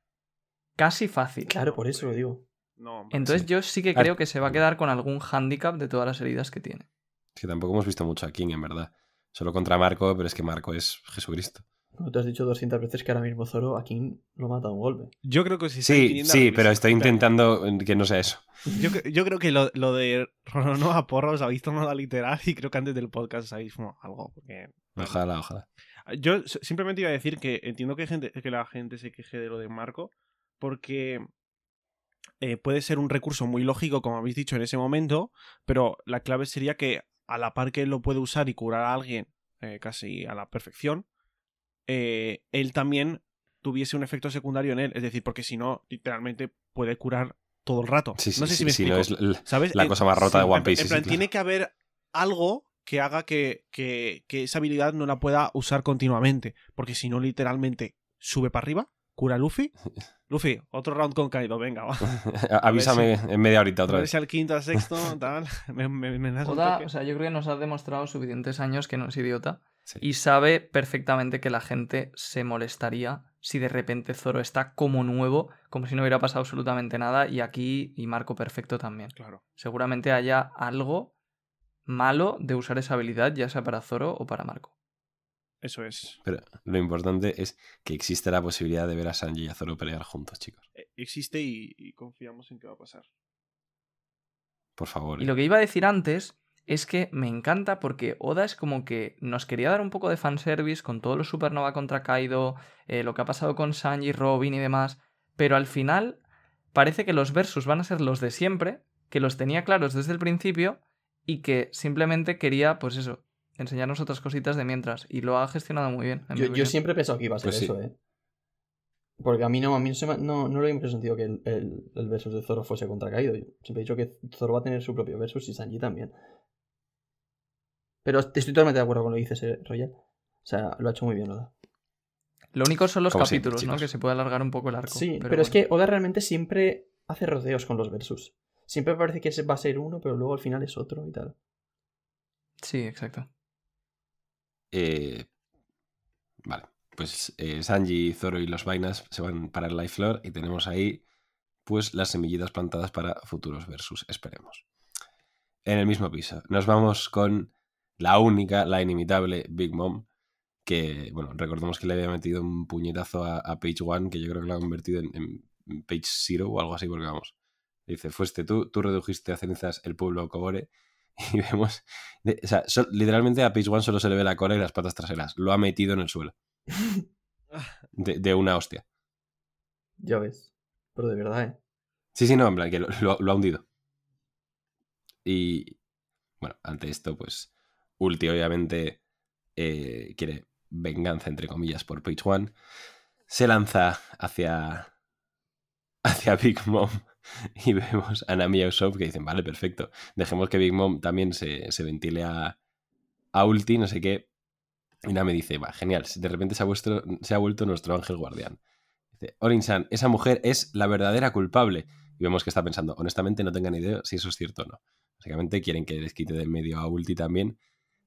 [SPEAKER 6] casi fácil.
[SPEAKER 3] Claro, por eso lo digo.
[SPEAKER 5] No, hombre.
[SPEAKER 6] Entonces
[SPEAKER 2] Sí.
[SPEAKER 6] yo sí que
[SPEAKER 2] Ah.
[SPEAKER 6] creo que se va a quedar con algún handicap de todas las heridas que tiene.
[SPEAKER 2] Es que tampoco hemos visto mucho a King, en verdad. Solo contra Marco, pero es que Marco es Jesucristo.
[SPEAKER 3] Como Tú has dicho 200 veces que ahora mismo Zoro a King lo mata de un golpe.
[SPEAKER 5] Yo creo que si está
[SPEAKER 2] Sí,
[SPEAKER 5] infiniendo
[SPEAKER 2] sí,
[SPEAKER 5] la
[SPEAKER 2] pero
[SPEAKER 5] revista,
[SPEAKER 2] estoy intentando eh, que no sea eso.
[SPEAKER 5] Yo, cre- yo creo que lo, lo de Ronoa Porros habéis tomado literal y creo que antes del podcast sabéis como algo. porque-
[SPEAKER 2] Ojalá, ojalá.
[SPEAKER 5] Ah, Yo s- simplemente iba a decir que entiendo que, hay gente, que la gente se queje de lo de Marco porque eh, puede ser un recurso muy lógico, como habéis dicho en ese momento, pero la clave sería que a la par que él lo puede usar y curar a alguien eh, casi a la perfección, eh, él también tuviese un efecto secundario en él. Es decir, porque si no, literalmente puede curar todo el rato.
[SPEAKER 2] Sí, sí,
[SPEAKER 5] no sé
[SPEAKER 2] sí,
[SPEAKER 5] si me
[SPEAKER 2] sí,
[SPEAKER 5] explico.
[SPEAKER 2] no es la-
[SPEAKER 5] ¿Sabes?
[SPEAKER 2] la
[SPEAKER 5] En-
[SPEAKER 2] cosa más rota de One
[SPEAKER 5] en plan-
[SPEAKER 2] Piece,
[SPEAKER 5] En
[SPEAKER 2] sí,
[SPEAKER 5] plan,
[SPEAKER 2] claro.
[SPEAKER 5] tiene que haber algo que haga que, que- que esa habilidad no la pueda usar continuamente. Porque si no, literalmente sube para arriba, cura a Luffy. Luffy, otro round con Kaido, venga, va.
[SPEAKER 2] Avísame en media horita otra
[SPEAKER 5] A ver
[SPEAKER 2] vez.
[SPEAKER 5] si al quinto, al sexto, tal. Me, me- me das un
[SPEAKER 6] Oda,
[SPEAKER 5] toque.
[SPEAKER 6] o sea, yo creo que nos ha demostrado suficientes años que no es idiota
[SPEAKER 2] Sí.
[SPEAKER 6] y sabe perfectamente que la gente se molestaría si de repente Zoro está como nuevo, como si no hubiera pasado absolutamente nada y aquí y Marco Perfecto también.
[SPEAKER 5] Claro.
[SPEAKER 6] Seguramente haya algo malo de usar esa habilidad, ya sea para Zoro o para Marco.
[SPEAKER 5] Eso es.
[SPEAKER 2] Pero lo importante es que existe la posibilidad de ver a Sanji y a Zoro pelear juntos, chicos.
[SPEAKER 5] Eh, Existe y, y confiamos en que va a pasar.
[SPEAKER 2] Por favor.
[SPEAKER 6] Y
[SPEAKER 2] eh.
[SPEAKER 6] lo que iba a decir antes es que me encanta porque Oda es como que nos quería dar un poco de fanservice con todos los Supernova contra Kaido, eh, lo que ha pasado con Sanji, Robin y demás, pero al final parece que los versus van a ser los de siempre, que los tenía claros desde el principio y que simplemente quería, pues eso, enseñarnos otras cositas de mientras y lo ha gestionado muy bien. en mi
[SPEAKER 3] Yo, yo
[SPEAKER 6] opinión.
[SPEAKER 3] siempre he pensado que iba a ser
[SPEAKER 2] Pues sí.
[SPEAKER 3] eso, ¿eh? Porque a mí no, a mí no, se me- no, no le dio mucho sentido que el, el, el versus de Zoro fuese contra Kaido. Yo siempre he dicho que Zoro va a tener su propio versus y Sanji también. Pero estoy totalmente de acuerdo con lo que dices, eh, Royal. O sea, lo ha hecho muy bien Oda.
[SPEAKER 6] Lo único son los
[SPEAKER 2] Como siempre,
[SPEAKER 6] capítulos, ¿no?
[SPEAKER 2] chicos.
[SPEAKER 6] Que se puede alargar un poco el arco.
[SPEAKER 3] Sí, pero, es
[SPEAKER 6] bueno.
[SPEAKER 3] que Oda realmente siempre hace rodeos con los versus. Siempre parece que ese va a ser uno, pero luego al final es otro y tal.
[SPEAKER 6] Sí, exacto.
[SPEAKER 2] Eh, vale, pues eh, Sanji, Zoro y los vainas se van para el Life Lore y tenemos ahí pues las semillitas plantadas para futuros versus, esperemos. En el mismo piso, nos vamos con la única, la inimitable Big Mom, que, bueno, recordemos que le había metido un puñetazo a, a Page One, que yo creo que lo ha convertido en, en Page Zero o algo así, porque vamos. Dice, fuiste tú, tú redujiste a cenizas el pueblo Cobore. Y vemos de- o sea, sol- literalmente a Page One solo se le ve la cola y las patas traseras. Lo ha metido en el suelo. De, de una hostia.
[SPEAKER 3] Ya ves. Pero de verdad, ¿eh?
[SPEAKER 2] Sí, sí, no, en plan, que lo, lo- lo ha hundido. Y bueno, ante esto, pues Ulti obviamente eh, quiere venganza, entre comillas, por Page One. Se lanza hacia, hacia Big Mom y vemos a Nami y a Usopp que dicen, vale, perfecto. Dejemos que Big Mom también se, se ventile a, a Ulti, no sé qué. Y Nami dice, va, genial, de repente se ha, vuestro- se ha vuelto nuestro ángel guardián. Dice, Orin-san, esa mujer es la verdadera culpable. Y vemos que está pensando, honestamente no tengan idea si eso es cierto o no. Básicamente quieren que les quite del medio a Ulti también.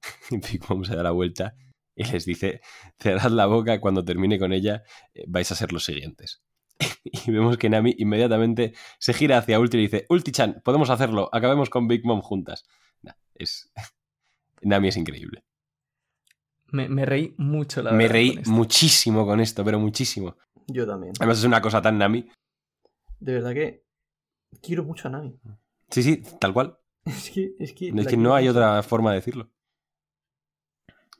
[SPEAKER 2] Y Big Mom se da la vuelta y les dice, cerrad la boca, cuando termine con ella eh, vais a ser los siguientes. Y vemos que Nami inmediatamente se gira hacia Ulti y le dice, Ulti-chan, podemos hacerlo, acabemos con Big Mom juntas. Nah, Es... Nami es increíble.
[SPEAKER 6] Me, me reí mucho, la
[SPEAKER 2] Me
[SPEAKER 6] verdad.
[SPEAKER 2] reí
[SPEAKER 6] con esto.
[SPEAKER 2] muchísimo con esto, pero muchísimo.
[SPEAKER 3] Yo también.
[SPEAKER 2] Además es una cosa tan Nami.
[SPEAKER 3] De verdad que quiero mucho a Nami.
[SPEAKER 2] Sí, sí, tal cual.
[SPEAKER 3] Es que, es que,
[SPEAKER 2] Es
[SPEAKER 3] la
[SPEAKER 2] que
[SPEAKER 3] quiero
[SPEAKER 2] no hay
[SPEAKER 3] mucho.
[SPEAKER 2] otra forma de decirlo.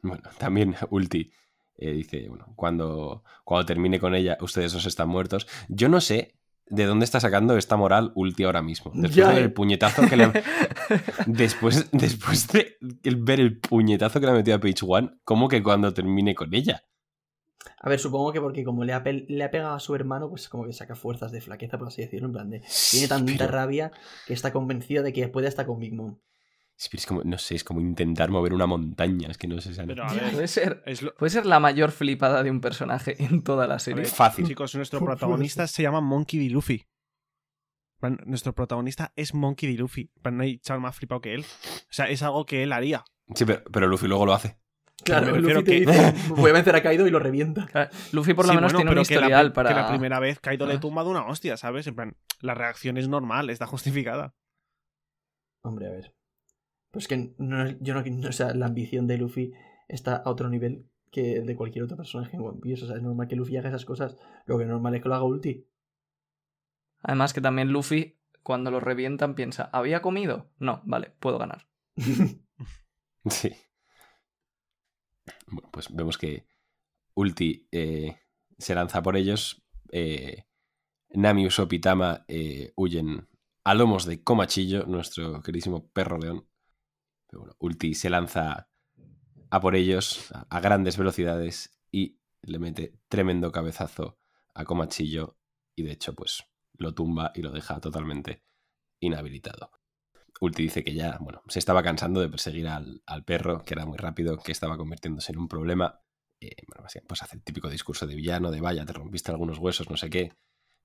[SPEAKER 2] Bueno, también Ulti eh, dice, bueno, cuando, cuando termine con ella, ustedes dos están muertos. Yo no sé de dónde está sacando esta moral Ulti ahora mismo. Después
[SPEAKER 3] Ya,
[SPEAKER 2] del
[SPEAKER 3] eh.
[SPEAKER 2] puñetazo que le... después, después de el- ver el puñetazo que le ha metido a Page One, ¿cómo que cuando termine con ella?
[SPEAKER 3] A ver, supongo que porque como le ha, pe- le ha pegado a su hermano, pues como que saca fuerzas de flaqueza, por así decirlo, en plan de... Tiene tanta
[SPEAKER 2] Pero-
[SPEAKER 3] rabia que está convencida de que puede estar con Big Mom.
[SPEAKER 2] Sí, pero es como, no sé, es como intentar mover una montaña, es que no sé, Sana.
[SPEAKER 5] Pero a
[SPEAKER 6] Puede
[SPEAKER 5] ver,
[SPEAKER 6] ser,
[SPEAKER 5] es lo,
[SPEAKER 6] puede ser la mayor flipada de un personaje en toda la
[SPEAKER 5] A
[SPEAKER 6] serie.
[SPEAKER 5] ver,
[SPEAKER 2] Fácil.
[SPEAKER 5] Chicos, nuestro
[SPEAKER 3] Fu- fu-
[SPEAKER 5] protagonista se llama Monkey D. Luffy. En plan, Nuestro protagonista es Monkey D. Luffy. En plan, No hay chaval más flipado que él. O sea, es algo que él haría.
[SPEAKER 2] Sí, pero, pero Luffy luego lo hace.
[SPEAKER 3] Claro,
[SPEAKER 5] me
[SPEAKER 3] Luffy
[SPEAKER 5] refiero
[SPEAKER 3] te
[SPEAKER 5] que-
[SPEAKER 3] dice, voy a vencer a Kaido y lo revienta.
[SPEAKER 6] Claro, Ah, Luffy por lo
[SPEAKER 5] Sí,
[SPEAKER 6] menos
[SPEAKER 5] bueno,
[SPEAKER 6] tiene
[SPEAKER 5] pero
[SPEAKER 6] un
[SPEAKER 5] que la pri-
[SPEAKER 6] historial para...
[SPEAKER 5] Que la primera vez Kaido le
[SPEAKER 3] Ah.
[SPEAKER 6] ¿Sabes?
[SPEAKER 5] tumba de una hostia, ¿sabes? En plan, la reacción es normal, está justificada.
[SPEAKER 3] Hombre, a ver. Pues que no, yo no, no- O sea, la ambición de Luffy está a otro nivel que el de cualquier otro personaje en One Piece. O sea, es normal que Luffy haga esas cosas. Lo que es normal es que lo haga Ulti.
[SPEAKER 6] Además que también Luffy, cuando lo revientan, piensa, ¿había comido? No, vale, puedo ganar.
[SPEAKER 2] Sí. Bueno, pues vemos que Ulti eh, se lanza por ellos. eh, Nami, Usopp y Tama eh, huyen a lomos de Comachillo, nuestro queridísimo perro león. Pero bueno, Ulti se lanza a por ellos a, a grandes velocidades y le mete tremendo cabezazo a Comachillo y de hecho pues lo tumba y lo deja totalmente inhabilitado. Ulti dice que ya, bueno, se estaba cansando de perseguir al, al perro, que era muy rápido, que estaba convirtiéndose en un problema. Eh, bueno, básicamente, pues hace el típico discurso de villano, de vaya, te rompiste algunos huesos, no sé qué.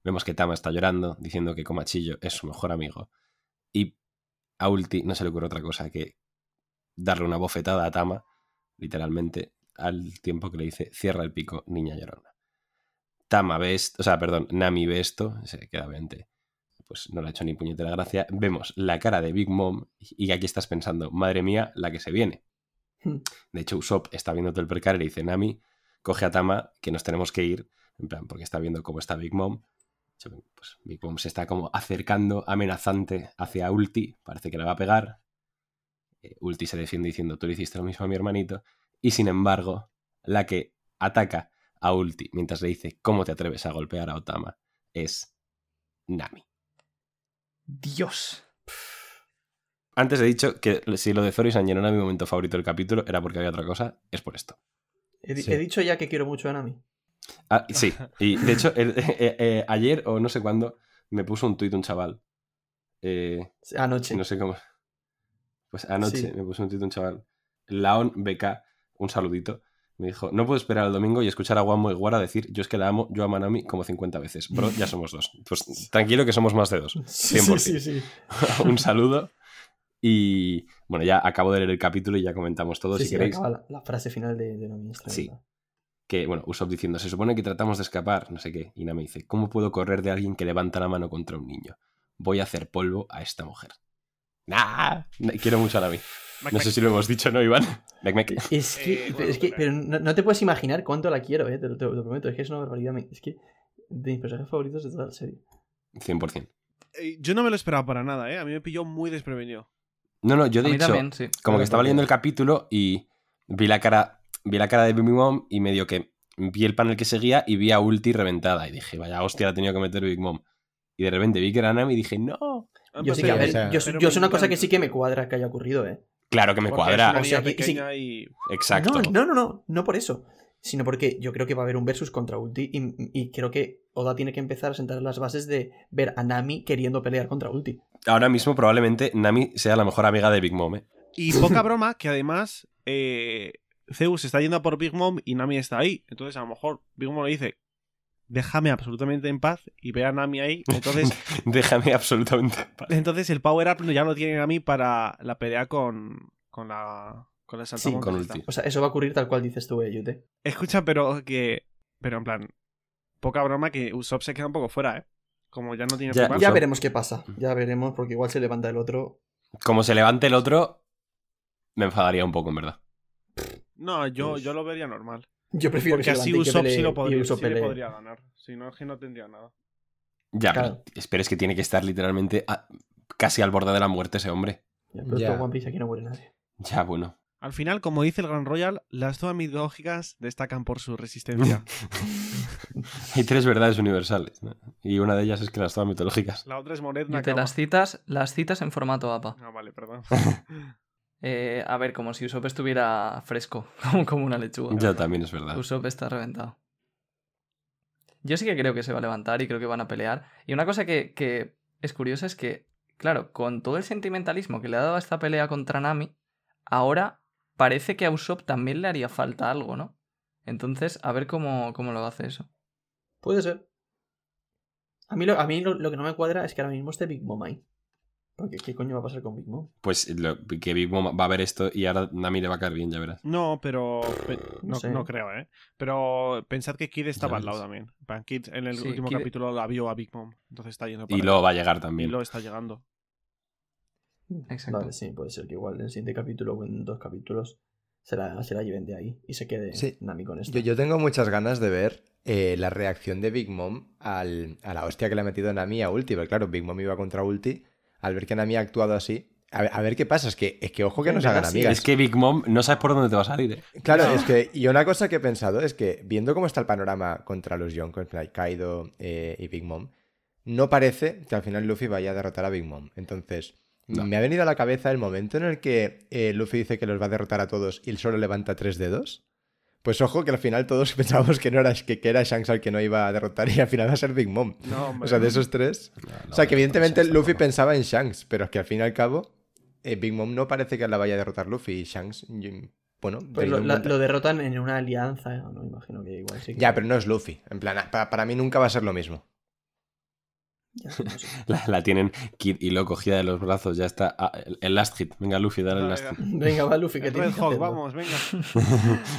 [SPEAKER 2] Vemos que Tama está llorando, diciendo que Comachillo es su mejor amigo. Y a Ulti no se le ocurre otra cosa que darle una bofetada a Tama, literalmente, al tiempo que le dice, cierra el pico, niña llorona. Tama ve esto, o sea, perdón, Nami ve esto, se queda obviamente pues no le ha hecho ni puñetera gracia. Vemos la cara de Big Mom y aquí estás pensando, madre mía, la que se viene. De hecho, Usopp está viendo todo el percal y le dice, Nami, coge a Tama, que nos tenemos que ir, en plan, porque está viendo cómo está Big Mom. Se ve- Pues Big Mom se está como acercando, amenazante, hacia Ulti, parece que la va a pegar. Eh, Ulti se defiende diciendo, tú le hiciste lo mismo a mi hermanito. Y sin embargo, la que ataca a Ulti mientras le dice, ¿cómo te atreves a golpear a Otama? Es Nami.
[SPEAKER 6] Dios.
[SPEAKER 2] Antes he dicho que si lo de Zoro y Sanji no era mi momento favorito del capítulo, era porque había otra cosa, es por esto.
[SPEAKER 3] He, di-
[SPEAKER 2] Sí.
[SPEAKER 3] he dicho ya que quiero mucho a Nami.
[SPEAKER 2] Ah, sí, y de hecho, el- eh, eh, ayer o no sé cuándo me puso un tuit un chaval. Eh,
[SPEAKER 3] Anoche.
[SPEAKER 2] No sé cómo. Pues anoche
[SPEAKER 3] Sí.
[SPEAKER 2] me puso un tuit un chaval. Laon BK, un saludito. Me dijo, no puedo esperar al domingo y escuchar a Guamo y Guara decir, yo es que la amo, yo amo a Nami como 50 veces. Bro, ya somos dos. Pues tranquilo que somos más de dos.
[SPEAKER 3] Sí, sí,
[SPEAKER 2] 100%.
[SPEAKER 3] sí, sí.
[SPEAKER 2] un saludo. Y bueno, ya acabo de leer el capítulo y ya comentamos todo,
[SPEAKER 3] Sí,
[SPEAKER 2] si
[SPEAKER 3] sí,
[SPEAKER 2] queréis.
[SPEAKER 3] acaba la, la frase final de, de Nami. es
[SPEAKER 2] Sí.
[SPEAKER 3] tremenda.
[SPEAKER 2] que, bueno, Usopp diciendo, se supone que tratamos de escapar, no sé qué. Y Nami dice, ¿cómo puedo correr de alguien que levanta la mano contra un niño? Voy a hacer polvo a esta mujer. ¡Nah! Quiero mucho a Nami.
[SPEAKER 5] Mac,
[SPEAKER 2] No
[SPEAKER 5] mac.
[SPEAKER 2] sé si lo hemos dicho, ¿no, Iván? Mec, mec.
[SPEAKER 3] Es que,
[SPEAKER 5] Eh, bueno,
[SPEAKER 3] es que
[SPEAKER 5] bueno.
[SPEAKER 3] pero no, no te puedes imaginar cuánto la quiero, eh, te, lo, te lo prometo. Es que es una barbaridad. me- Es que de mis personajes favoritos de toda la serie.
[SPEAKER 2] 100%.
[SPEAKER 5] Eh, Yo no me lo esperaba para nada, ¿eh? A mí me pilló muy desprevenido.
[SPEAKER 2] No, no, yo
[SPEAKER 6] A
[SPEAKER 2] de
[SPEAKER 6] mí
[SPEAKER 2] hecho,
[SPEAKER 6] también, sí.
[SPEAKER 2] como que estaba leyendo el capítulo y vi la cara, vi la cara de Big Mom y medio que vi el panel que seguía y vi a Ulti reventada. Y dije, vaya hostia, la ha tenido que meter Big Mom. Y de repente vi que era Nami y dije, no.
[SPEAKER 5] pues
[SPEAKER 3] Yo sí
[SPEAKER 4] sí,
[SPEAKER 3] que, a ver,
[SPEAKER 4] o sea,
[SPEAKER 3] yo, yo es una cosa que sí que me cuadra que haya ocurrido, ¿eh?
[SPEAKER 2] Claro que me
[SPEAKER 5] Es una
[SPEAKER 2] cuadra.
[SPEAKER 3] O sea,
[SPEAKER 5] niña
[SPEAKER 3] que sí.
[SPEAKER 5] pequeña y...
[SPEAKER 2] Exacto.
[SPEAKER 3] No, no, no, no, no por eso. Sino porque yo creo que va a haber un versus contra Ulti y, y creo que Oda tiene que empezar a sentar las bases de ver a Nami queriendo pelear contra Ulti.
[SPEAKER 2] Ahora mismo probablemente Nami sea la mejor amiga de Big Mom. ¿eh?
[SPEAKER 5] Y poca broma que además eh, Zeus está yendo a por Big Mom y Nami está ahí. Entonces a lo mejor Big Mom le dice, déjame absolutamente en paz y ve a Nami ahí. Entonces,
[SPEAKER 2] Déjame absolutamente en paz.
[SPEAKER 5] entonces el power up ya lo tiene Nami para la pelea con, con la... Con la saltamontes
[SPEAKER 2] con
[SPEAKER 5] esta.
[SPEAKER 2] Ulti.
[SPEAKER 3] O sea, eso va a ocurrir tal cual dices tú, eh, Yute.
[SPEAKER 5] Escucha, pero que... Pero en plan, poca broma que Usopp se queda un poco fuera, ¿eh? Como ya no tiene
[SPEAKER 2] Ya-
[SPEAKER 5] fuerza.
[SPEAKER 3] Ya
[SPEAKER 2] Usopp.
[SPEAKER 3] veremos qué pasa. Ya veremos, porque igual se levanta el otro.
[SPEAKER 2] Como se levante el otro, me enfadaría un poco, en verdad.
[SPEAKER 5] No, yo,
[SPEAKER 4] Pues-
[SPEAKER 5] yo lo vería normal.
[SPEAKER 3] Yo prefiero
[SPEAKER 5] Porque
[SPEAKER 3] que se
[SPEAKER 5] así
[SPEAKER 3] levante y que
[SPEAKER 5] Usopp
[SPEAKER 3] pelee-
[SPEAKER 5] sí lo
[SPEAKER 3] y
[SPEAKER 5] podría,
[SPEAKER 3] Usopp
[SPEAKER 5] sí le
[SPEAKER 3] pelee.
[SPEAKER 5] podría ganar. Si no, es que no tendría nada.
[SPEAKER 2] Ya,
[SPEAKER 3] Claro.
[SPEAKER 2] pero espero es que tiene que estar literalmente a- casi al borde de la muerte ese hombre.
[SPEAKER 3] Ya, pero
[SPEAKER 4] Ya.
[SPEAKER 3] esto en One Piece aquí no muere nadie.
[SPEAKER 2] Ya, bueno.
[SPEAKER 5] Al final, como dice el Gran Royal, las dos mitológicas destacan por su resistencia.
[SPEAKER 2] Hay tres verdades universales. ¿no? Y una de ellas es que las todas mitológicas.
[SPEAKER 5] La otra es Monet
[SPEAKER 6] Y te
[SPEAKER 5] Nakawa.
[SPEAKER 6] las citas, las citas en formato APA.
[SPEAKER 5] Ah, vale, perdón.
[SPEAKER 6] Eh, a ver, como si Usopp estuviera fresco, como, como una lechuga.
[SPEAKER 2] Ya también es verdad.
[SPEAKER 6] Usopp está reventado. Yo sí que creo que se va a levantar y creo que van a pelear. Y una cosa que, que es curiosa es que, claro, con todo el sentimentalismo que le ha dado a esta pelea contra Nami, ahora parece que a Usopp también le haría falta algo, ¿no? Entonces, a ver cómo, cómo lo hace eso.
[SPEAKER 3] Puede ser. A mí, lo, a mí lo, lo que no me cuadra es que ahora mismo esté Big Mom ahí. Porque ¿qué coño va a pasar con Big Mom?
[SPEAKER 2] Pues lo- que Big Mom va a ver esto y ahora Nami le va a caer bien, ya verás.
[SPEAKER 5] No, pero. pe- no,
[SPEAKER 3] sé.
[SPEAKER 5] no creo, ¿eh? Pero pensad que Kid estaba
[SPEAKER 2] Ya
[SPEAKER 5] al lado
[SPEAKER 2] ves.
[SPEAKER 5] también. En plan, Kid en el
[SPEAKER 6] Sí,
[SPEAKER 5] último
[SPEAKER 6] Kid-
[SPEAKER 5] capítulo la vio a Big Mom. Entonces está yendo
[SPEAKER 2] Y
[SPEAKER 5] para
[SPEAKER 2] luego va a llegar
[SPEAKER 5] allá. Y
[SPEAKER 2] también.
[SPEAKER 5] lo está llegando.
[SPEAKER 6] Exacto.
[SPEAKER 3] Vale, sí, puede ser que igual en el siguiente capítulo o en dos capítulos se la, se la lleven de ahí y se quede
[SPEAKER 4] Sí.
[SPEAKER 3] Nami con esto.
[SPEAKER 4] Yo, yo tengo muchas ganas de ver eh, la reacción de Big Mom al- a la hostia que le ha metido Nami a Ulti. Porque claro, Big Mom iba contra Ulti. Al ver que Nami ha actuado así. A ver, a ver qué pasa. Es que, es que ojo que
[SPEAKER 3] En
[SPEAKER 4] no se hagan
[SPEAKER 3] verdad sí,
[SPEAKER 4] amigas.
[SPEAKER 2] Es que Big Mom no sabes por dónde te va a salir, ¿eh?
[SPEAKER 4] Claro,
[SPEAKER 5] No.
[SPEAKER 4] es que. Y una cosa que he pensado es que, viendo cómo está el panorama contra los Yonkos, like Kaido eh, y Big Mom, no parece que al final Luffy vaya a derrotar a Big Mom. Entonces,
[SPEAKER 2] No.
[SPEAKER 4] me ha venido a la cabeza el momento en el que eh, Luffy dice que los va a derrotar a todos y él solo levanta tres dedos. Pues ojo que al final todos pensábamos que no era, que, que era Shanks al que no iba a derrotar y al final va a ser Big Mom.
[SPEAKER 5] No,
[SPEAKER 4] O
[SPEAKER 5] hombre.
[SPEAKER 4] sea, de esos tres.
[SPEAKER 2] No, no,
[SPEAKER 4] o sea, que
[SPEAKER 2] no,
[SPEAKER 4] evidentemente
[SPEAKER 2] no, no,
[SPEAKER 4] Luffy
[SPEAKER 2] no.
[SPEAKER 4] pensaba en Shanks, pero es que al fin y al cabo, eh, Big Mom no parece que la vaya a derrotar Luffy y Shanks, y- bueno,
[SPEAKER 3] Pues
[SPEAKER 4] teniendo
[SPEAKER 3] lo,
[SPEAKER 4] en
[SPEAKER 3] la-
[SPEAKER 4] cuenta-
[SPEAKER 3] lo derrotan en una alianza, ¿eh? no imagino que igual sí. que-
[SPEAKER 4] ya, pero no es Luffy. En plan, ah, pa- para, mí nunca va a ser lo mismo.
[SPEAKER 3] Ya, no sé.
[SPEAKER 2] La, la tienen Kid y lo cogida de los brazos, ya está. Ah, el, el last hit. Venga, Luffy, dale el
[SPEAKER 5] Ah, Venga.
[SPEAKER 2] last hit.
[SPEAKER 3] Venga, va Luffy, que
[SPEAKER 5] El
[SPEAKER 3] tienes
[SPEAKER 5] Red
[SPEAKER 3] que
[SPEAKER 5] Hawk,
[SPEAKER 3] hacerlo.
[SPEAKER 5] vamos, venga.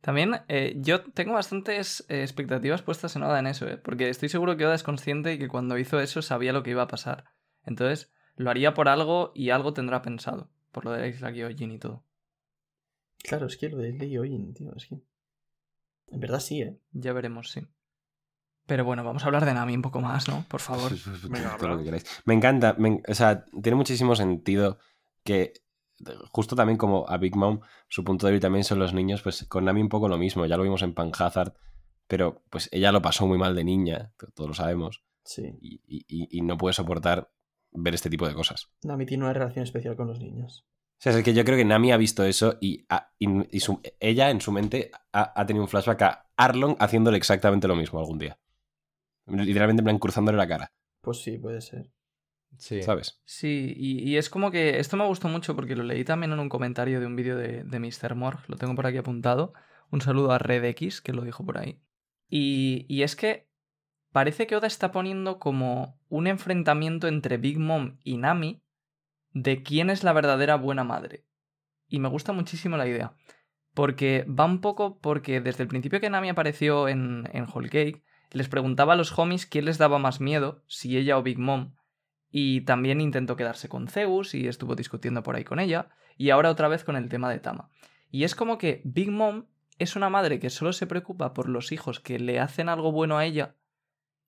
[SPEAKER 6] También eh, yo tengo bastantes eh, expectativas puestas en Oda en eso, ¿eh? porque estoy seguro que Oda es consciente y que cuando hizo eso sabía lo que iba a pasar. Entonces, lo haría por algo y algo tendrá pensado, por lo de la isla Gyojin y todo.
[SPEAKER 3] Claro, es que lo de Ley Oin, tío, es que... En verdad sí, ¿eh?
[SPEAKER 6] Ya veremos, sí. Pero bueno, vamos a hablar de Nami un poco más, ¿no? Por favor.
[SPEAKER 5] Venga,
[SPEAKER 2] Todo lo
[SPEAKER 5] habla.
[SPEAKER 2] que queráis. Me encanta, me en- o sea, tiene muchísimo sentido que eh, justo también como a Big Mom, su punto de vista también son los niños, pues con Nami un poco lo mismo, ya lo vimos en Panhazard, pero pues ella lo pasó muy mal de niña, to- todos lo sabemos,
[SPEAKER 3] Sí.
[SPEAKER 2] y, y- y- y no puede soportar ver este tipo de cosas.
[SPEAKER 3] Nami tiene una relación especial con los niños.
[SPEAKER 2] O sea, es que yo creo que Nami ha visto eso y, ha- y- y su- ella en su mente ha, ha tenido un flashback a Arlong haciéndole exactamente lo mismo algún día. Literalmente en plan cruzándole la cara,
[SPEAKER 3] Pues sí, puede ser.
[SPEAKER 4] Sí.
[SPEAKER 2] ¿sabes?
[SPEAKER 6] Sí, y, y es como que esto me gustó mucho porque lo leí también en un comentario de un vídeo de, de Mr. Morg, lo tengo por aquí apuntado. Un saludo a RedX, que lo dijo por ahí. Y, y es que parece que Oda está poniendo como un enfrentamiento entre Big Mom y Nami de quién es la verdadera buena madre. Y me gusta muchísimo la idea. Porque va un poco porque desde el principio que Nami apareció en, en Whole Cake, les preguntaba a los homies quién les daba más miedo, si ella o Big Mom. Y también intentó quedarse con Zeus y estuvo discutiendo por ahí con ella. Y ahora otra vez con el tema de Tama. Y es como que Big Mom es una madre que solo se preocupa por los hijos que le hacen algo bueno a ella.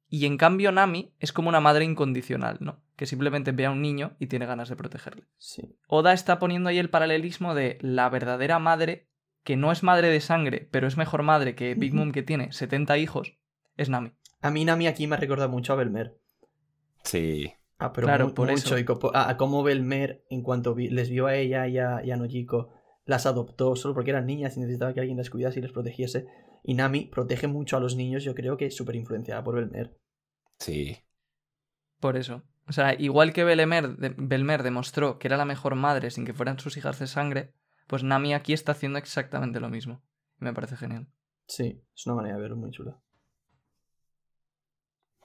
[SPEAKER 6] Y en cambio Nami es como una madre incondicional, ¿no? Que simplemente ve a un niño y tiene ganas de protegerle.
[SPEAKER 3] Sí.
[SPEAKER 6] Oda está poniendo ahí el paralelismo de la verdadera madre, que no es madre de sangre, pero es mejor madre que Big Mom que tiene 70 hijos, es Nami.
[SPEAKER 3] A mí Nami aquí me recuerda mucho a Belmer.
[SPEAKER 2] Sí.
[SPEAKER 3] Ah, pero
[SPEAKER 6] Claro,
[SPEAKER 3] mu-
[SPEAKER 6] por
[SPEAKER 3] mucho.
[SPEAKER 6] eso.
[SPEAKER 3] Y copo- a, a cómo Belmer, en cuanto vi- les vio a ella y a, y a Nojiko, las adoptó solo porque eran niñas y necesitaba que alguien las cuidase y les protegiese. Y Nami protege mucho a los niños, yo creo que súper influenciada por Belmer.
[SPEAKER 2] Sí.
[SPEAKER 6] Por eso. O sea, igual que Belmer, de- Belmer demostró que era la mejor madre sin que fueran sus hijas de sangre, pues Nami aquí está haciendo exactamente lo mismo. Me parece genial.
[SPEAKER 3] Sí, es una manera de verlo muy chula.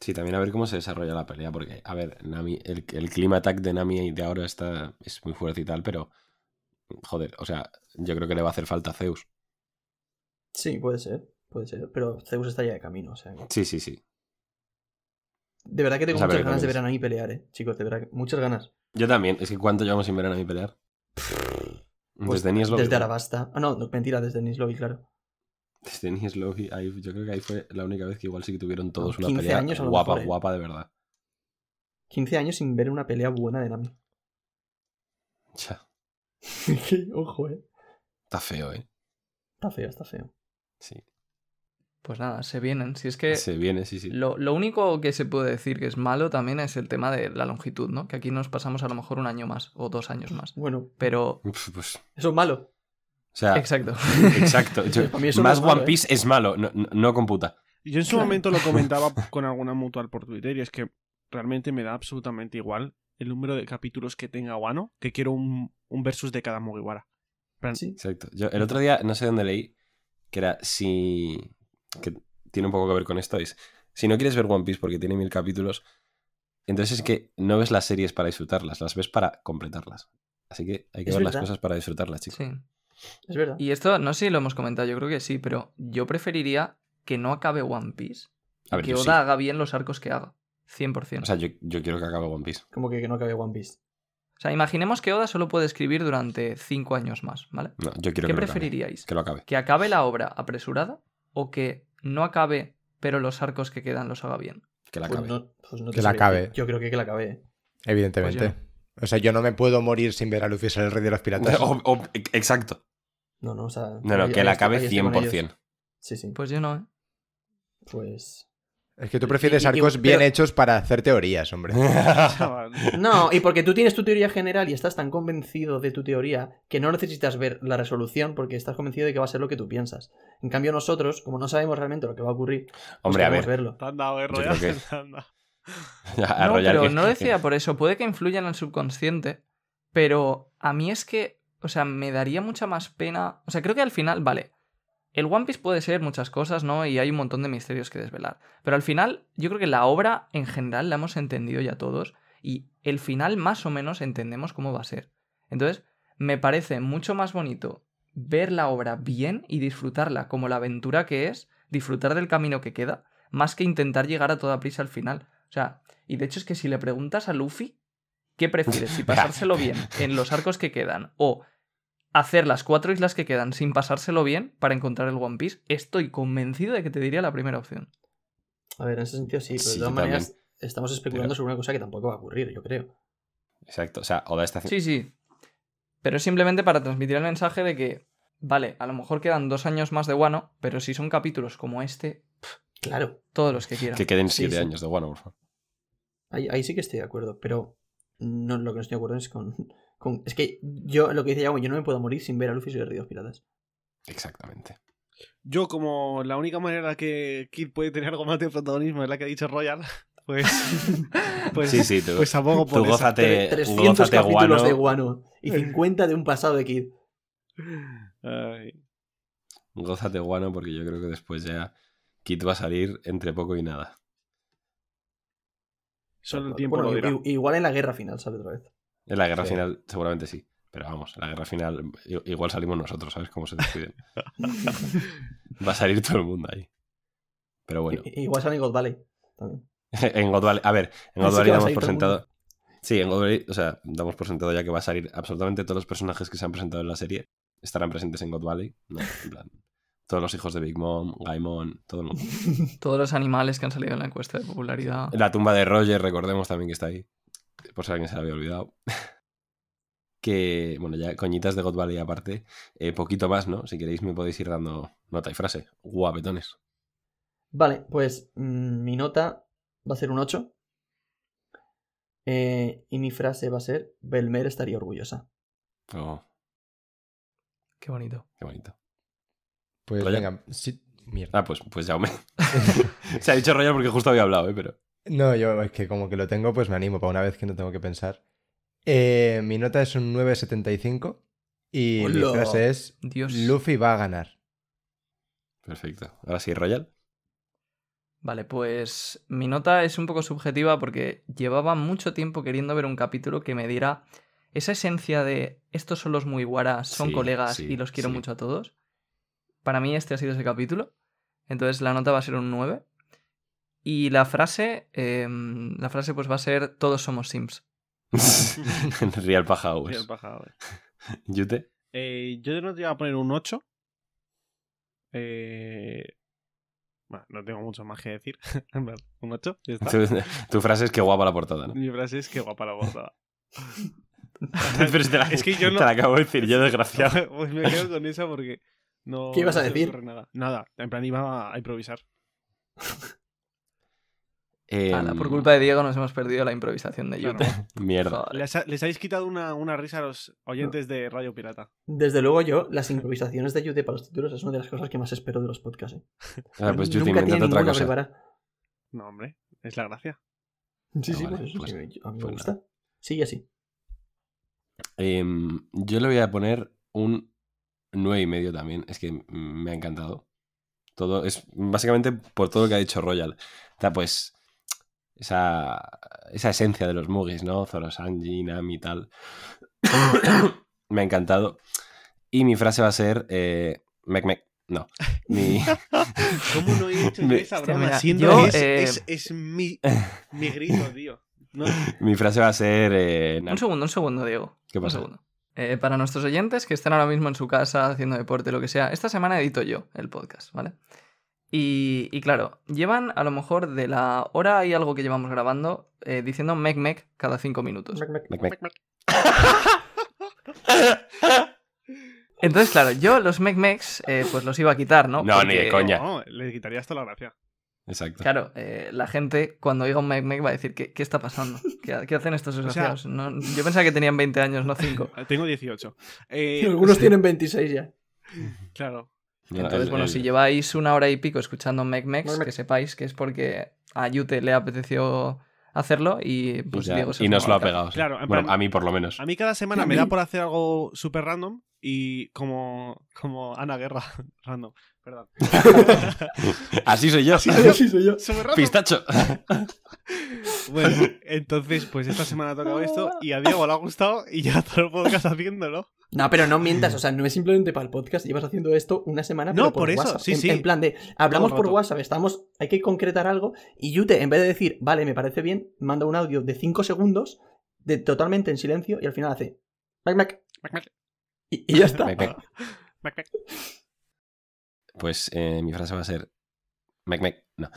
[SPEAKER 2] Sí, también a ver cómo se desarrolla la pelea, porque, a ver, Nami, el, el clima attack de Nami de ahora está, es muy fuerte y tal, pero, joder, o sea, yo creo que le va a hacer falta a Zeus.
[SPEAKER 3] Sí, puede ser, puede ser. Pero Zeus está ya de camino, o sea. que-
[SPEAKER 2] Sí, sí, sí.
[SPEAKER 3] De verdad que tengo
[SPEAKER 2] O sea,
[SPEAKER 3] muchas
[SPEAKER 2] pero
[SPEAKER 3] ganas de ver
[SPEAKER 2] también
[SPEAKER 3] a Nami pelear, eh. Chicos, de verdad, que- muchas ganas.
[SPEAKER 2] Yo también, es que ¿cuánto llevamos sin ver a Nami pelear?
[SPEAKER 3] Pues,
[SPEAKER 2] desde Nies Lobby.
[SPEAKER 3] Desde Arabasta. Ah, no, no, mentira, desde Nislovi, claro.
[SPEAKER 2] Desde Nies Lobby, ahí- yo creo que ahí fue la única vez que igual sí que tuvieron todos una
[SPEAKER 3] 15
[SPEAKER 2] pelea
[SPEAKER 3] años a lo
[SPEAKER 2] guapa,
[SPEAKER 3] mejor, ¿eh?
[SPEAKER 2] guapa de verdad.
[SPEAKER 3] 15 años sin ver una pelea buena de Nami.
[SPEAKER 2] Cha,
[SPEAKER 3] Ojo, eh.
[SPEAKER 2] está feo, ¿eh?
[SPEAKER 3] Está feo, está feo.
[SPEAKER 2] Sí.
[SPEAKER 6] Pues nada, se vienen. Si es
[SPEAKER 3] Eh,
[SPEAKER 6] que
[SPEAKER 2] Se viene, sí, sí.
[SPEAKER 6] lo, lo único que se puede decir que es malo también es el tema de la longitud, ¿no? Que aquí nos pasamos a lo mejor un año más o dos años más.
[SPEAKER 3] Bueno,
[SPEAKER 6] Pero...
[SPEAKER 2] Uf, Pues, o
[SPEAKER 3] eso es malo.
[SPEAKER 2] sea,
[SPEAKER 6] Exacto.
[SPEAKER 2] exacto. Yo-
[SPEAKER 3] Para mí eso no
[SPEAKER 2] más
[SPEAKER 3] es malo,
[SPEAKER 2] One
[SPEAKER 3] ¿eh?
[SPEAKER 2] Piece es malo, no, no- no computa.
[SPEAKER 5] Yo en su momento lo comentaba con alguna mutual por Twitter y es que realmente me da absolutamente igual el número de capítulos que tenga Wano, que quiero un, un versus de cada Mugiwara. Plan,
[SPEAKER 3] Sí.
[SPEAKER 2] Exacto. Yo el otro día, no sé dónde leí, que era si. que tiene un poco que ver con esto, es. Si no quieres ver One Piece porque tiene mil capítulos, entonces es que no ves las series para disfrutarlas, las ves para completarlas. Así que hay que
[SPEAKER 3] Es
[SPEAKER 2] ver las
[SPEAKER 3] verdad.
[SPEAKER 2] cosas para disfrutarlas, chicos.
[SPEAKER 6] Sí.
[SPEAKER 3] Es verdad.
[SPEAKER 6] Y esto, no sé si lo hemos comentado, yo creo que sí, pero yo preferiría que no acabe One Piece.
[SPEAKER 2] A ver,
[SPEAKER 6] que
[SPEAKER 2] yo
[SPEAKER 6] Oda
[SPEAKER 2] sí.
[SPEAKER 6] haga bien los arcos que haga. 100%.
[SPEAKER 2] O sea, yo, yo quiero que acabe One Piece.
[SPEAKER 3] Como que, que no cabe One Piece.
[SPEAKER 6] imaginemos que Oda solo puede escribir durante 5 años más, ¿vale?
[SPEAKER 2] No, yo quiero
[SPEAKER 6] ¿Qué
[SPEAKER 2] que lo acabe.
[SPEAKER 6] preferiríais?
[SPEAKER 2] Que lo acabe.
[SPEAKER 6] ¿Que acabe la obra apresurada o que no acabe, pero los arcos que quedan los haga bien?
[SPEAKER 2] Que la
[SPEAKER 3] Pues
[SPEAKER 2] acabe.
[SPEAKER 3] no- pues no te
[SPEAKER 4] Que la
[SPEAKER 3] sé
[SPEAKER 4] acabe.
[SPEAKER 3] decir. Yo creo que, que la acabe. eh.
[SPEAKER 4] Evidentemente.
[SPEAKER 6] Pues
[SPEAKER 4] O sea, yo no me puedo morir sin ver a Luffy ser el rey de los piratas.
[SPEAKER 2] O- o- e- exacto.
[SPEAKER 3] No, no, o sea.
[SPEAKER 2] No, no,
[SPEAKER 3] ahí-
[SPEAKER 2] que
[SPEAKER 3] ahí
[SPEAKER 2] la
[SPEAKER 3] estoy- ahí
[SPEAKER 2] acabe
[SPEAKER 3] estoy con ellos.
[SPEAKER 2] 100%.
[SPEAKER 3] Sí, sí.
[SPEAKER 6] Pues yo no, ¿eh?
[SPEAKER 3] Pues.
[SPEAKER 4] Es que tú prefieres
[SPEAKER 3] Y- y-
[SPEAKER 4] arcos
[SPEAKER 3] pero-
[SPEAKER 4] bien hechos para hacer teorías, hombre.
[SPEAKER 5] chaval.
[SPEAKER 3] No, y porque tú tienes tu teoría general y estás tan convencido de tu teoría que no necesitas ver la resolución porque estás convencido de que va a ser lo que tú piensas. En cambio, nosotros, como no sabemos realmente lo que va a ocurrir, pues
[SPEAKER 2] Hombre, a
[SPEAKER 3] queremos
[SPEAKER 2] ver.
[SPEAKER 3] verlo.
[SPEAKER 5] Te han dado, eh,
[SPEAKER 2] Yo
[SPEAKER 5] Royal,
[SPEAKER 2] creo que-
[SPEAKER 5] te han dado.
[SPEAKER 2] a
[SPEAKER 6] no,
[SPEAKER 2] Royal
[SPEAKER 6] pero
[SPEAKER 2] que-
[SPEAKER 6] no decía por eso. Puede que influya en el subconsciente, pero a mí es que, o sea, me daría mucha más pena. O sea, creo que al final, vale, el One Piece puede ser muchas cosas, ¿no? Y hay un montón de misterios que desvelar. Pero al final, yo creo que la obra en general la hemos entendido ya todos y el final más o menos entendemos cómo va a ser. Entonces, me parece mucho más bonito ver la obra bien y disfrutarla como la aventura que es, disfrutar del camino que queda, más que intentar llegar a toda prisa al final. O sea, y de hecho es que si le preguntas a Luffy, ¿qué prefieres? Si pasárselo bien en los arcos que quedan o hacer las cuatro islas que quedan sin pasárselo bien para encontrar el One Piece, estoy convencido de que te diría la primera opción.
[SPEAKER 3] A ver, en ese sentido sí, pero
[SPEAKER 2] Sí,
[SPEAKER 3] de todas
[SPEAKER 2] yo también.
[SPEAKER 3] maneras estamos especulando
[SPEAKER 2] Pero-
[SPEAKER 3] sobre una cosa que tampoco va a ocurrir, yo creo.
[SPEAKER 2] Exacto. O sea, Oda está haciendo.
[SPEAKER 6] Sí, sí. Pero es simplemente para transmitir el mensaje de que, vale, a lo mejor quedan dos años más de Wano, pero si son capítulos como este,
[SPEAKER 3] Claro,
[SPEAKER 6] todos los que quieran.
[SPEAKER 2] Que queden
[SPEAKER 3] Sí,
[SPEAKER 2] siete
[SPEAKER 3] sí.
[SPEAKER 2] años de Wano, por favor.
[SPEAKER 3] ahí, ahí sí que estoy de acuerdo, pero no, lo que no estoy de acuerdo es con... con- es que yo, lo que dice Yago, yo no me puedo morir sin ver a Luffy y los Ríos Piratas.
[SPEAKER 2] Exactamente.
[SPEAKER 5] Yo, como la única manera que Kid puede tener algo más de protagonismo es la que ha dicho Royal, pues. pues
[SPEAKER 2] sí, sí, tú,
[SPEAKER 5] Pues tampoco
[SPEAKER 2] tú
[SPEAKER 5] por esa.
[SPEAKER 2] gózate,
[SPEAKER 3] Tre- 300
[SPEAKER 2] gózate
[SPEAKER 3] capítulos
[SPEAKER 2] Guano.
[SPEAKER 3] de Guano y 50 de un pasado de Kid.
[SPEAKER 5] Ay,
[SPEAKER 2] Gózate Guano porque yo creo que después ya Kit va a salir entre poco y nada.
[SPEAKER 5] solo el tiempo
[SPEAKER 3] Bueno,
[SPEAKER 5] lo
[SPEAKER 3] i-
[SPEAKER 5] dirá.
[SPEAKER 3] i- igual en la guerra final sale otra vez.
[SPEAKER 2] En la guerra
[SPEAKER 4] Sí.
[SPEAKER 2] final seguramente sí. Pero vamos, en la guerra final i- igual salimos nosotros, ¿sabes cómo se despiden? va a salir todo el mundo ahí. Pero bueno.
[SPEAKER 3] I- Igual sale en God Valley también.
[SPEAKER 2] en God Valley- a ver, en God
[SPEAKER 3] Así
[SPEAKER 2] Valley
[SPEAKER 3] que va a
[SPEAKER 2] damos
[SPEAKER 3] salir
[SPEAKER 2] por
[SPEAKER 3] todo el mundo.
[SPEAKER 2] sentado. Sí, en God Valley, o sea, damos por sentado ya que va a salir absolutamente todos los personajes que se han presentado en la serie estarán presentes en God Valley. No, en plan, todos los hijos de Big Mom, Gaimon, todo el mundo.
[SPEAKER 6] Todos los animales que han salido en la encuesta de popularidad.
[SPEAKER 2] La tumba de Roger, recordemos también que está ahí. Por si alguien se la había olvidado. Que, bueno, ya coñitas de God Valley aparte. eh, poquito más, ¿no? Si queréis me podéis ir dando nota y frase. Guapetones.
[SPEAKER 3] Vale, pues mm, mi nota va a ser un 8. Eh, y mi frase va a ser, Belmer estaría orgullosa.
[SPEAKER 2] Oh,
[SPEAKER 6] Qué bonito.
[SPEAKER 2] qué bonito.
[SPEAKER 4] Pues
[SPEAKER 2] Royal.
[SPEAKER 4] venga, sí. Mierda.
[SPEAKER 2] Ah, pues, pues ya me... se ha dicho Royal porque justo había hablado, ¿eh? Pero...
[SPEAKER 4] No, yo es que como que lo tengo, pues me animo para una vez que no tengo que pensar. Eh, mi nota es un 9.75 y
[SPEAKER 3] Hola.
[SPEAKER 4] mi frase es
[SPEAKER 6] Dios.
[SPEAKER 4] Luffy va a ganar.
[SPEAKER 2] Perfecto. Ahora sí, Royal.
[SPEAKER 6] Vale, pues mi nota es un poco subjetiva porque llevaba mucho tiempo queriendo ver un capítulo que me diera esa esencia de estos son los muy guaras, son
[SPEAKER 2] Sí,
[SPEAKER 6] colegas
[SPEAKER 2] sí,
[SPEAKER 6] y los quiero
[SPEAKER 2] sí.
[SPEAKER 6] mucho a todos. Para mí este ha sido ese capítulo. Entonces la nota va a ser un 9. Y la frase, em, la frase pues va a ser todos somos Sims.
[SPEAKER 2] Real paja,
[SPEAKER 5] Bien
[SPEAKER 2] Hours.
[SPEAKER 5] bajado, eh.
[SPEAKER 2] Yute.
[SPEAKER 5] Eh, yo de noche voy a poner un 8. Eh, Bueno, no tengo mucho más que decir. En verdad, un 8, ya está.
[SPEAKER 2] Tu, tu frase es que guapa la portada, ¿no?
[SPEAKER 5] Mi frase es que guapa la borda.
[SPEAKER 2] Pero si te la-
[SPEAKER 5] Es que yo no-
[SPEAKER 2] Te la acabo de decir yo, desgraciado.
[SPEAKER 5] pues me quedo con esa porque no.
[SPEAKER 3] ¿Qué ibas a
[SPEAKER 5] no se me
[SPEAKER 3] decir?
[SPEAKER 5] ocurre Nada. nada, en plan iba a improvisar.
[SPEAKER 6] Ala, por
[SPEAKER 2] Em,
[SPEAKER 6] culpa de Diego nos hemos perdido la improvisación de
[SPEAKER 5] Claro.
[SPEAKER 6] YouTube.
[SPEAKER 2] Mierda.
[SPEAKER 6] Joder.
[SPEAKER 5] Les, ha- les habéis quitado una, una risa a los oyentes de Radio Pirata.
[SPEAKER 3] Desde luego yo, las improvisaciones de Jude para los títulos es una de las cosas que más espero de los podcasts. ¿eh?
[SPEAKER 2] Ah, pues yo te
[SPEAKER 3] Nunca
[SPEAKER 2] inventate
[SPEAKER 3] tiene
[SPEAKER 2] otra
[SPEAKER 3] ninguna
[SPEAKER 2] cosa.
[SPEAKER 3] preparada.
[SPEAKER 5] No, hombre, es la gracia.
[SPEAKER 3] Sí,
[SPEAKER 2] Ah,
[SPEAKER 3] sí,
[SPEAKER 2] vale,
[SPEAKER 3] por eso
[SPEAKER 2] pues-
[SPEAKER 3] sí, yo- a mí me
[SPEAKER 2] pues
[SPEAKER 3] gusta. Sigue así.
[SPEAKER 2] Em, yo le voy a poner un nueve y medio también. Es que mm, me ha encantado. Todo es básicamente por todo lo que ha dicho Royal. Está pues esa, esa esencia de los Mugis, ¿no? Zorosanji, Nami y tal. me ha encantado. Y mi frase va a ser eh, mec mec. No. Mi,
[SPEAKER 5] ¿Cómo no he hecho yo
[SPEAKER 2] Me-
[SPEAKER 5] esa
[SPEAKER 6] Hostia,
[SPEAKER 5] broma?
[SPEAKER 6] mira,
[SPEAKER 5] Siendo
[SPEAKER 6] yo,
[SPEAKER 5] es,
[SPEAKER 6] eh,
[SPEAKER 5] es- es mi, mi grito, tío. No,
[SPEAKER 2] mi frase va a ser eh,
[SPEAKER 6] Un segundo, un segundo, Diego.
[SPEAKER 2] ¿Qué pasa?
[SPEAKER 6] Un segundo. Eh, para nuestros oyentes que están ahora mismo en su casa haciendo deporte, lo que sea, esta semana edito yo el podcast, ¿vale? Y, y claro, llevan a lo mejor de la hora y algo que llevamos grabando eh, diciendo mec mec cada cinco minutos.
[SPEAKER 3] Mac, mac.
[SPEAKER 2] Mec, mec.
[SPEAKER 6] Entonces, claro, yo los mec mecs eh, pues los iba a quitar, ¿no?
[SPEAKER 2] No, ni de coña.
[SPEAKER 5] no, le quitaría hasta la gracia.
[SPEAKER 2] Exacto.
[SPEAKER 6] Claro, eh, la gente cuando oiga un mec mec va a decir, ¿qué, qué está pasando? ¿Qué, qué hacen estos desgraciados? No, yo pensaba que tenían 20 años, no 5.
[SPEAKER 5] Tengo 18. Eh,
[SPEAKER 3] Algunos tienen 26 ya.
[SPEAKER 5] Claro.
[SPEAKER 2] No, eh,
[SPEAKER 6] Entonces,
[SPEAKER 2] el-
[SPEAKER 6] bueno,
[SPEAKER 2] el-
[SPEAKER 6] si lleváis una hora y pico escuchando Mec Mex,
[SPEAKER 3] Mec Mec.
[SPEAKER 6] que sepáis que es porque a Yute le apeteció hacerlo y
[SPEAKER 2] y
[SPEAKER 6] pues
[SPEAKER 2] ya-
[SPEAKER 6] Diego se
[SPEAKER 2] y nos lo ha
[SPEAKER 6] fumaba el
[SPEAKER 2] pegado. sí.
[SPEAKER 5] Claro, en
[SPEAKER 2] Bueno,
[SPEAKER 5] plan-
[SPEAKER 2] a mí por lo menos.
[SPEAKER 5] A mí cada semana me da por hacer algo súper random y como, como Ana Guerra, random, perdón.
[SPEAKER 2] Así soy yo.
[SPEAKER 3] Sí, soy yo.
[SPEAKER 5] Súper random.
[SPEAKER 2] Pistacho.
[SPEAKER 5] Bueno, entonces pues esta semana ha tocado esto y a Diego le ha gustado y ya todo el podcast haciéndolo.
[SPEAKER 3] No, pero no mientas, o sea, no es simplemente para el podcast, llevas haciendo esto una semana.
[SPEAKER 5] No,
[SPEAKER 3] pero por,
[SPEAKER 5] por eso,
[SPEAKER 3] WhatsApp.
[SPEAKER 5] sí,
[SPEAKER 3] en,
[SPEAKER 5] sí.
[SPEAKER 3] En plan de, hablamos
[SPEAKER 5] Todo el
[SPEAKER 3] por
[SPEAKER 5] rato.
[SPEAKER 3] WhatsApp, estamos, hay que concretar algo, y Yute, en vez de decir, vale, me parece bien, manda un audio de 5 segundos, de, totalmente en silencio, y al final hace, mac, mac,
[SPEAKER 5] Mac, mac,
[SPEAKER 3] y, y ya está.
[SPEAKER 2] Mec, mec.
[SPEAKER 5] mac, mac.
[SPEAKER 2] Pues eh, mi frase va a ser. Mec, mec. No.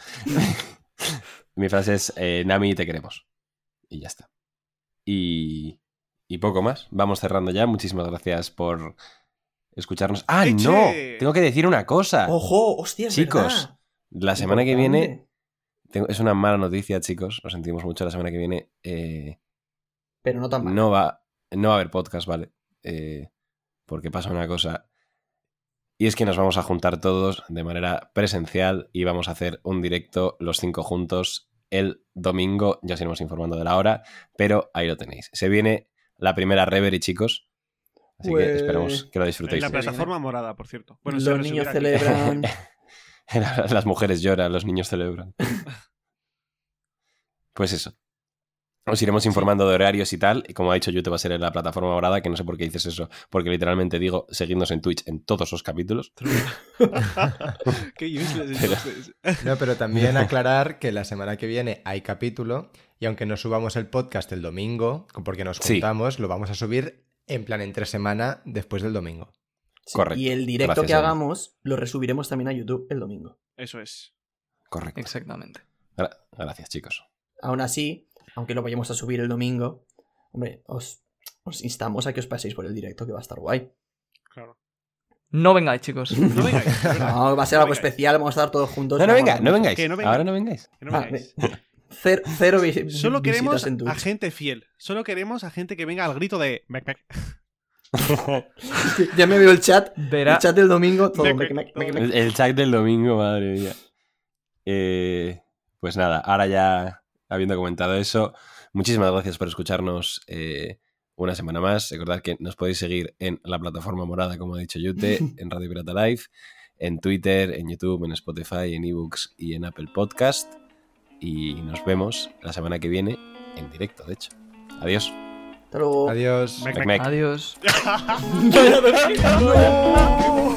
[SPEAKER 2] mi frase es eh, Nami, te queremos. Y ya está. Y. Y poco más. Vamos cerrando ya. Muchísimas gracias por escucharnos. ¡Ah,
[SPEAKER 5] ¡Eche!
[SPEAKER 2] no! Tengo que decir una cosa.
[SPEAKER 3] Ojo, hostia, es
[SPEAKER 2] Chicos,
[SPEAKER 3] verdad.
[SPEAKER 2] La semana que
[SPEAKER 3] Importante.
[SPEAKER 2] viene. tengo- es una mala noticia, chicos. Lo sentimos mucho. La semana que viene. eh,
[SPEAKER 3] Pero no tan mal.
[SPEAKER 2] No va, no va a haber podcast, ¿vale? Eh, porque pasa una cosa. Y es que nos vamos a juntar todos de manera presencial y vamos a hacer un directo los cinco juntos el domingo. Ya os iremos informando de la hora, pero ahí lo tenéis. Se viene la primera Reverie, chicos. Así que
[SPEAKER 3] Pues-
[SPEAKER 2] esperemos que lo
[SPEAKER 5] En
[SPEAKER 2] disfrutéis.
[SPEAKER 5] la plataforma morada, por cierto. Bueno, se
[SPEAKER 3] Los niños
[SPEAKER 5] resumirá aquí.
[SPEAKER 3] celebran.
[SPEAKER 2] Las mujeres lloran, los niños celebran. Pues eso. Os iremos informando de horarios y tal. Y como ha dicho YouTube, va a ser en la plataforma morada, que no sé por qué dices eso. Porque literalmente digo, seguidnos en Twitch en todos los capítulos.
[SPEAKER 5] Qué useless este. entonces.
[SPEAKER 4] No, pero también aclarar que la semana que viene hay capítulo y aunque no subamos el podcast el domingo, porque nos
[SPEAKER 2] Sí.
[SPEAKER 4] juntamos, lo vamos a subir en plan entre semana después del domingo.
[SPEAKER 3] Sí,
[SPEAKER 2] Correcto.
[SPEAKER 3] Y el directo
[SPEAKER 2] Gracias,
[SPEAKER 3] que
[SPEAKER 2] Dani.
[SPEAKER 3] hagamos lo resubiremos también a YouTube el domingo.
[SPEAKER 5] Eso es.
[SPEAKER 2] Correcto.
[SPEAKER 6] Exactamente.
[SPEAKER 2] Gra- gracias, chicos.
[SPEAKER 3] Aún así, aunque lo vayamos a subir el domingo, hombre, os, os instamos a que os paséis por el directo que va a estar guay.
[SPEAKER 5] Claro.
[SPEAKER 6] No vengáis, chicos.
[SPEAKER 5] No vengáis. de verdad.
[SPEAKER 3] No, va a ser algo
[SPEAKER 5] vengáis.
[SPEAKER 3] especial, vamos a estar todos juntos.
[SPEAKER 2] No, no venga,
[SPEAKER 3] vengáis,
[SPEAKER 2] no vengáis.
[SPEAKER 5] Que no vengáis.
[SPEAKER 2] Ahora no vengáis.
[SPEAKER 5] Que no vengáis.
[SPEAKER 3] Cero, cero vi- visitas
[SPEAKER 5] Solo queremos
[SPEAKER 3] en Twitch.
[SPEAKER 5] a gente fiel. Solo queremos a gente que venga al grito de mec, mec.
[SPEAKER 3] Ya me veo el chat.
[SPEAKER 6] Verá,
[SPEAKER 3] El chat del domingo, todo.
[SPEAKER 5] Mec,
[SPEAKER 3] mec,
[SPEAKER 5] mec,
[SPEAKER 3] mec, mec,
[SPEAKER 5] todo.
[SPEAKER 3] mec.
[SPEAKER 2] El, el chat del domingo, madre mía. Eh, pues nada, ahora ya habiendo comentado eso, muchísimas gracias por escucharnos eh, una semana más. Recordad que nos podéis seguir en la plataforma morada, como ha dicho Yute, en Radio Pirata Live, en Twitter, en YouTube, en Spotify, en eBooks y en Apple Podcast. Y nos vemos la semana que viene en directo, de hecho. Adiós.
[SPEAKER 3] Hasta luego.
[SPEAKER 4] Adiós.
[SPEAKER 5] Mec,
[SPEAKER 2] Mec,
[SPEAKER 5] mec.
[SPEAKER 2] mec.
[SPEAKER 6] adiós.
[SPEAKER 5] ¡No!